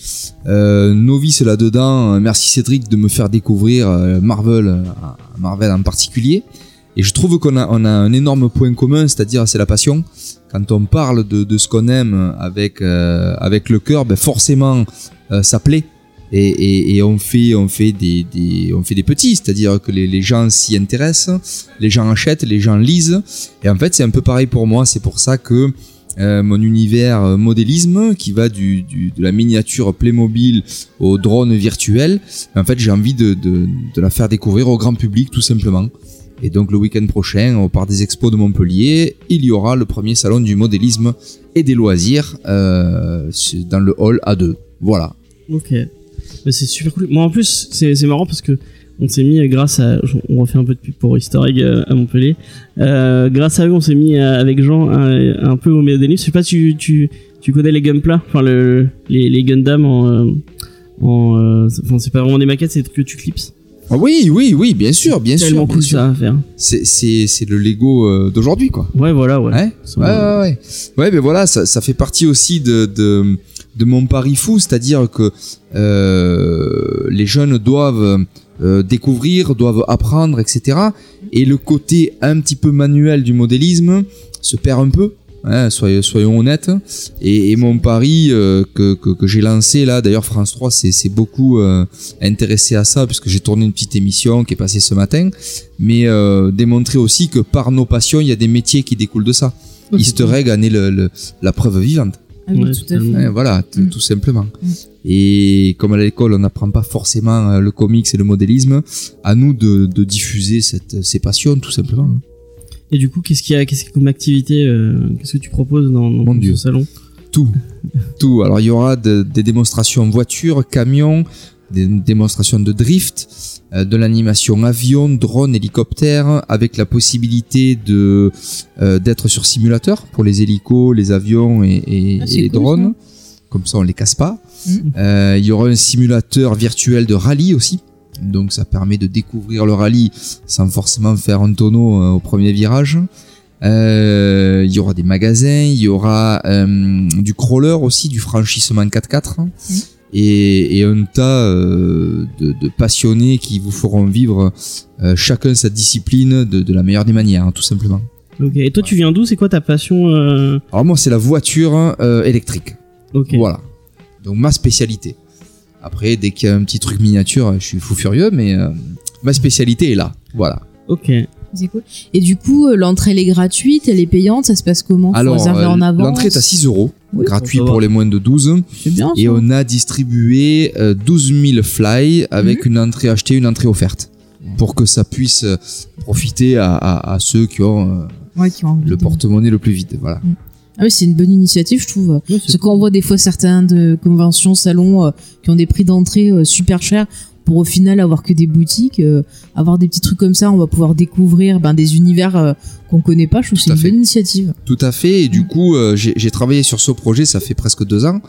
Euh, novice là-dedans, euh, merci Cédric de me faire découvrir euh, Marvel, euh, Marvel en particulier. Et je trouve qu'on a, on a un énorme point commun, c'est-à-dire c'est la passion. Quand on parle de, de ce qu'on aime avec, euh, avec le cœur, ben forcément euh, ça plaît. Et, et- et on fait, on fait des, des- on fait des petits, c'est-à-dire que les- les gens s'y intéressent les gens achètent, les gens lisent. Et en fait, c'est un peu pareil pour moi. C'est pour ça que euh, mon univers euh, modélisme, qui va du, du- de la miniature Playmobil au drone virtuel, en fait, j'ai envie de, de- de la faire découvrir au grand public, tout simplement. Et donc, le week-end prochain, au Parc des Expos de Montpellier, il y aura le premier salon du modélisme et des loisirs euh, dans le hall A2. Voilà.
Ok. Bah, c'est super cool. Moi en plus, c'est c'est marrant parce que on s'est mis euh, grâce à. On refait un peu de pub pour Easter Egg euh, à Montpellier. Euh, grâce à eux, on s'est mis euh, avec Jean un, un peu au milieu des livres. Je sais pas, tu, tu, tu connais les Gunpla Enfin, le, les, les Gundam en. euh, en euh, enfin, c'est pas vraiment des maquettes, c'est des trucs que tu clips.
Ah oui, oui, oui, bien sûr, bien
tellement
sûr. bien
cool
sûr.
ça à faire.
C'est- C'est c'est le Lego euh, d'aujourd'hui, quoi.
Ouais, voilà, ouais.
Hein
Ils sont-
Ouais, ouais, ouais. Ouais, mais voilà, ça, ça fait partie aussi de, de, de mon pari fou, c'est-à-dire que euh, les jeunes doivent euh, découvrir, doivent apprendre, etc. Et le côté un petit peu manuel du modélisme se perd un peu. hein, soyons, soyons honnêtes. Et, et mon pari euh, que, que, que j'ai lancé là, d'ailleurs France 3 s'est s'est beaucoup euh, intéressé à ça puisque j'ai tourné une petite émission qui est passée ce matin, mais euh, démontrer aussi que par nos passions, il y a des métiers qui découlent de ça.
Ok.
Easter Egg en est le- le- la preuve vivante.
Ah oui,
Ouais,
tout à fait.
totalement.
Ouais, voilà, t-
Mm.
tout simplement.
Mm.
Et comme à l'école, on n'apprend pas forcément euh, le comics et le modélisme, à nous de, de diffuser cette, ces passions, tout simplement.
Et du coup, qu'est-ce qu'il y a, qu'est-ce qu'il y a comme activité euh, Qu'est-ce que tu proposes dans, dans
Mon
ce
Dieu.
salon
Tout. Tout. Alors, il y aura de- des démonstrations voitures, camions, des démonstrations de drift, euh, de l'animation avion, drone, hélicoptère, avec la possibilité de euh, d'être sur simulateur pour les hélicos, les avions et, et-
Ah,
et
c'est
les
cool,
drones. Comme ça, on les casse pas.
Mhm.
Euh, il y aura un simulateur virtuel de rallye aussi. Donc, ça permet de découvrir le rallye sans forcément faire un tonneau euh, au premier virage. Euh, il y aura des magasins, il y aura euh, du crawler aussi, du franchissement 4x4 hein,
Mhm.
et, et un tas euh, de, de passionnés qui vous feront vivre euh, chacun sa discipline de, de la meilleure des manières, hein, tout simplement.
Ok. Et toi, tu viens d'où C'est quoi ta passion euh,
Alors moi, c'est la voiture euh, électrique.
Ok.
Voilà. Donc ma spécialité. Après, dès qu'il y a un petit truc miniature, je suis fou furieux, mais euh, ma spécialité est là. Voilà.
Ok.
C'est cool. Et du coup, euh, l'entrée, elle est gratuite, elle est payante, ça se passe comment Faut
Alors,
réserver
euh,
en avance
l'entrée est à 6 euros,
Oui,
gratuit
ça va.
pour les moins de 12.
C'est bien,
Et
ça.
on a distribué euh, 12 000 fly avec une entrée achetée, une entrée offerte. Pour que ça puisse euh, profiter à, à- à ceux qui ont euh,
Ouais, qui ont envie
le
de-
porte-monnaie le plus vide. Voilà.
Ah oui, c'est une bonne initiative, je trouve. euh, Parce que quand on voit des fois certains de conventions, salons euh, qui ont des prix d'entrée euh, super chers pour au final avoir que des boutiques, euh, avoir des petits trucs comme ça, on va pouvoir découvrir ben, des univers euh, qu'on connaît pas. Je trouve que
Tout
c'est
à
une
fait.
bonne initiative.
Tout à fait. Et du coup, euh, j'ai j'ai travaillé sur ce projet, ça fait presque deux ans.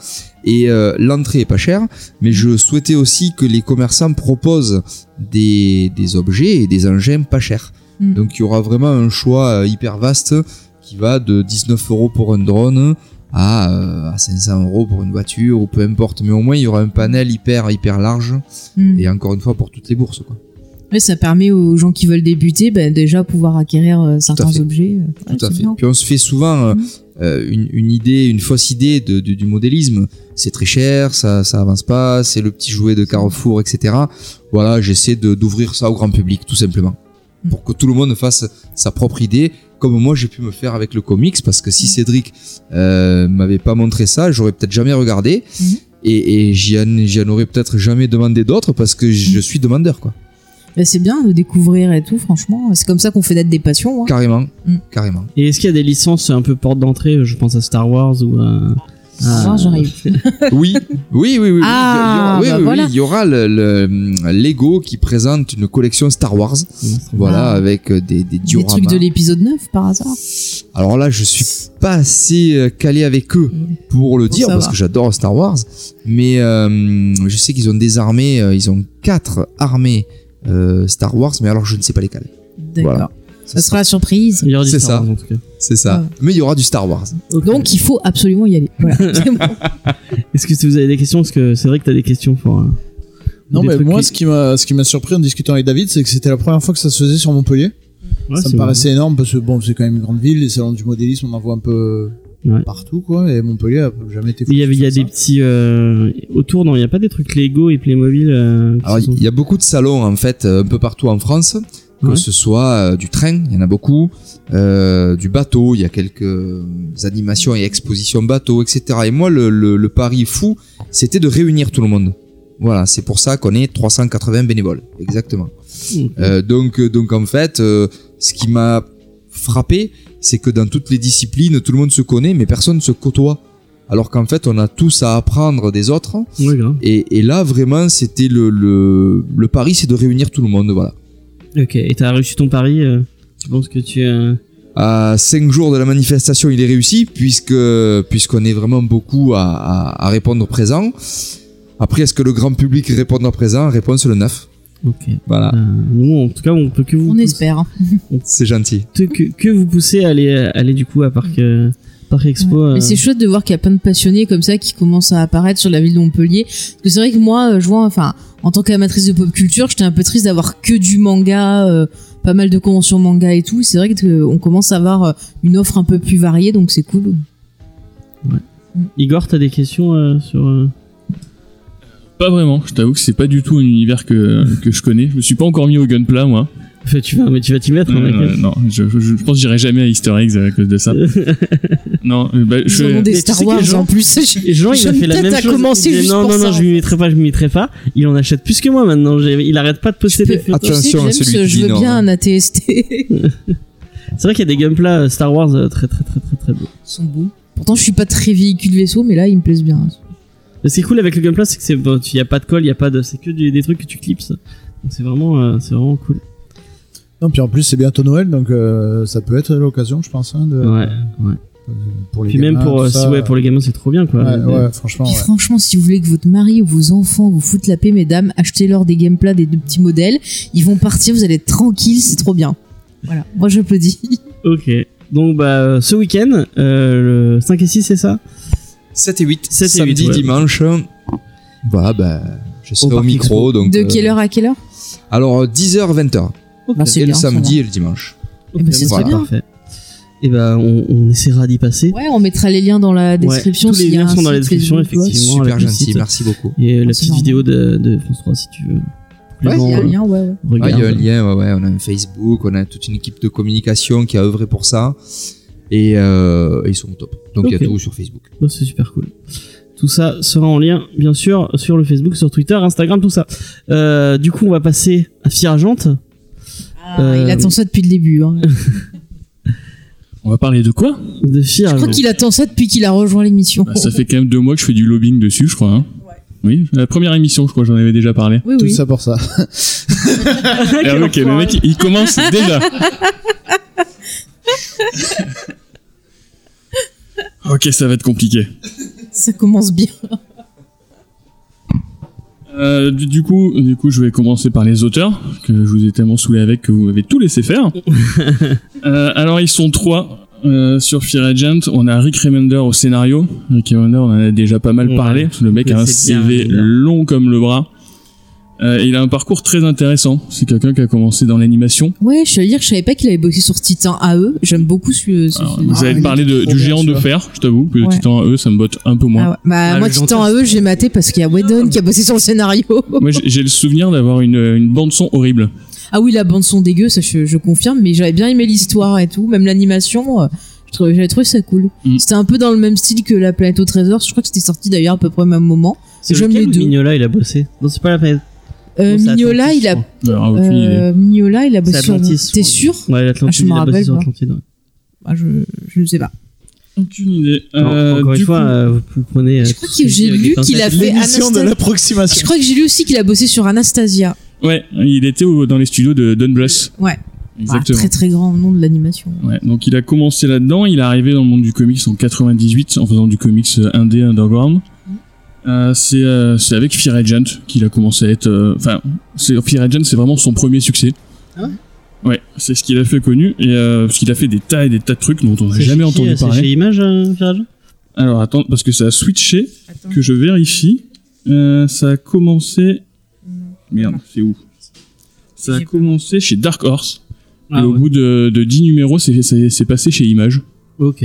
Et euh, l'entrée est pas chère, mais je souhaitais aussi que les commerçants proposent des, des objets et des engins pas chers.
Mm.
Donc il y aura vraiment un choix euh, hyper vaste qui va de 19 euros pour un drone à, euh, à 500 euros pour une voiture ou peu importe. Mais au moins, il y aura un panel hyper hyper large
Mm.
et encore une fois pour toutes les bourses. Quoi.
Ouais, ça permet aux gens qui veulent débuter ben, déjà pouvoir acquérir euh, certains
fait.
objets. euh, ouais,
Tout à
c'est
fait.
bien.
Puis on se fait souvent euh,
Mhm.
euh, une, une idée, une fausse idée de, de- du modélisme. C'est très cher, ça, ça avance pas, c'est le petit jouet de Carrefour, etc. Voilà, j'essaie de- d'ouvrir ça au grand public, tout simplement.
Mhm.
Pour que tout le monde fasse sa propre idée, comme moi j'ai pu me faire avec le comics, parce que
Mhm.
si Cédric euh, m'avait pas montré ça, j'aurais peut-être jamais regardé.
Mhm.
Et, et j'y en, j'y en aurais peut-être jamais demandé d'autres parce que
Mhm.
je suis demandeur, quoi.
Ben, c'est bien de découvrir et tout, franchement. C'est comme ça qu'on fait naître des passions. hein.
Carrément,
Mhm.
carrément.
Et est-ce qu'il y a des licences un peu porte d'entrée Je pense à Star Wars ou à,
Au
Ah,
revoir, Ah, j'arrive.
Oui, oui, oui, oui. oui.
Ah,
il y aura, oui,
bah
oui, oui,
voilà.
il y aura le, le- Lego qui présente une collection Star Wars. Voilà, avec euh, des, des
Ah. Des
dioramas.
trucs de l'épisode 9 par hasard.
Alors là, je suis pas assez euh, calé avec eux pour le
Pour
dire parce
savoir.
que j'adore Star Wars, mais euh, je sais qu'ils ont des armées, euh, ils ont quatre armées euh, Star Wars, mais alors je ne sais pas lesquelles.
D'accord.
Voilà.
Ça sera la surprise.
Il y aura du
C'est
Star
ça.
Wars, en tout cas.
C'est ça.
Ouais.
Mais il y aura du Star Wars.
Donc il faut absolument y aller. Voilà. C'est bon.
Est-ce que si vous avez des questions Parce que c'est vrai que t'as des questions pour. euh,
Non,
des
mais
trucs
moi,
qui-
ce qui m'a, ce qui m'a surpris en discutant avec David, c'est que c'était la première fois que ça se faisait sur Montpellier.
Ouais,
ça
c'est
me paraissait énorme parce que bon, c'est quand même une grande ville, les salons du modélisme, on en voit un peu
Ouais.
partout, quoi. Et Montpellier a jamais été.
vrai. Il y, avait, il y a
foutu
des
de
petits. euh, autour, non, il n'y a pas des trucs Lego et Playmobil. euh, qui
Alors
sont-
il y a beaucoup de salons en fait, euh, un peu partout en France, que
Ouais.
ce soit euh, du train, il y en a beaucoup, euh, du bateau, il y a quelques euh, animations et expositions bateau, etc. Et moi, le, le- le pari fou, c'était de réunir tout le monde. Voilà, c'est pour ça qu'on est 380 bénévoles, exactement.
Mmh.
Euh, donc, euh, donc en fait, euh, ce qui m'a frappé, c'est que dans toutes les disciplines, tout le monde se connaît, mais personne ne se côtoie. Alors qu'en fait, on a tous à apprendre des autres.
Ouais, grave.
Et, et là, vraiment, c'était le, le, le pari, c'est de réunir tout le monde, voilà.
Ok, et t'as réussi ton pari euh, Tu penses que tu. euh,
À cinq jours de la manifestation, il est réussi, puisque puisqu'on est vraiment beaucoup à, à, à répondre présent. Après, est-ce que le grand public répondra présent Réponse le 9.
Ok.
Voilà,
Euh, nous, en tout cas, on peut que vous.
On espère. hein.
c'est gentil.
te- que, que vous pousser à aller, à aller du coup à Parc, euh, Parc Expo.
Ouais.
euh,
Mais c'est chouette de voir qu'il y a plein de passionnés comme ça qui commencent à apparaître sur la ville de Montpellier. Parce que c'est vrai que moi, euh, je vois, enfin, en tant qu'amatrice de pop culture, j'étais un peu triste d'avoir que du manga, euh, pas mal de conventions manga et tout. C'est vrai que euh, on commence à avoir euh, une offre un peu plus variée, donc c'est cool.
Igor, t'as des questions euh, sur. euh,
Pas vraiment, je t'avoue que c'est pas du tout un univers que, que je connais. Je me suis pas encore mis au gunpla, moi.
Enfin, tu vas, mais tu vas t'y mettre, hein,
Euh,
t'inquiète.
non, je, je- je pense que j'irai jamais à Easter Eggs à cause de ça. non, euh, bah,
Ils en ont
je,
des
Mais tu sais
Star
que
Wars
les gens-
en plus.
Et Jean, il a
Jeune
fait la
tête
même
a
chose.
commencé
Il disait,
juste
non,
pour
non,
ça,
non,
en
je
fait.
lui mettrai pas, je lui mettrai pas. Il en achète plus que moi maintenant. j'ai- Il arrête pas de poster
Je
des Ah,
peux-
photos.
tu sais que
Attention à
j'aime
celui
ce-
qui
Je
dit
veux
non,
bien
hein.
un ATST. Ils
C'est vrai qu'il y a des gameplays euh, Star Wars euh, très très très très très beaux.
sont beaux. Pourtant, je suis pas très véhicule vaisseau, mais là, ils me plaisent bien.
Mais Ce qui est cool avec le gameplay, c'est que c'est bon, tu- y a pas de colle, y a pas de, c'est que des, des trucs que tu clipses. Donc c'est vraiment, euh, c'est vraiment cool.
ça. Non, puis en plus, c'est bientôt Noël, donc euh, ça peut être l'occasion, je pense, hein, de,
Ouais.
pour les
Puis même
gamins,
pour,
tout
euh,
ça.
si, ouais, pour les gamins, c'est trop bien quoi.
Ouais,
Des-
ouais, franchement,
Puis
ouais.
franchement, si vous voulez que votre mari ou vos enfants vous foutent la paix, mesdames, achetez-leur des gameplays, des deux petits modèles. Ils vont partir, vous allez être tranquille, c'est trop bien. Voilà, moi je dis
Ok. Donc bah euh, ce week-end, euh, le 5 et 6 c'est ça
7 et 8,
7 et
samedi,
8, ouais.
dimanche. Voilà, ben, je serai au,
Parc
micro. Donc,
De
euh,
quelle heure à quelle heure
Alors, 10h, 20h.
Ok.
Bah, c'est
Et le
bien, ça
samedi et le dimanche.
Eh ben, c'est
très
Voilà.
bien.
Parfait. Et ben on, on essaiera d'y passer.
Ouais, on mettra les liens dans la description.
tous les
s'il y a
liens
un
sont dans la
site
description,
Facebook, ouais.
effectivement,
Super
avec le
gentil,
site.
merci beaucoup.
Et euh, la
c'est
petite
normal.
vidéo de, de France 3 si tu veux.
Ouais,
Les gens,
Il y a
euh,
un lien, ouais, ouais.
Ah, il
regarde.
y a un lien, ouais, ouais, on a un Facebook, on a toute une équipe de communication qui a œuvré pour ça. Et, euh, et ils sont au top. Donc il
Ok.
y a tout sur Facebook.
Oh, c'est super cool. Tout ça sera en lien, bien sûr, sur le Facebook, sur Twitter, Instagram, tout ça. Euh, du coup, on va passer à Firagente.
Ah,
Euh,
Il attend ça depuis le début. hein.
on va parler de quoi
De
Je
Firagente.
crois qu'il attend ça depuis qu'il a rejoint l'émission.
Bah, Ça fait quand même deux mois que je fais du lobbying dessus, je crois. hein. Oui, la première émission, je crois, j'en avais déjà parlé.
Oui,
Tout
oui.
ça pour ça.
Ah, ok, le mec, il- il commence déjà. ok, ça va être compliqué.
Ça commence bien.
Euh, du, du coup, du coup, je vais commencer par les auteurs que je vous ai tellement saoulé avec que vous m'avez tout laissé faire. Euh, alors, ils sont trois euh, sur Fear Agent. On a Rick Remender au scénario. Rick Remender, on en a déjà pas mal
Ouais.
parlé. parce que Le mec a un
C'est bien,
CV
Remender.
long comme le bras. Euh, il a un parcours très intéressant. C'est quelqu'un qui a commencé dans l'animation.
Ouais, je suis dire, je savais pas qu'il avait bossé sur Titan AE. J'aime beaucoup ce,
Ah,
ce
Alors,
film.
Vous avez
il est
parlé de-
trop
du
bien,
géant de
celui-là.
fer. Je t'avoue que
Ouais.
Titan à eux, ça me botte un peu moins.
Ah ouais. Bah,
Ah,
moi,
le gentil.
Titan AE, j'ai maté parce qu'il y a Whedon qui a bossé sur le scénario.
Moi, j'ai- j'ai le souvenir d'avoir une, une bande son horrible.
Ah oui, la bande son dégueu, ça je, je confirme, mais j'avais bien aimé l'histoire et tout, même l'animation, euh, je trouvais- j'avais trouvé ça cool.
Mm.
C'était un peu dans le même style que La Planète au Trésor, je crois que c'était sorti d'ailleurs à peu près au même moment.
C'est
J'aime
lequel,
les deux.
Mignola, il a bossé. Non, c'est pas la planète.
Euh,
Non, c'est
Mignola,
Atlantis,
il a,
je crois.
Alors, aucune idée.
euh, Mignola, il a bossé
C'est
sur.
Atlantis.
T'es sûr
Ouais, l'Atlantide,
Ah, je me
il a bossé
rappelle
sur
pas.
Atlantide. ouais.
Ah, Je je ne sais pas.
Aucune idée.
En-
Euh,
Encore une
du
fois,
coup-
euh, vous- vous prenez. euh,
Je crois
tout ce
que j'ai
dit avec
lu
étincelle.
qu'il a fait
L'émission de
Anastasia. Je
l'approximation.
crois que j'ai lu aussi qu'il a bossé sur Anastasia. Ah,
Ouais, il était au- dans les studios de Don Bluth.
Ouais. Ah,
Exactement.
très très grand nom de l'animation.
Ouais, donc il a commencé là-dedans, il est arrivé dans le monde du comics en 98 en faisant du comics euh, indé underground.
Mm.
Euh, c'est euh, c'est avec Fear Agent qu'il a commencé à être. euh, Enfin, c'est Fear Agent, c'est vraiment son premier succès.
Ah ouais
Ouais, c'est ce qu'il a fait connu et euh, parce qu'il a fait des tas et des tas de trucs dont on n'a
C'est
jamais
chez qui,
entendu
euh, C'est
parler.
chez Image, euh, Virage
Alors attends, parce que ça a switché,
Attends.
que je vérifie. Euh, ça a commencé. Merde, c'est où Ça a
J'ai-
commencé chez Dark Horse. et
Ah
au
ouais.
bout de, de 10 numéros, c'est- c'est c'est passé chez Image.
Ok.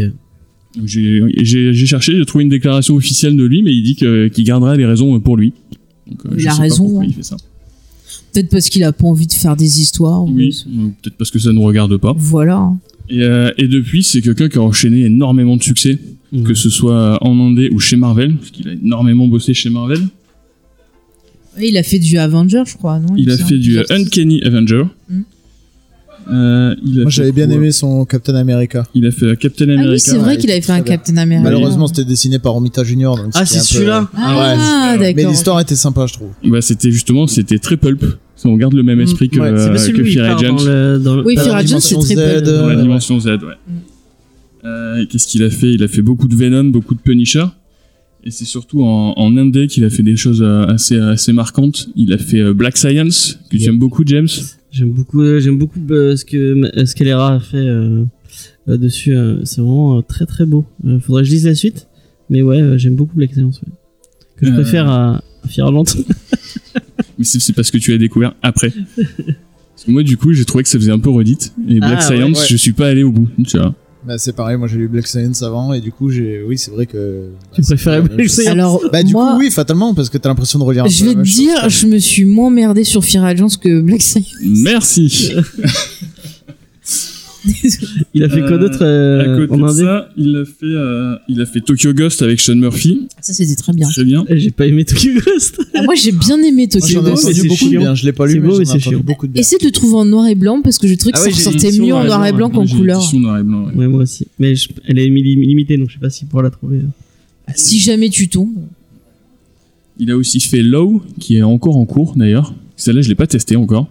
Donc, J'ai j'ai- j'ai cherché, j'ai trouvé une déclaration officielle de lui, mais il dit que- qu'il gardera les raisons pour lui. Donc, euh,
Il
je
a
sais pas
raison,
pourquoi
hein.
il fait ça.
Peut-être parce qu'il a pas envie de faire des histoires.
Oui, euh, peut-être parce que ça ne nous regarde pas.
Voilà.
Et, euh, et depuis, c'est quelqu'un qui a enchaîné énormément de succès,
Mhm.
que ce soit en indé ou chez Marvel, parce qu'il a énormément bossé chez Marvel.
Ouais, il a fait du Avenger, je crois, non
Il a
me
fait du euh,
semble.
Uncanny Avenger.
Mhm.
Euh, il a
Moi,
fait
j'avais bien
quoi
aimé son Captain America.
Il a fait euh, Captain
Ah
America.
oui, c'est vrai
ouais,
qu'il avait fait un
très bien.
Captain America.
Malheureusement, c'était dessiné par Romita Junior. donc
Ah,
c'était
c'est
un peu- euh,
celui-là
Ah,
Ouais. Mais
d'accord.
l'histoire était sympa, je trouve.
Bah, c'était justement, c'était très pulp. Si on garde le même
Hmm.
Mhm.
esprit que,
Ouais, c'est
C'est
euh,
pas
que
celui où il
Fear
part
Agent.
dans le. dans le-
Oui,
Par
Fear
la
Agent, c'est très
dimension Z,
peu.
dans la
euh,
dimension Z, ouais.
Mm.
Euh, et Qu'est-ce qu'il a fait Il a fait beaucoup de Venom, beaucoup de Punisher. Et c'est surtout en, en indé qu'il a fait des choses euh, assez, assez marquantes. Il a fait euh, Black Science, que
Yeah.
j'aime beaucoup, James.
J'aime beaucoup, euh, j'aime beaucoup euh, ce que euh, ce qu'Elera a fait euh, euh, dessus. euh, c'est vraiment euh, très très beau. Euh, faudrait que je lise la suite, mais ouais, euh, j'aime beaucoup Black Science. ouais. Que je
Euh.
préfère à, à Fear Island.
Mais c'est c'est parce que tu as découvert après. Parce que moi, du coup, j'ai trouvé que ça faisait un peu redite. Et Black
Ah, ouais,
Science,
ouais.
je suis pas allé au bout. Tu vois.
Bah, c'est pareil, moi j'ai lu Black Science avant et du coup, j'ai. Oui, c'est vrai que.
Tu
bah, c'est
préférais
pas la même
Black
chose.
Science
Alors,
Bah, du
moi,
coup, oui, hein, fatalement, parce que t'as l'impression de relire un
je
peu
vais
la
te
même chose.
dire, je me suis moins emmerdé sur Fear Agents que Black Science.
Merci.
Il a fait quoi
Euh,
d'autre
à
euh,
côté
en
de
indé
ça, il a fait, euh, il a fait Tokyo Ghost avec Sean Murphy.
Ça, c'était très bien.
Très bien.
Eh, J'ai pas aimé Tokyo Ghost.
Ah, moi, j'ai bien aimé
Moi,
Tokyo
j'en
beau,
ai
Ghost.
mais
entendu
c'est
beaucoup de
chiant.
bien, je l'ai pas lu,
C'est
mais
beau,
j'en
mais
ai
c'est
entendu
chiant.
beaucoup de bien.
Essaie de le trouver en noir et blanc parce que je trouvais que
Ah
ça
oui, j'ai
ressortait
l'édition
mieux
noir
en
et
noir et
blanc, hein.
blanc qu'en
J'ai
couleur.
l'édition noir et blanc, ouais.
Ouais, moi aussi. Mais je- elle est mili- limitée, donc je sais pas si pourra la trouver. euh.
Si jamais tu tombes.
Il a aussi fait Low, qui est encore en cours d'ailleurs. Celle-là, je l'ai pas testée encore.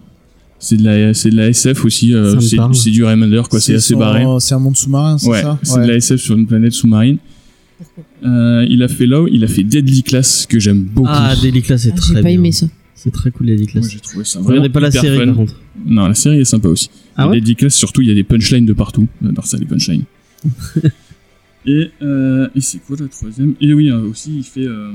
C'est de la, c'est de la SF aussi. euh,
Ça me
c'est,
parle.
c'est du Remender, quoi. C'est, assez
son-
barré.
euh,
C'est un monde sous-marin, c'est
ouais,
ça
c'est de la SF sur une planète sous-marine. Euh, il a fait Low, il a fait Deadly Class que j'aime beaucoup.
Ah, Daily Class, c'est
Ah,
très
j'ai
bien.
pas aimé ça.
C'est très cool, Daily
Moi,
Class.
j'ai trouvé ça vraiment
Regardez pas la
hyper
série,
fun.
par contre.
Non, la série est sympa aussi.
Ah ouais
Deadly Class, surtout, il y a des punchlines de partout. J'adore ça, les punchlines. et, euh, et c'est quoi la troisième Et oui, euh, aussi, il fait euh,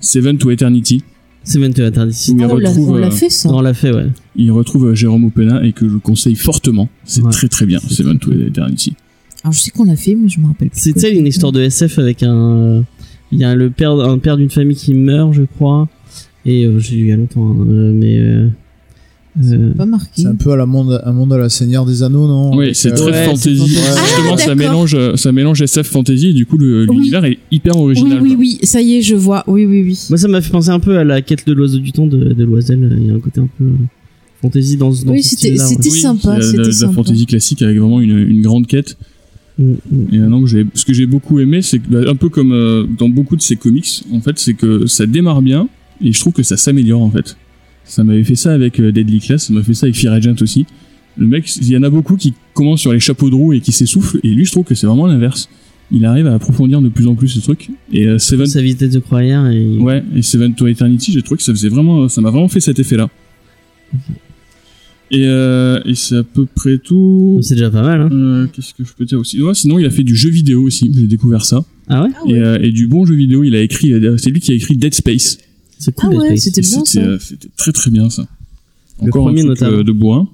Seven to Eternity.
C'est même interdit.
Où
Ah,
il
on l'a-
retrouve,
on l'a
euh,
fait ça.
On l'a fait, ouais.
il retrouve euh, Jérôme Opena et que je conseille fortement. C'est
Ouais.
très très bien,
C'est
Seven to
très
Eternity.
Alors, je sais qu'on l'a fait, mais je me rappelle plus.
C'est tu sais, une histoire de SF avec un. euh, Il y a le père, un père d'une famille qui meurt, je crois. Et euh, j'ai lu il y a longtemps, hein, euh, mais. euh, euh,
Pas marqué.
C'est un peu à la monde, un monde à la Seigneur des Anneaux, non
Oui,
Avec,
c'est
euh,
très
ouais,
fantasy.
c'est fantasy. Ah,
Justement, ça
d'accord.
mélange euh, ça mélange SF fantasy et du coup le-
Oui.
l'univers est hyper
Oui,
original.
oui,
quoi.
oui, ça y est, je vois. Oui, oui, oui.
Moi, ça m'a fait penser un peu à la quête de l'oiseau du temps de, de Loisel. Il y a un côté un peu euh, fantasy dans, dans
Oui,
ce
c'était-
style-là. ouais.
c'était- sympa,
c'est, euh, de-
c'était
de la
sympa.
fantasy classique avec vraiment une, une grande quête.
Mm, mm.
Et euh, non, que j'ai- ce que j'ai beaucoup aimé, c'est que, bah, un peu comme euh, dans beaucoup de ses comics, en fait, c'est que ça démarre bien et je trouve que ça s'améliore en fait. Ça m'avait fait ça avec euh, Deadly Class, ça m'a fait ça avec Fear Agent aussi. Le mec, il y en a beaucoup qui commencent sur les chapeaux de roue et qui s'essoufflent, et lui, je trouve que c'est vraiment l'inverse. Il arrive à approfondir de plus en plus ce truc. Et euh, Seven
Sa vitesse de croisière et.
Ouais, et Seven to Eternity, j'ai trouvé que ça faisait vraiment, ça m'a vraiment fait cet effet-là. Et, euh, et c'est à peu près tout.
C'est déjà pas mal, hein.
Euh, Qu'est-ce que je peux dire aussi Ouais, Sinon, il a fait du jeu vidéo aussi. J'ai découvert ça.
Ah ouais
Ah ouais.
Et, euh, et du bon jeu vidéo, il a écrit. euh, C'est lui qui a écrit Dead Space.
C'est cool,
Ah ouais,
Space.
c'était-
Et
bien,
C'était
ça.
euh, c'était très très bien ça.
Le
Encore un
premier,
truc
notamment.
euh, de bois.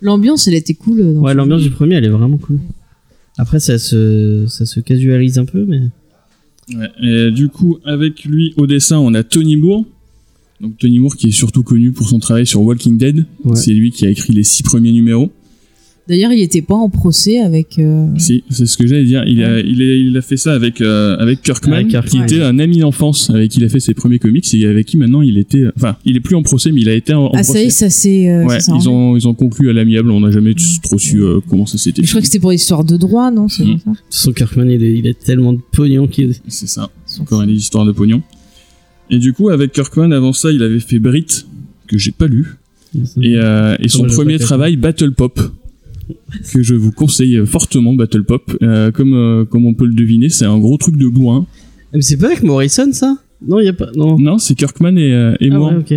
L'ambiance, elle était cool. euh, dans
Ouais,
ce
l'ambiance
film.
du premier, elle est vraiment cool. Après, ça se, ça se casualise un peu, mais.
Ouais. Et du coup, avec lui au dessin, on a Tony Moore. Donc Tony Moore qui est surtout connu pour son travail sur Walking Dead.
Ouais.
C'est lui qui a écrit les six premiers numéros.
D'ailleurs, il était pas en procès avec. euh,
Si, c'est ce que j'allais dire. Il a, il, a, il a fait ça avec, euh, avec Kirkman,
Avec Kirkman,
qui était
ouais.
un ami d'enfance avec qui il a fait ses premiers comics et avec qui maintenant il était. Enfin, il est plus en procès, mais il a été en, en
Ah, ça y
procès.
est, ça c'est. euh,
ouais,
ça s'est
ils
arrangé.
ont, ils ont conclu à l'amiable. On n'a jamais trop su euh, comment ça s'était
Je crois que c'était pour histoire de droit, non C'est
Mm.
pas ça
Son Kirkman, il, est- il a tellement de pognon qu'il.
C'est ça. Encore une histoire de pognon. Et du coup, avec Kirkman, avant ça, il avait fait Brit, que j'ai pas lu,
Mm-hmm.
et, euh, et son
Dommage,
premier
je l'ai
travail, Battle Pop, que je vous conseille euh, fortement, Battle Pop. Euh, comme, euh, comme on peut le deviner, c'est un gros truc de bourrin.
Ah, Mais c'est pas avec Morrison, ça Non, il y a pas. Non.
Non, c'est Kirkman et, euh, et
Ah
moi.
ouais, ok.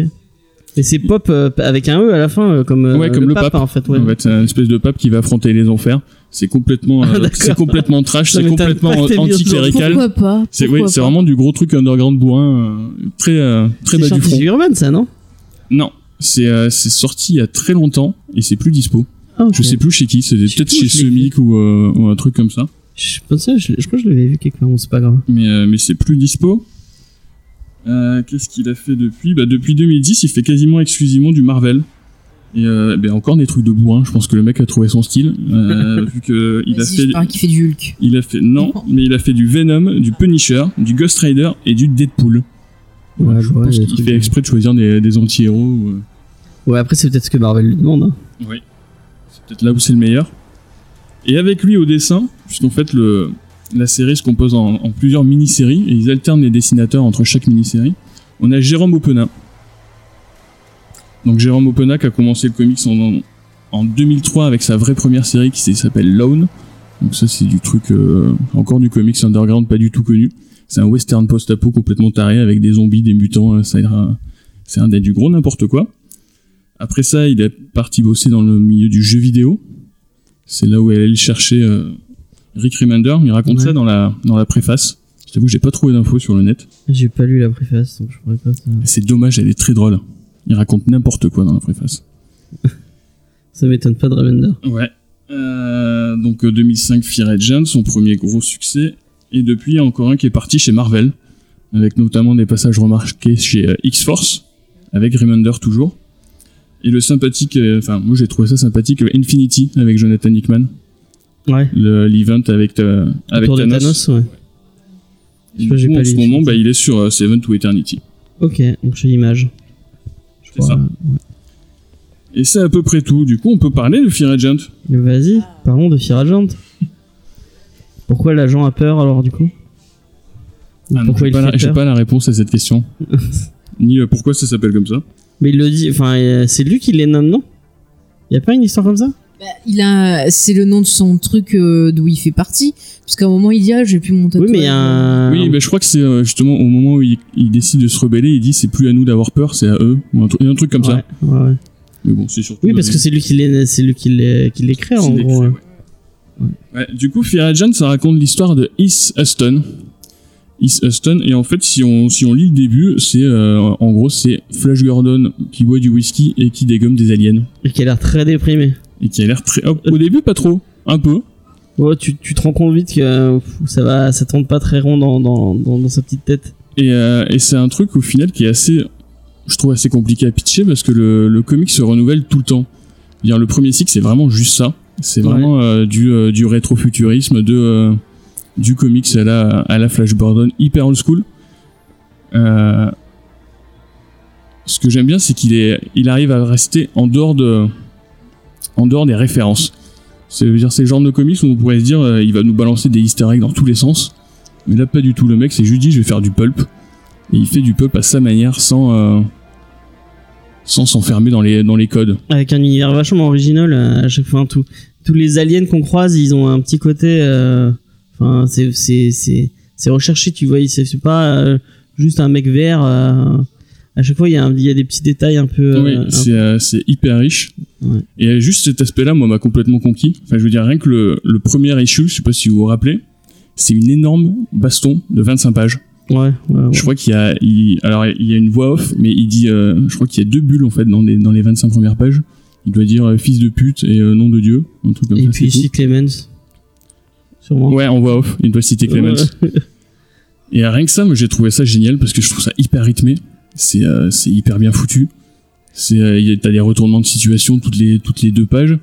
Et c'est pop euh, avec un E à la fin, euh, comme, euh,
Ouais, bah, comme le
pape,
pape.
hein, en fait. Ouais.
En fait, c'est un espèce de pape qui va affronter les enfers. C'est complètement, euh,
Ah, d'accord.
c'est complètement trash,
Ça
c'est
m'étonne
complètement
pas que t'aies mis autre chose.
anticlérical.
Pourquoi pas
C'est oui,
Pourquoi
c'est
pas
vraiment du gros truc underground bourrin, euh, très, euh, très bas
C'est
du front.
Chantilly Urban, ça, non
Non, c'est euh, c'est sorti il y a très longtemps et c'est plus dispo.
Ah, ok.
Je sais plus chez qui, c'était
Je sais
peut-être
plus où
chez
je l'ai
Semic ou, euh, ou un truc comme ça.
Je, pensais, je, je crois que je l'avais vu quelque part, bon, c'est pas grave.
Mais, euh, mais c'est plus dispo. Euh, Qu'est-ce qu'il a fait depuis bah, Depuis 2010, il fait quasiment exclusivement du Marvel. Et euh, ben, encore des trucs de bourrin, je pense que le mec a trouvé son style. Euh, vu que il a
Vas-y,
fait.
je parle qui fait du Hulk.
Il a fait non, mais il a fait du Venom, du Punisher, du Ghost Rider et du Deadpool.
Ouais,
Voilà, je
je vois,
pense
il y a
qu'il
des
fait
trucs-
exprès de choisir des, des anti-héros. ou, euh,
Ouais, après, c'est peut-être ce que Marvel lui demande. hein.
Oui. C'est peut-être là où c'est le meilleur. Et avec lui au dessin, puisqu'en fait le, la série se compose en, en plusieurs mini-séries et ils alternent les dessinateurs entre chaque mini-série, on a Jérôme Opena. Donc Jérôme Opena qui a commencé le comics en, en 2003 avec sa vraie première série qui s'appelle Lone. Donc ça c'est du truc, euh, encore du comics underground pas du tout connu. C'est un western post-apo complètement taré avec des zombies, des mutants, euh, ça ira- c'est un des du gros n'importe quoi. Après ça, il est parti bosser dans le milieu du jeu vidéo. C'est là où elle allait le chercher euh, Rick Remender. Il raconte
Ouais.
ça dans la, dans la préface. Je t'avoue, que j'ai pas trouvé d'infos sur le net.
J'ai pas lu la préface, donc je pourrais pas. Ça,
C'est dommage, elle est très drôle. Il raconte n'importe quoi dans la préface.
ça m'étonne pas de Remender.
Ouais. Euh, donc euh, 2005, Fear Agent, son premier gros succès. Et depuis, il y a encore un qui est parti chez Marvel, avec notamment des passages remarqués chez euh, X-Force, avec Remender toujours. Et le sympathique, euh, enfin moi j'ai trouvé ça sympathique, euh, Infinity avec Jonathan Hickman,
Ouais.
le- l'event avec, euh, avec
Autour
Thanos.
de Thanos, ouais. Je
Et du
crois que j'ai
coup,
pas
en ce
lu
moment,
Infinity.
bah, il est sur euh, Seven to Eternity.
Ok, donc chez Image. Je
C'est ça. Et c'est à peu près tout. Du coup, on peut parler de Fear Agent.
Mais Vas-y, parlons de Fear Agent. Pourquoi l'agent a peur alors du coup Ou
Ah non,
Pourquoi
j'ai
il
pas la-
fait
j'ai
peur
pas la réponse à cette question. Ni euh, pourquoi ça s'appelle comme ça.
Mais il le dit, enfin euh, c'est lui qui les nomme non Y a pas une histoire comme ça
Bah, il a, c'est le nom de son truc euh, d'où il fait partie. Parce qu'à un moment, il dit ah, j'ai plus mon
Oui
tatouage.
mais un.
Oui, mais je crois que c'est euh, justement au moment où il, il décide de se rebeller, il dit c'est plus à nous d'avoir peur, c'est à eux, ou un, truc- un truc comme ça.
Ouais, ouais, ouais.
Mais bon, c'est surtout.
Oui parce que c'est lui qui les, c'est lui qui les, qui les crée en gros.
c'est l'écrit,
hein.
ouais. Ouais, du coup, Fear Agent, ça raconte l'histoire de Is Huston. Is Huston, et en fait, si on, si on lit le début, c'est euh, en gros, c'est Flash Gordon qui boit du whisky et qui dégomme des aliens.
Et qui a l'air très déprimé.
Et qui a l'air très. hop,
Euh.
au début, pas trop, un peu.
Ouais, tu, tu te rends compte vite que euh, pff, ça va, ça tourne pas très rond dans, dans, dans, dans sa petite tête.
Et, euh, et c'est un truc au final qui est assez, je trouve assez compliqué à pitcher parce que le, le comic se renouvelle tout le temps. Dire le premier cycle c'est vraiment juste ça, c'est vraiment euh, du euh, du rétrofuturisme de euh, du comics à la à la Flash Gordon hyper old school. Euh, ce que j'aime bien c'est qu'il est il arrive à rester en dehors de en dehors des références. C'est dire c'est le genre de comics où on pourrait se dire euh, il va nous balancer des easter eggs dans tous les sens. Mais là, pas du tout. Le mec, c'est juste dit, je vais faire du pulp. Et il fait du pulp à sa manière, sans euh, sans s'enfermer dans les dans les codes.
avec un univers vachement original euh, à chaque fois hein, tout- tous les aliens qu'on croise ils ont un petit côté euh, enfin c'est c'est c'est c'est recherché tu vois c'est c'est pas euh, juste un mec vert euh, à chaque fois il y a un- il y a des petits détails un peu euh,
oui,
un-
c'est euh, c'est hyper riche.
Ouais.
Et euh, juste cet aspect-là, moi, m'a complètement conquis. Enfin, je veux dire, rien que le, le premier issue, je sais pas si vous vous rappelez, c'est une énorme baston de 25 pages.
ouais ouais, ouais.
Je crois qu'il y a, il- alors il y a une voix off, mais il dit, euh, je crois qu'il y a deux bulles en fait dans les dans les 25 premières pages. Il doit dire euh, fils de pute et euh, nom de Dieu, un truc comme
et
ça.
puis
c'est tout.
ici Clemens sûrement
Ouais, en voix off, il doit citer Clemens.
Ouais.
Et rien que ça, moi, j'ai trouvé ça génial parce que je trouve ça hyper rythmé. C'est euh, c'est hyper bien foutu. C'est euh, y a- t'as des retournements de situation toutes les toutes les deux pages.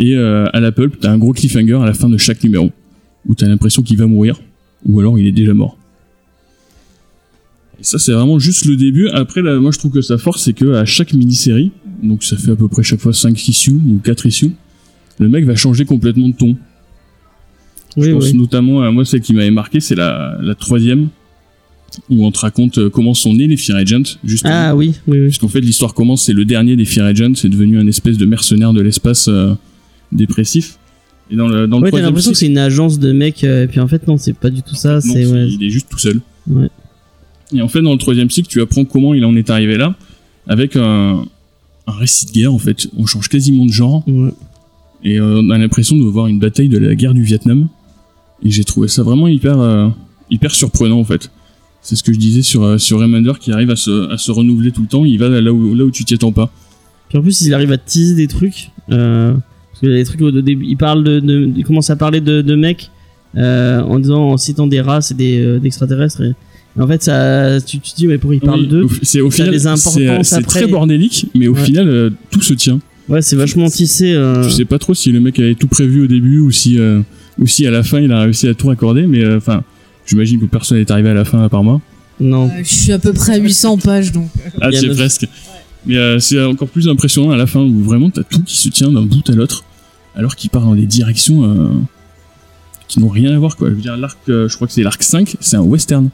Et euh, à la pulp, t'as un gros cliffhanger à la fin de chaque numéro, où t'as l'impression qu'il va mourir, ou alors il est déjà mort. Et ça, c'est vraiment juste le début. Après, là, moi, je trouve que sa force, c'est que à chaque mini-série, donc ça fait à peu près chaque fois 5 issues ou 4 issues, le mec va changer complètement de ton.
Oui,
Je pense
oui.
notamment à moi, celle qui m'avait marqué, c'est la, la troisième, où on te raconte euh, comment sont nés les Fear Agents, justement.
Ah oui, oui, oui.
Puisqu'en fait, l'histoire commence, c'est le dernier des Fear Agents, c'est devenu un espèce de mercenaire de l'espace euh, dépressif. Et dans le, dans le
Ouais, t'as
troisième,
l'impression que c'est une agence de mecs, euh, et puis en fait, non, c'est pas du tout ça,
non,
c'est. ouais.
il est juste tout seul.
Ouais.
Et en fait, dans le troisième cycle, tu apprends comment il en est arrivé là, avec un, un récit de guerre, en fait. On change quasiment de genre,
Ouais.
et euh, on a l'impression de voir une bataille de la guerre du Vietnam. Et j'ai trouvé ça vraiment hyper, euh, hyper surprenant, en fait. C'est ce que je disais sur, euh, sur Remender qui arrive à se, à se renouveler tout le temps, il va là où, là où tu t'y attends pas.
Puis en plus, il arrive à teaser des trucs. Euh, parce qu'il y a des trucs au début. Il, parle de, de- il commence à parler de, de mecs euh, en disant, en citant des races et des euh, d'extraterrestres. Et, et en fait, ça, tu, tu te dis, mais pourquoi il parle
Oui,
d'eux
au- C'est au
Ça
final,
les
c'est euh,
importance
c'est
après.
très bordélique, mais au
Ouais.
final, euh, tout se tient.
Ouais, c'est vachement tissé. euh,
Je sais pas trop si le mec avait tout prévu au début ou si, euh, ou si à la fin il a réussi à tout raccorder, mais euh, enfin, j'imagine que personne n'est arrivé à la fin à part moi.
Non.
Euh, je suis à peu près à 800 pages, donc.
Ah,
Il y a
c'est
neuf.
presque. Mais euh, c'est encore plus impressionnant à la fin où vraiment t'as tout qui se tient d'un bout à l'autre, alors qu'il part dans des directions euh, qui n'ont rien à voir quoi. Je veux dire, l'arc, euh, je crois que c'est l'arc 5, c'est un western.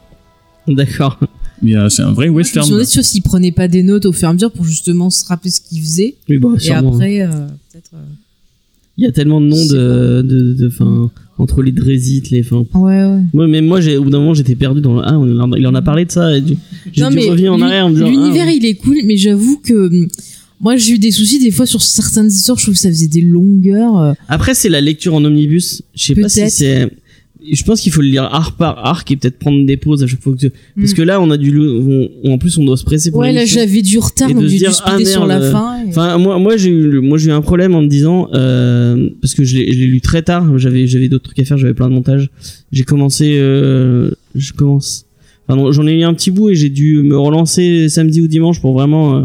D'accord.
Mais euh, c'est un
Moi,
vrai
je me
western.
suis demandé sur s'il prenait pas des notes au fur et à mesure pour justement se rappeler ce qu'il faisait.
Oui, bon,
Et
sûrement. hein.
après, euh, peut-être. euh,
Il y a tellement de noms
C'est
de, de, de- enfin, entre les drésites, les. Enfin,
Ouais, ouais.
moi, même moi, j'ai, au bout d'un moment, j'étais perdu dans. le- Ah, on en a- il en a parlé de ça. Et du- j'ai
Non,
dû
mais
revenir en
l'uni-
arrière en me disant.
L'univers,
ah,
il est cool, mais j'avoue que. hum, Moi, j'ai eu des soucis des fois sur certaines histoires. Je trouve que ça faisait des longueurs. euh,
Après, c'est la lecture en omnibus. Je sais pas si
Peut-être.
c'est. Je pense qu'il faut le lire arc par arc et peut-être prendre des pauses à chaque fois que. tu- Parce
Mm.
que là, on a du. lo- on- en plus, on doit se presser pour.
Ouais, là,
l'émission.
j'avais du retard,
Et
donc
de se
j'ai dû
dire,
speeder
ah,
sur la
merde,
fin. et-
Enfin, moi, moi, j'ai eu, le- moi, j'ai eu un problème en me disant euh, parce que je l'ai, je l'ai lu très tard. J'avais, j'avais d'autres trucs à faire. J'avais plein de montages. J'ai commencé, euh, je commence. Pardon, j'en ai eu un petit bout et j'ai dû me relancer samedi ou dimanche pour vraiment euh,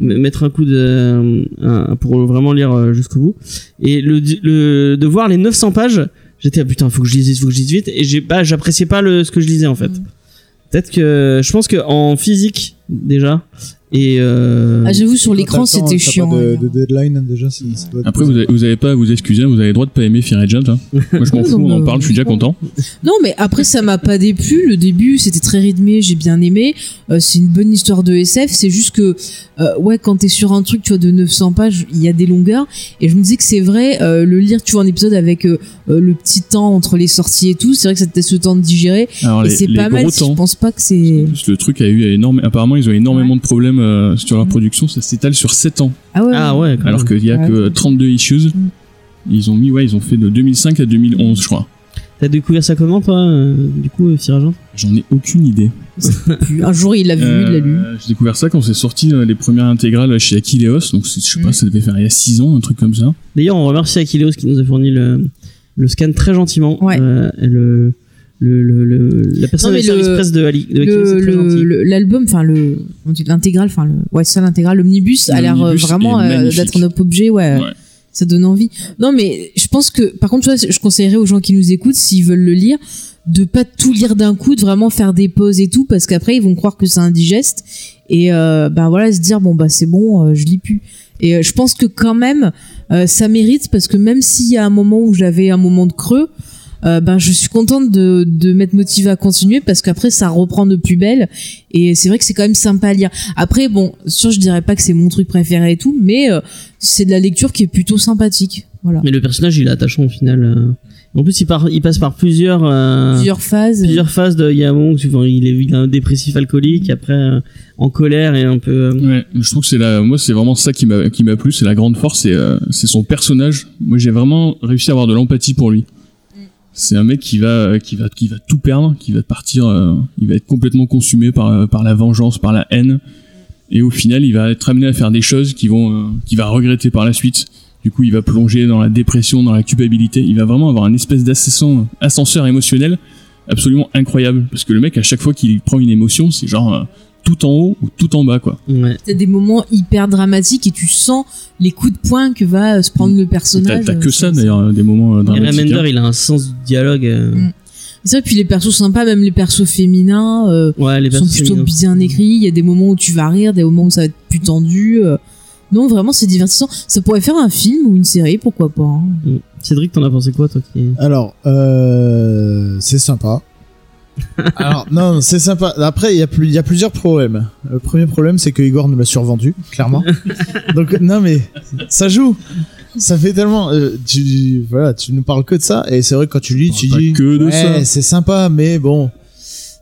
me- mettre un coup de, euh, un- pour vraiment lire euh, jusqu'au bout. Et le, le, de voir les 900 pages, j'étais ah, putain, faut que je lise, vite, faut que je lise vite. Et j'ai pas, j'appréciais pas le, ce que je lisais en fait.
Mm.
Peut-être que, je pense que en physique déjà et euh,
Ah, j'avoue, sur
Quand t'as
l'écran,
le temps,
c'était
t'as pas
chiant.
De,
hein.
de deadline, déjà, c'est- ça doit être-
Après, vous avez, vous avez pas à vous excuser, vous avez le droit de pas aimer Fear Agent. hein. Moi, je m'en
Non,
fous, on en
mais-
parle, je suis déjà content.
Non, mais après, ça m'a pas déplu. Le début, c'était très rythmé, j'ai bien aimé. Euh, c'est une bonne histoire de SF. C'est juste que, euh, ouais, quand t'es sur un truc, tu vois, de 900 pages, il y a des longueurs. Et je me disais que c'est vrai, euh, le lire, tu vois, un épisode avec euh, euh, le petit temps entre les sorties et tout, c'est vrai que ça te laisse le temps de digérer.
Alors,
Oh,
et
les,
c'est
les
pas mal.
gros
si Je
temps.
pense pas que c'est.
Parce que Le truc a eu énorme. Apparemment, ils ont énormément de problèmes euh, sur leur
Mm.
production. Ça s'étale sur 7 ans.
Ah ouais.
ah ouais quand
Alors
même.
qu'il y a
Ouais.
que 32 issues.
Mm.
Ils ont mis, ouais, ils ont fait de 2005 à 2011, je crois.
T'as découvert ça comment, toi, euh, du coup, euh, Firagent
J'en ai aucune idée.
Plus- Un jour, il l'a vu, il l'a lu.
Euh, J'ai découvert ça quand c'est sorti euh, les premières intégrales chez Aquileos. Donc, c'est- je sais
Mm.
pas, ça devait faire il y a 6 ans, un truc comme ça.
D'ailleurs, on remercie Aquileos qui nous a fourni le, le scan très gentiment.
Ouais.
Euh, et le, le, le, le- la personne
Non, mais
du service
le-
presse de, Ali, de Aquileos
Le-
est très
le-
gentille.
le- L'album, enfin le, on dit l'intégrale, enfin le, ouais, c'est ça l'intégrale, l'omnibus a l'air euh,
L'omnibus
vraiment
est
euh,
magnifique.
d'être un objet, ouais. euh,
Ouais.
Ça donne envie. Non, mais je pense que, par contre, tu vois, je conseillerais aux gens qui nous écoutent, s'ils veulent le lire, de pas tout lire d'un coup, de vraiment faire des pauses et tout, parce qu'après ils vont croire que c'est indigeste et euh, bah voilà, se dire bon bah c'est bon, euh, je lis plus. Et euh, je pense que quand même, euh, ça mérite parce que même s'il y a un moment où j'avais un moment de creux, euh, ben je suis contente de, de m'être motivée à continuer parce qu'après ça reprend de plus belle et c'est vrai que c'est quand même sympa à lire. Après bon, sûr je dirais pas que c'est mon truc préféré et tout, mais euh, c'est de la lecture qui est plutôt sympathique. Voilà.
Mais le personnage, il est attachant au final. euh. En plus, il, part, il passe par plusieurs, euh, plusieurs...
Plusieurs phases.
phases. De, il y a un moment où tu vois, il est, il est un dépressif alcoolique, après euh, en colère et un peu. euh,
Ouais, je trouve que c'est la, moi c'est vraiment ça qui m'a qui m'a plu, c'est la grande force, c'est euh, c'est son personnage. Moi j'ai vraiment réussi à avoir de l'empathie pour lui. C'est un mec qui va qui va qui va tout perdre, qui va partir, euh, il va être complètement consumé par euh, par la vengeance, par la haine, et au final il va être amené à faire des choses qui vont euh, qu'il va regretter par la suite. Du coup il va plonger dans la dépression, dans la culpabilité. Il va vraiment avoir un espèce d'ascenseur ascenseur émotionnel absolument incroyable parce que le mec à chaque fois qu'il prend une émotion, c'est genre euh, tout en haut ou tout en bas, quoi.
Ouais.
T'as des moments hyper dramatiques et tu sens les coups de poing que va euh, se prendre le
T'as
personnage.
t'as que
Euh,
ça
c'est-
d'ailleurs, euh, des moments euh,
Et
dramatiques.
Remender,
hein.
il a un sens du dialogue. euh,
Mm. C'est vrai, puis les persos sympas, même les persos féminins, euh,
Ouais, les
sont
personnes hein.
plutôt
féminines.
bien écrits. Il y a des moments où tu vas rire, des moments où ça va être plus tendu. euh. Non, vraiment, c'est divertissant. Ça pourrait faire un film ou une série, pourquoi pas. hein.
Mm. Cédric, t'en as pensé quoi, toi qui...
Alors, euh, c'est sympa. Alors, non, c'est sympa. Après, il y, a plus- il y a plusieurs problèmes. Le premier problème, c'est que Igor nous l'a survendu, clairement. Donc, non, mais ça joue. Ça fait tellement. euh, tu, voilà, tu nous parles que de ça. Et c'est vrai que quand tu lis,
On
tu
parle pas
dis.
que de
ouais,
ça.
c'est sympa, mais bon.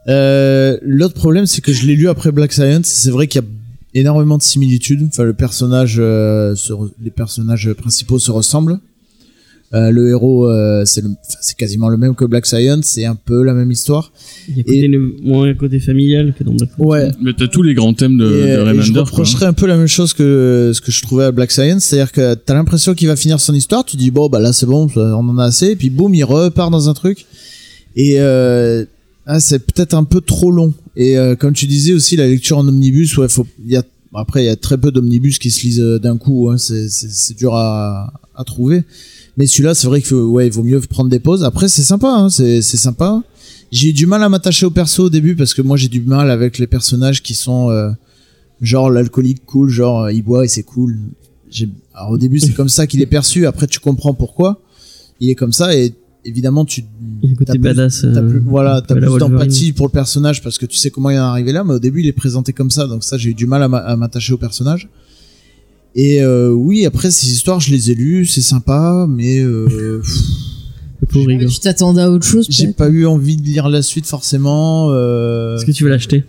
Euh, L'autre problème, c'est que je l'ai lu après Black Science. C'est vrai qu'il y a énormément de similitudes. Enfin, le personnage, euh, se re- les personnages principaux se ressemblent. Euh, le héros, euh, c'est le- enfin, c'est quasiment le même que Black Science. C'est un peu la même histoire.
Il y a côté, le- moins un côté familial que dans Black Panther.
Ouais.
hein. Mais t'as tous les grands thèmes de,
et,
de
euh, et je
Remender, quoi. hein.
reprocherais un peu la même chose que ce que je trouvais à Black Science, c'est-à-dire que t'as l'impression qu'il va finir son histoire, tu dis bon bah là c'est bon, ça, on en a assez, et puis boum il repart dans un truc, et euh, ah, c'est peut-être un peu trop long. Et euh, comme tu disais aussi la lecture en omnibus, ouais faut, il y a après il y a très peu d'omnibus qui se lisent euh, d'un coup, hein, c'est- c'est c'est dur à, à trouver. Mais celui-là c'est vrai qu'il faut- ouais il vaut mieux prendre des pauses. Après c'est sympa, hein, c'est c'est sympa. J'ai eu du mal à m'attacher au perso au début parce que moi j'ai du mal avec les personnages qui sont euh, genre l'alcoolique cool, genre euh, il boit et c'est cool. J'ai- Alors au début c'est comme ça qu'il est perçu, après tu comprends pourquoi il est comme ça et évidemment tu
Il y a un côté
t'as plus-
badass.
T'as
euh,
plus, voilà,
un
t'as
peu la
plus
Wolverine.
d'empathie pour le personnage parce que tu sais comment il est arrivé là, mais au début il est présenté comme ça, donc ça j'ai eu du mal à m'a- à m'attacher au personnage. Et euh, oui, après ces histoires, je les ai lues, c'est sympa, mais euh, pff,
Le pauvre
Mais
Igor.
tu t'attendais à autre chose,
j'ai
peut-être.
pas eu envie de lire la suite forcément. Euh...
Est-ce que tu veux l'acheter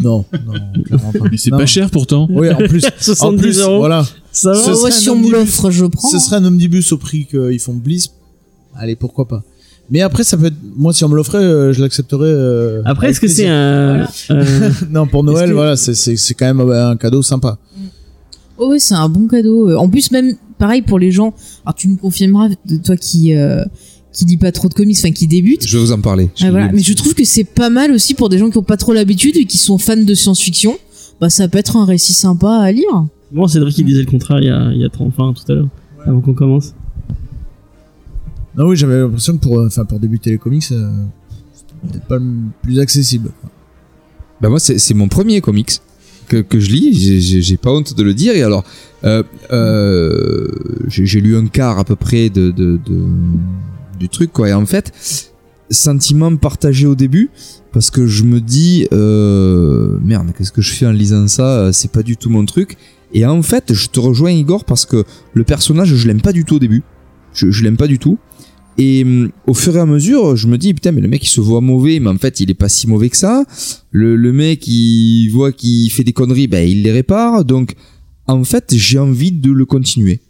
Non, non, clairement pas.
Mais c'est
Non.
pas cher pourtant.
Oui, en plus, en
70
plus,
euros.
voilà.
Ça
ce
va
Ouais,
serait
Oh, ouais,
un
si on me
omnibus.
l'offre, je prends.
Ce serait un omnibus au prix qu'ils font Bliss. Allez, pourquoi pas. Mais après, ça peut être. Moi, si on me l'offrait, euh, je l'accepterais. euh,
Après,
avec
est-ce que c'est
plaisir.
un. euh,
Non, pour Noël,
Est-ce que-
voilà, c'est- c'est c'est quand même euh, un cadeau sympa.
Oh ouais, c'est un bon cadeau. Euh, En plus, même pareil pour les gens. Alors, tu nous confirmeras, de toi qui euh, qui lis pas trop de comics, enfin qui débute.
Je vais vous en parler.
Ah, voilà. Mais je trouve que c'est pas mal aussi pour des gens qui ont pas trop l'habitude et qui sont fans de science-fiction. Bah, ça peut être un récit sympa à lire.
Bon, Cédric, il disait le contraire il y a, il y a 30 enfin, tout à l'heure, avant qu'on commence.
Non, oui, j'avais l'impression que pour, euh, enfin, pour débuter les comics, euh, c'était peut-être pas le plus accessible.
Bah moi, c'est c'est mon premier comics que, que je lis. J'ai- j'ai- J'ai pas honte de le dire. Et alors, euh, euh, j'ai j'ai lu un quart à peu près de, de- de- du truc, quoi. Et en fait, sentiment partagé au début, parce que je me dis, euh, merde, qu'est-ce que je fais en lisant ça Euh, C'est pas du tout mon truc. Et en fait, je te rejoins, Igor, parce que le personnage, je l'aime pas du tout au début. Je, je l'aime pas du tout. Et hum, au fur et à mesure, je me dis, putain, mais le mec, il se voit mauvais, mais en fait, il est pas si mauvais que ça le, le mec il voit qu'il fait des conneries, ben il les répare. Donc en fait j'ai envie de le continuer.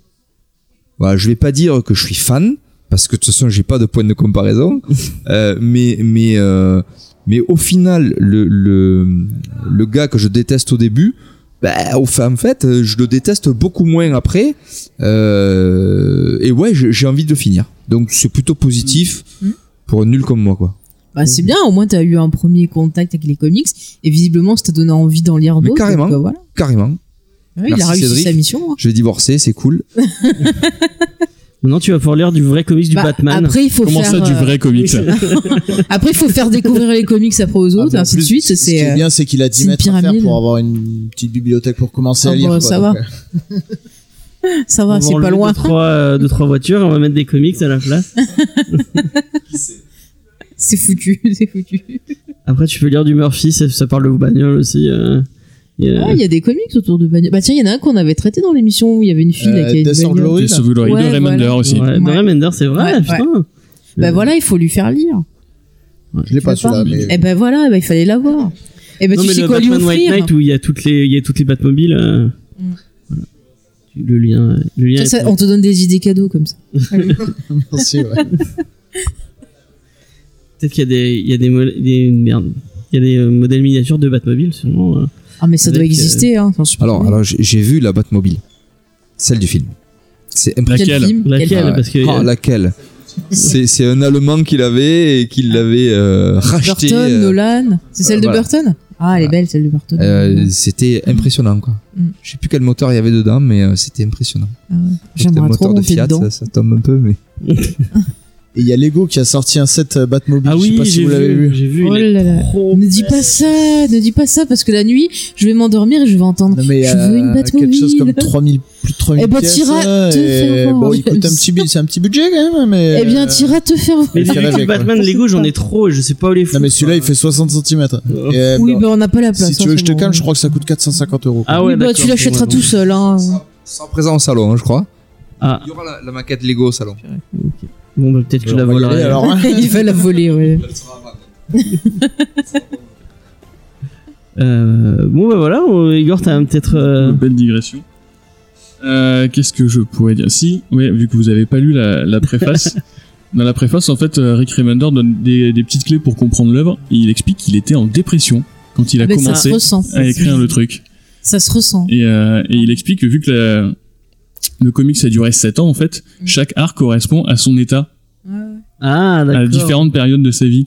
Voilà, je vais pas dire que je suis fan parce que de toute façon j'ai pas de point de comparaison, Euh, mais mais euh, mais au final le, le le gars que je déteste au début. Ben, au fait, en fait, euh, je le déteste beaucoup moins après. Euh, et ouais, j'ai j'ai envie de le finir. Donc c'est plutôt positif
Mhm.
pour un nul comme moi, quoi.
Bah, c'est bien. Au moins, t'as eu un premier contact avec les comics et visiblement, ça t'a donné envie d'en lire
Mais
d'autres.
carrément.
donc, euh, voilà.
Carrément.
Ouais, il a
Merci,
réussi
Cédric.
sa mission. hein.
Je vais divorcer, c'est cool.
Maintenant, tu vas pouvoir lire du vrai comics du
Bah,
Batman.
Après, il faut
Comment
faire.
ça, du
euh,
vrai comics
Après, il faut faire découvrir les comics après aux autres, et
Ah, mais en
ainsi de
plus,
suite.
Ce qui
C'est
est
euh,
bien, c'est qu'il a
c'est
10
une
mètres à faire
pyramide.
pour avoir une petite bibliothèque pour commencer
Ah,
à lire.
bah,
quoi.
ça
Donc,
va.
euh,
ça
On
va,
va
c'est pas
enlever
loin.
Deux trois, euh, deux, trois voitures et on va mettre des comics à la place.
C'est foutu, c'est foutu.
Après, tu peux lire du Murphy, ça, ça parle de bagnole aussi. euh, et, euh,
Ah, il y a des comics autour de bagnole. Bah tiens, il y en a un qu'on avait traité dans l'émission où il y avait une fille là,
Euh,
qui avait une
Death or
bagnole.
Glory,
Des
là.
Sauvegardes
Ouais,
de Remender
voilà.
aussi.
ouais,
Ouais.
Remender, c'est vrai,
Ouais,
putain.
Bah voilà, il faut lui faire lire.
Je l'ai
Tu
pas
l'as
celui-là,
pas
mais.
Eh ben voilà, eh ben, il fallait l'avoir. Eh ben
non,
tu
mais
sais
le
quoi lui
Batman White
offrir.
Knight où il y a toutes les, il y a toutes les Batmobiles. euh,
Mm.
voilà. Le lien, euh, le lien.
Ça,
est-
ça, on te donne des idées cadeaux comme ça. Eh ben.
Merci, ouais.
Peut-être qu'il y a des, il y a des, mo- des- merde. Il y a des euh, modèles miniatures de Batmobile, sûrement. euh.
Ah mais ça
Avec,
doit exister. Hein. Enfin, je sais pas
Alors,
comment.
alors j'ai- j'ai vu la Batmobile, celle du film. C'est impressionnant.
Quel
Laquelle
film, quel
Laquelle
film.
Ah ouais.
Parce que
Ah,
euh,
laquelle C'est c'est un Allemand qui l'avait et qui l'avait euh, racheté.
Burton,
euh,
Nolan. C'est celle
euh,
de
voilà.
Burton Ah, elle est belle celle de Burton.
Euh, c'était impressionnant quoi.
Mm.
Je sais plus quel moteur il y avait dedans, mais euh, c'était impressionnant.
Ah ouais.
C'était le
J'aimerais trop
moteur de
monter
Fiat,
dedans.
ça, ça tombe un peu, mais
Et il y a Lego qui a sorti un set euh, Batmobile.
Ah
je sais
oui,
pas si
j'ai
vous l'avez
vu,
vu.
j'ai vu.
Oh
il est
là là.
trop
Ne dis pas
belle.
ça, ne dis pas ça, parce que la nuit, je vais m'endormir et je vais entendre.
Non, mais
je
euh,
veux une Batmobile.
Quelque chose comme 3000, plus de 3000
Eh ben,
pièces.
t'iras
là,
te faire
et
voir,
bon,
en
il coûte un
fait.
petit, bu- c'est un petit budget quand même, mais.
Eh bien,
euh,
t'iras te faire voir.
Mais
Ça fait
les
rêver, quoi.
Batman Lego, j'en ai trop et je sais pas où les foutre.
Non, mais celui-là, il fait 60 cm.
Euh,
Oui, bah, on n'a pas la place.
si tu
hein,
veux que je
c'est
te
bon.
calme, je crois que ça coûte 450 euros.
Ah
Oui,
ouais,
bah,
d'accord,
tu l'achèteras
c'est bon.
tout seul. Hein.
ça sera présent au salon, hein, je crois.
Ah,
Il y aura la, la maquette Lego au salon.
ok. Bon, bah, peut-être que je la
On va y aller,
volerai.
alors, hein.
Il va la voler, ouais.
Euh, bon, bah voilà, euh, Igor, t'as peut-être. euh,
Belle digression. Euh, Qu'est-ce que je pourrais dire Si, ouais, vu que vous avez pas lu la, la préface, dans la préface, en fait, euh, Rick Remender donne des, des petites clés pour comprendre l'œuvre et il explique qu'il était en dépression quand il a
Ah, Mais ça se
commencé
ressent.
à écrire le truc.
Ça se ressent.
Et, euh, et il explique que vu que la- le comics a duré 7 ans, en fait,
Mm.
chaque art correspond à son état,
Ah,
à
d'accord.
différentes périodes de sa vie.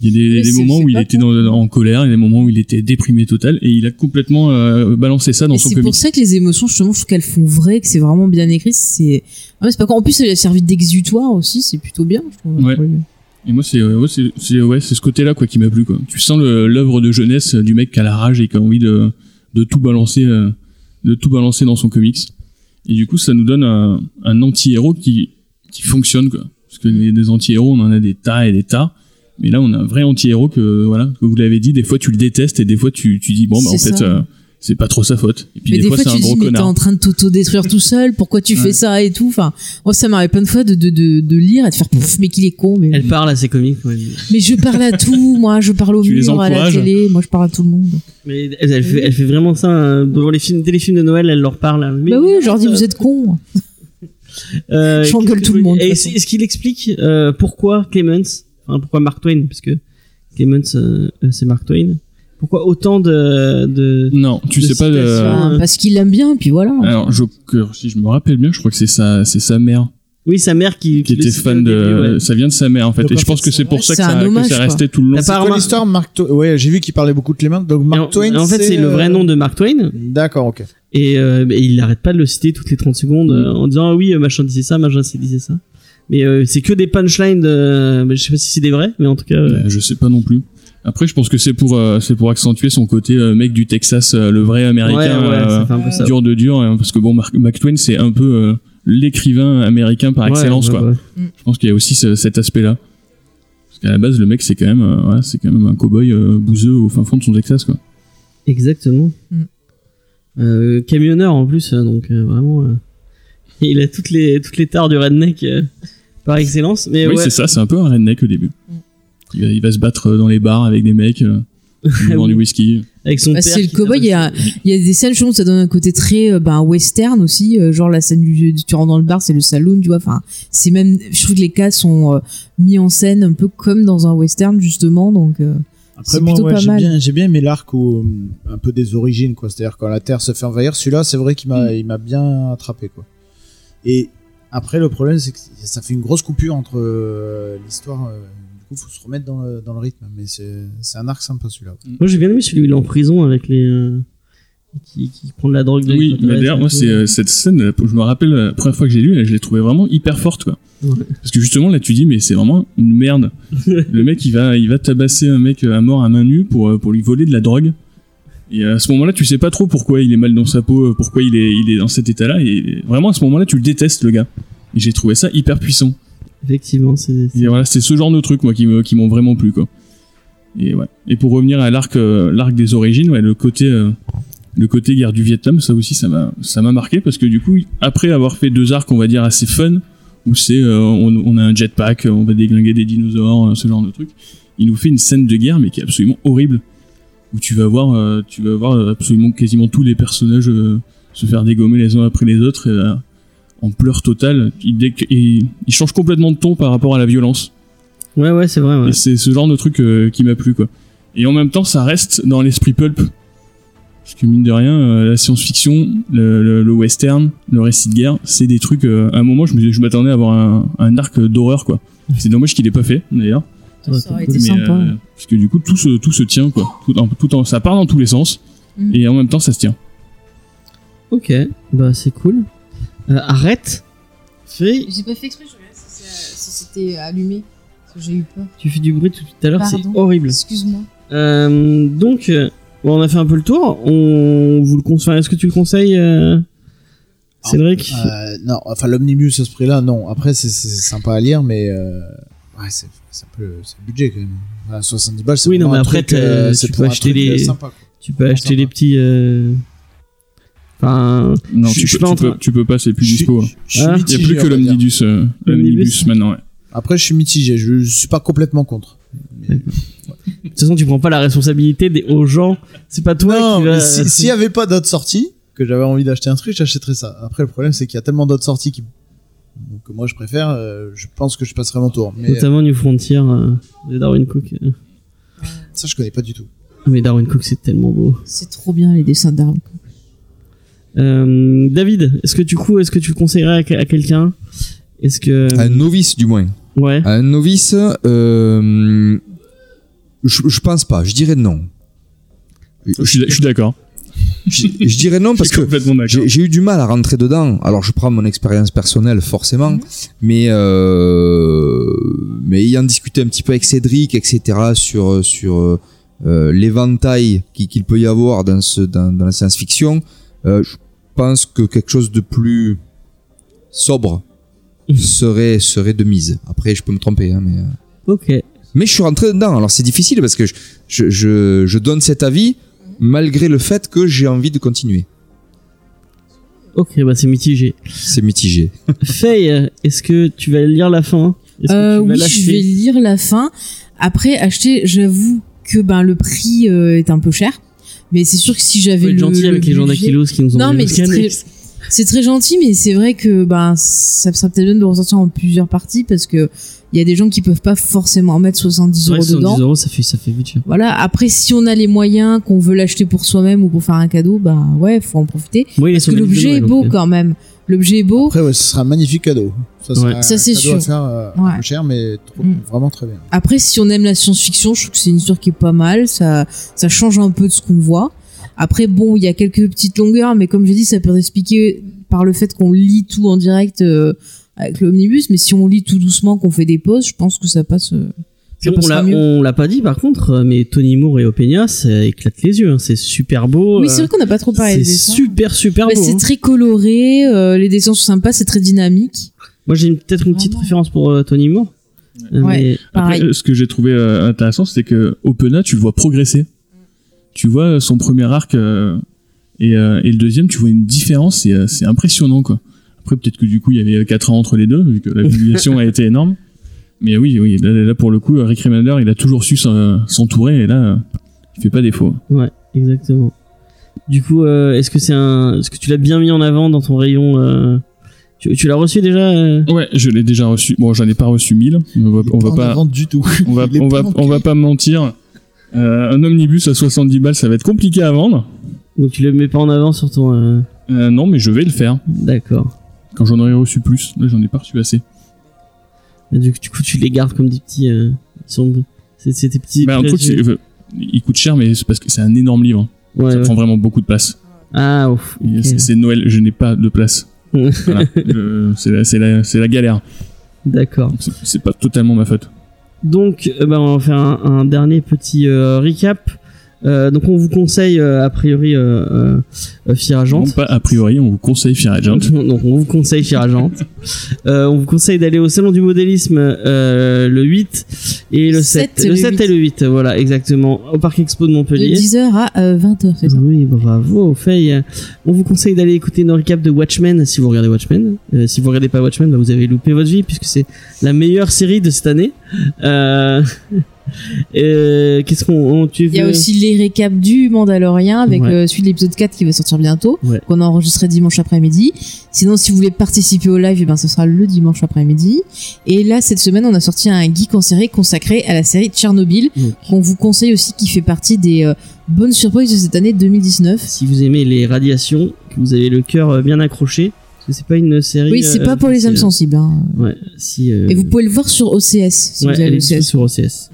Il y a
Mais
des, des
c'est-
moments
c'est
où il
pas
était
con.
dans- en colère, il y a des moments où il était déprimé total, et il a complètement euh, balancé ça dans
Et
son
c'est
comics.
pour ça que les émotions, justement, je trouve qu'elles font vrai, que c'est vraiment bien écrit. C'est ah ouais, c'est pas con. En plus, ça lui a servi d'exutoire aussi, c'est plutôt bien, je trouve.
Ouais. Et moi, c'est euh, ouais, c'est c'est- ouais, c'est ce côté-là quoi qui m'a plu. Quoi. Tu sens le- l'œuvre de jeunesse euh, du mec qui a la rage et qui a envie de, de tout balancer, euh, de tout balancer dans son comics. Et du coup, ça nous donne un, un anti-héros qui, qui fonctionne quoi. Parce que les, des anti-héros, on en a des tas et des tas. Mais là, on a un vrai anti-héros que voilà, que vous l'avez dit. Des fois, tu le détestes et des fois, tu, tu dis bon, bah en
C'est
fait,
ça.
euh, c'est pas trop sa faute. Et puis
Mais
des, fois, c'est
tu
un
te
gros
dis, mais t'es
connard.
en train de t'auto-détruire tout seul, pourquoi tu
Ouais.
fais ça et tout. Enfin, moi, ça m'arrive plein de fois de, de, de, de lire et de faire pouf, mais qu'il est con. Mais,
Elle parle à ses comics. ouais.
mais je parle à tout, moi, je parle au
Tu les
mur, à la
encourages.
télé, moi, je parle à tout le monde.
Mais elle, elle fait, elle fait vraiment ça euh, devant les films, téléfilms de Noël. Elle leur parle. hein. Mais
bah oui, je leur dis,
euh,
vous êtes cons.
euh,
j'engueule
qu'est-ce que
tout le
je voulais-
monde, de
Et
toute
Est-ce
façon.
est-ce qu'il explique euh, pourquoi Clemens, enfin pourquoi Mark Twain, parce que Clemens euh, euh, c'est Mark Twain. Pourquoi autant de, de...
Non, tu
de
sais pas. euh,
citation.
Enfin, parce qu'ils l'aiment bien, puis voilà.
alors, je, que- si je me rappelle bien, je crois que c'est sa, c'est sa mère
Oui, sa mère qui,
qui
le
était
citait
fan
au
de.
début, ouais.
Ça vient de sa mère en fait.
Donc,
et
en
je pense
fait,
que c'est
c'est
pour
vrai
ça que
que c'est un
ça, que
hommage,
ça
quoi.
restait tout le long.
T'as
C'est
pas
quoi
remarqué-
l'histoire Mark Twain Ouais, j'ai vu qu'il parlait beaucoup de Clément. Donc
Et en-
Mark Twain.
en fait, c'est le vrai
euh,
nom de Mark Twain
D'accord, ok.
et, euh, et il n'arrête pas de le citer toutes les 30 secondes
Mm.
euh, en disant ah oui euh, machin disait ça, machin c'est- disait ça. Mais euh, c'est que des punchlines. De... mais Je sais pas si c'est des vrais, mais en tout cas. euh,
Euh, je sais pas non plus. Après, je pense que c'est pour, euh, c'est pour accentuer son côté euh, mec du Texas, euh, le vrai
Ouais, ouais,
américain, euh,
ça fait un peu ça.
dur de dur. hein, parce que bon, Mark, Mark Twain, c'est un peu euh, l'écrivain américain par
Ouais,
excellence,
ouais,
quoi.
ouais.
Je pense qu'il y a aussi ce- cet aspect-là. Parce qu'à la base, le mec, c'est quand même, euh, ouais, c'est quand même un cowboy euh, bouseux au fin fond de son Texas, quoi.
Exactement.
Mm.
Euh, camionneur en plus, euh, donc euh, vraiment, euh, il a toutes les toutes les tares du redneck euh, par excellence. Mais
oui,
ouais,
c'est ça. C'est un peu un redneck au début.
Mm.
Il va, il va se battre euh, dans les bars avec des mecs, euh, en buvant du whisky.
avec son
Bah,
père.
c'est le
qui
cowboy, il y a, il y a des scènes, je trouve, ça donne un côté très euh, ben, western aussi, euh, genre la scène du, du- tu rentres dans le bar, c'est le saloon, tu vois, enfin, c'est même, je trouve que les cas sont euh, mis en scène un peu comme dans un western, justement, donc euh,
Après,
c'est
moi,
plutôt
ouais,
pas
j'ai
mal.
bien, j'ai bien aimé l'arc où, euh, un peu des origines, quoi. C'est-à-dire quand la Terre se fait envahir, celui-là, c'est vrai qu'il m'a, il m'a bien attrapé, quoi. Et après, le problème, c'est que ça fait une grosse coupure entre euh, l'histoire. euh, du coup, faut se remettre dans le, dans le rythme. Mais c'est, c'est un arc sympa, celui-là.
Moi, j'ai bien aimé celui où il est en prison avec les euh, qui, qui prend de la drogue.
Oui,
avec
mais
l'adresse
d'ailleurs,
et
moi,
tout.
c'est euh, cette scène, là, je me rappelle euh, la première fois que j'ai lu, je l'ai trouvée vraiment hyper forte, quoi.
Ouais.
Parce que justement, là, tu dis, mais c'est vraiment une merde. Le mec, il va, il va tabasser un mec à mort à main nue pour, euh, pour lui voler de la drogue. Et à ce moment-là, tu sais pas trop pourquoi il est mal dans sa peau, euh, pourquoi il est, il est dans cet état-là. Et vraiment, à ce moment-là, tu le détestes, le gars. Et j'ai trouvé ça hyper puissant.
Effectivement, c'est. c'est-
Et voilà, c'est ce genre de truc, moi, qui, me- qui m'ont vraiment plu, quoi. Et ouais. Et pour revenir à l'arc, euh, l'arc des origines, ouais, le côté, euh, le côté guerre du Vietnam, ça aussi, ça m'a, ça m'a marqué parce que du coup, après avoir fait deux arcs, on va dire assez fun, où c'est, euh, on, on a un jetpack, on va déglinguer des dinosaures, euh, ce genre de truc, il nous fait une scène de guerre, mais qui est absolument horrible, où tu vas voir, euh, tu vas voir euh, absolument quasiment tous les personnages euh, se faire dégommer les uns après les autres. et, euh, en pleurs totales, il, dès que- il- il change complètement de ton par rapport à la violence.
Ouais, ouais, c'est vrai. ouais.
Et c'est ce genre de truc euh, qui m'a plu, quoi. Et en même temps, ça reste dans l'esprit pulp. Parce que mine de rien, euh, la science-fiction, le, le- le western, le récit de guerre, c'est des trucs. euh, à un moment, je me- je m'attendais à avoir un, un arc d'horreur, quoi. C'est dommage qu'il ait pas fait, d'ailleurs.
Ça aurait
Ça aurait
été
été
cool.
Mais,
sympa.
euh, parce que du coup, tout se, tout se tient, quoi. Tout, en- tout en- ça part dans tous les sens,
Mm.
et en même temps, ça se tient.
Ok, bah c'est cool. Euh, arrête. Fais,
J'ai pas fait exprès, je regarde si, ça- si c'était euh, allumé. Parce que j'ai eu peur.
tu fais du bruit tout à l'heure, c'est
Pardon.
horrible.
Excuse-moi.
Euh, donc, euh, bon, on a fait un peu le tour. On vous le conseille. Est-ce que tu le conseilles, euh, Cédric
Euh, non, enfin l'omnibus à ce prix-là, non. Après, c'est c'est sympa à lire, mais euh, ouais, c'est c'est un peu c'est budget quand même. Enfin, 70 balles, c'est
Oui, non,
vraiment
mais
un
après,
truc, euh,
t'as-
c'est
tu
pour
peux
un
acheter
truc, euh,
les-
sympa, quoi.
Tu peux acheter
sympa.
les petits. euh, Enfin,
Non,
Je-
tu,
je suis
peux, tu,
pas en
peux,
train-
tu peux pas, c'est plus dispo. hein.
Je- je suis
Ah.
Il n'y a
mitigé,
plus
on
que
va dire.
l'omnibus euh, l'omnibus, maintenant, ouais.
Après, je suis mitigé. Je, je suis pas complètement contre.
de toute façon, tu prends pas la responsabilité des aux gens. C'est pas toi
non,
qui
mais
vas.
si- s'il y avait pas d'autres sorties, que j'avais envie d'acheter un truc, j'achèterais ça. Après, le problème, c'est qu'il y a tellement d'autres sorties qui que moi je préfère. euh, je pense que je passerai mon tour. Mais
Notamment New Frontier euh, de Darwin Cook. Euh,
ça, je connais pas du tout.
Mais Darwin Cook, c'est tellement beau.
C'est trop bien les dessins d'armes.
Euh, David, est-ce que du coup, est-ce que tu le conseillerais à, que- à quelqu'un Est-ce que
Ah,
Un novice, du moins.
ouais
Un novice, euh, je, je pense pas. Je dirais non.
Je suis, je suis d'accord.
Je, je dirais non
Je
parce
suis
que
complètement d'accord.
j'ai j'ai eu du mal à rentrer dedans. Alors je prends mon expérience personnelle forcément, mais euh, mais ayant discuté un petit peu avec Cédric, etc. sur sur euh, l'éventail qui- qu'il peut y avoir dans ce dans, dans la science-fiction, euh, je pense que quelque chose de plus sobre serait serait de mise. Après je peux me tromper, hein, mais euh,
Ok.
mais je suis rentré dedans. Alors c'est difficile parce que je, je, je, je donne cet avis malgré le fait que j'ai envie de continuer.
Ok, bah c'est mitigé.
C'est mitigé.
Faye, euh, est-ce que tu vas lire la fin Est-ce
Euh,
que tu vas
oui,
l'acheter
je vais lire la fin. Après, acheter, j'avoue que ben le prix euh, est un peu cher, mais c'est sûr que si
Faut
j'avais
être
le
gentil avec les gens
budget-
d'Aquilos qui nous ont
Non,
mis
mais
le
c'est
scanner.
très, c'est très gentil, mais c'est vrai que ben ça serait peut-être bien de le ressortir en plusieurs parties parce que il y a des gens qui peuvent pas forcément mettre 70
Ouais,
euros
70
dedans.
euros, ça fait, ça fait vite cher.
Voilà. Après, si on a les moyens, qu'on veut l'acheter pour soi-même ou pour faire un cadeau, bah ouais, faut en profiter.
Oui,
Parce que l'objet est beau
euh.
quand même. L'objet est beau.
Après, ouais, ce sera un magnifique cadeau. Ça, sera
Ouais.
un
Ça, c'est
cadeau
sûr.
à faire euh,
Ouais.
un peu cher, mais trop-
Mm.
vraiment très bien.
Après, si on aime la science-fiction, je trouve que c'est une histoire qui est pas mal. Ça, ça change un peu de ce qu'on voit. Après, bon, il y a quelques petites longueurs, mais comme j'ai dit, ça peut s'expliquer par le fait qu'on lit tout en direct euh, avec l'omnibus. Mais si on lit tout doucement, qu'on fait des pauses, je pense que ça passe. euh, ça
on
passera
l'a,
mieux.
on l'a pas dit par contre, euh, mais Tony Moore et Opeña, ça éclate les yeux. hein. C'est super beau.
Oui,
euh,
c'est vrai qu'on n'a pas trop parlé des
c'est
dessins.
super super
Mais
beau.
c'est
hein.
très coloré, euh, les dessins sont sympas, c'est très dynamique.
Moi, j'ai une- peut-être une petite
Vraiment.
préférence pour euh, Tony Moore. Euh,
Ouais.
mais-
Pareil.
Après, euh, ce que j'ai trouvé euh, intéressant, c'est que Opena, tu le vois progresser. Tu vois euh, son premier arc euh, et, euh, et le deuxième, tu vois une différence, et, euh, c'est impressionnant quoi. Après, peut-être que du coup, il y avait 4 ans entre les deux, vu que la publication a été énorme. Mais oui, oui, là, là, pour le coup, Rick Remender, il a toujours su s'en- s'entourer, et là, euh, il fait pas défaut.
Ouais, exactement. Du coup, euh, est-ce que c'est un, est-ce que tu l'as bien mis en avant dans ton rayon euh, tu, tu l'as reçu déjà euh,
Ouais, je l'ai déjà reçu. Bon, j'en ai pas reçu 1000. On va,
Il est
on va
en
pas,
avant du tout.
on va,
Il est
on va,
planqué.
on va pas mentir. Euh, un omnibus à 70 balles, ça va être compliqué à vendre.
Donc tu le mets pas en avant sur ton. euh,
Euh, non, mais je vais le faire.
D'accord.
Quand j'en aurai reçu plus, là j'en ai pas reçu assez.
Et Du, du coup, tu les gardes comme des petits. euh, ils sont. C'est, c'est tes petits.
Bah, en fait,
précieux.
c'est- euh, il coûte cher, mais c'est parce que c'est un énorme livre. hein.
Ouais,
ça
ouais.
prend vraiment beaucoup de place.
Ah ouf. ok.
Et C'est c'est Noël, je n'ai pas de place. Voilà. Le- c'est la, c'est la- c'est la galère.
D'accord.
Donc, c'est- C'est pas totalement ma faute.
Donc, euh, ben, on va faire un, un dernier petit euh, recap. Euh, donc, on vous conseille euh, a priori euh, euh, euh, Fire Agent.
Non, pas a priori, on vous conseille Fire Agent.
Donc on vous conseille Firagente. euh, on vous conseille d'aller au salon du modélisme euh, le 8 et le 7.
Sept et
le
le
7 et
huit.
le 8, voilà, exactement. Au parc expo de
De
Montpellier.
10h à 20h, c'est ça
Oui, bravo, Faye. On vous conseille d'aller écouter nos recaps de Watchmen si vous regardez Watchmen. Euh, si vous regardez pas Watchmen, bah, vous avez loupé votre vie puisque c'est la meilleure série de cette année. Euh, euh, Qu'est-ce qu'on. on- tu
Il y a
veux-
aussi les récaps du Mandalorian avec
Ouais.
euh, celui de l'épisode 4 qui va sortir bientôt,
Ouais.
qu'on a enregistré dimanche après-midi. Sinon, si vous voulez participer au live, eh ben, ce sera le dimanche après-midi. Et là, cette semaine, on a sorti un geek en série consacré à la série Tchernobyl,
Donc,
qu'on vous conseille aussi, qui fait partie des euh, bonnes surprises de cette année 2019.
si vous aimez les radiations, que vous avez le cœur euh, bien accroché, C'est pas une série.
Oui, c'est
euh,
pas pour les âmes
c'est-
sensibles. hein.
Ouais, si. euh,
Et vous pouvez le voir sur OCS, si
ouais,
vous avez
elle est
OCS.
sur OCS.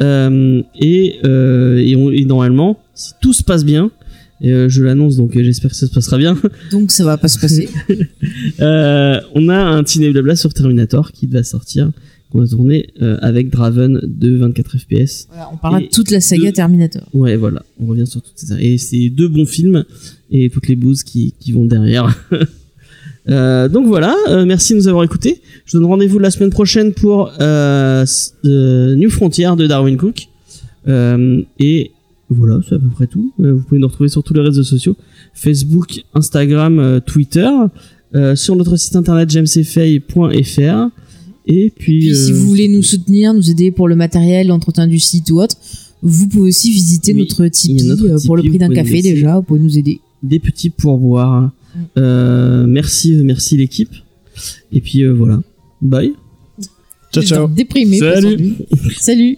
Euh, et, euh, et, on- et normalement, si tout se passe bien, et euh, je l'annonce donc euh, j'espère que ça se passera bien,
Donc ça va pas se passer.
euh, on a un petit blabla sur Terminator qui va sortir, qu'on va tourner euh, avec Draven de 24 FPS.
Voilà, on parlera
Et
de toute la saga
deux-
Terminator.
Ouais, voilà, on revient sur toutes ces Et c'est deux bons films et toutes les bouses qui, qui vont derrière. Euh, donc voilà, euh, merci de nous avoir écoutés. Je vous donne rendez-vous la semaine prochaine pour euh, s- euh, New Frontier de Darwin Cook. Euh, et voilà, c'est à peu près tout. Euh, vous pouvez nous retrouver sur tous les réseaux sociaux Facebook, Instagram, euh, Twitter, euh, sur notre site internet jamesfay.fr. Et puis,
Puis si
euh,
vous voulez nous soutenir, nous aider pour le matériel, l'entretien du site ou autre, vous pouvez aussi visiter
Oui,
notre Tipeee
il y a notre
euh, pour le
Tipeee,
prix d'un
vous pouvez
café
laisser.
déjà, vous pouvez nous aider.
des petits pourboires.
Mm.
Euh, merci, merci l'équipe. Et puis euh, voilà. Bye.
Ciao, ciao.
Déprimé.
Salut.
Salut.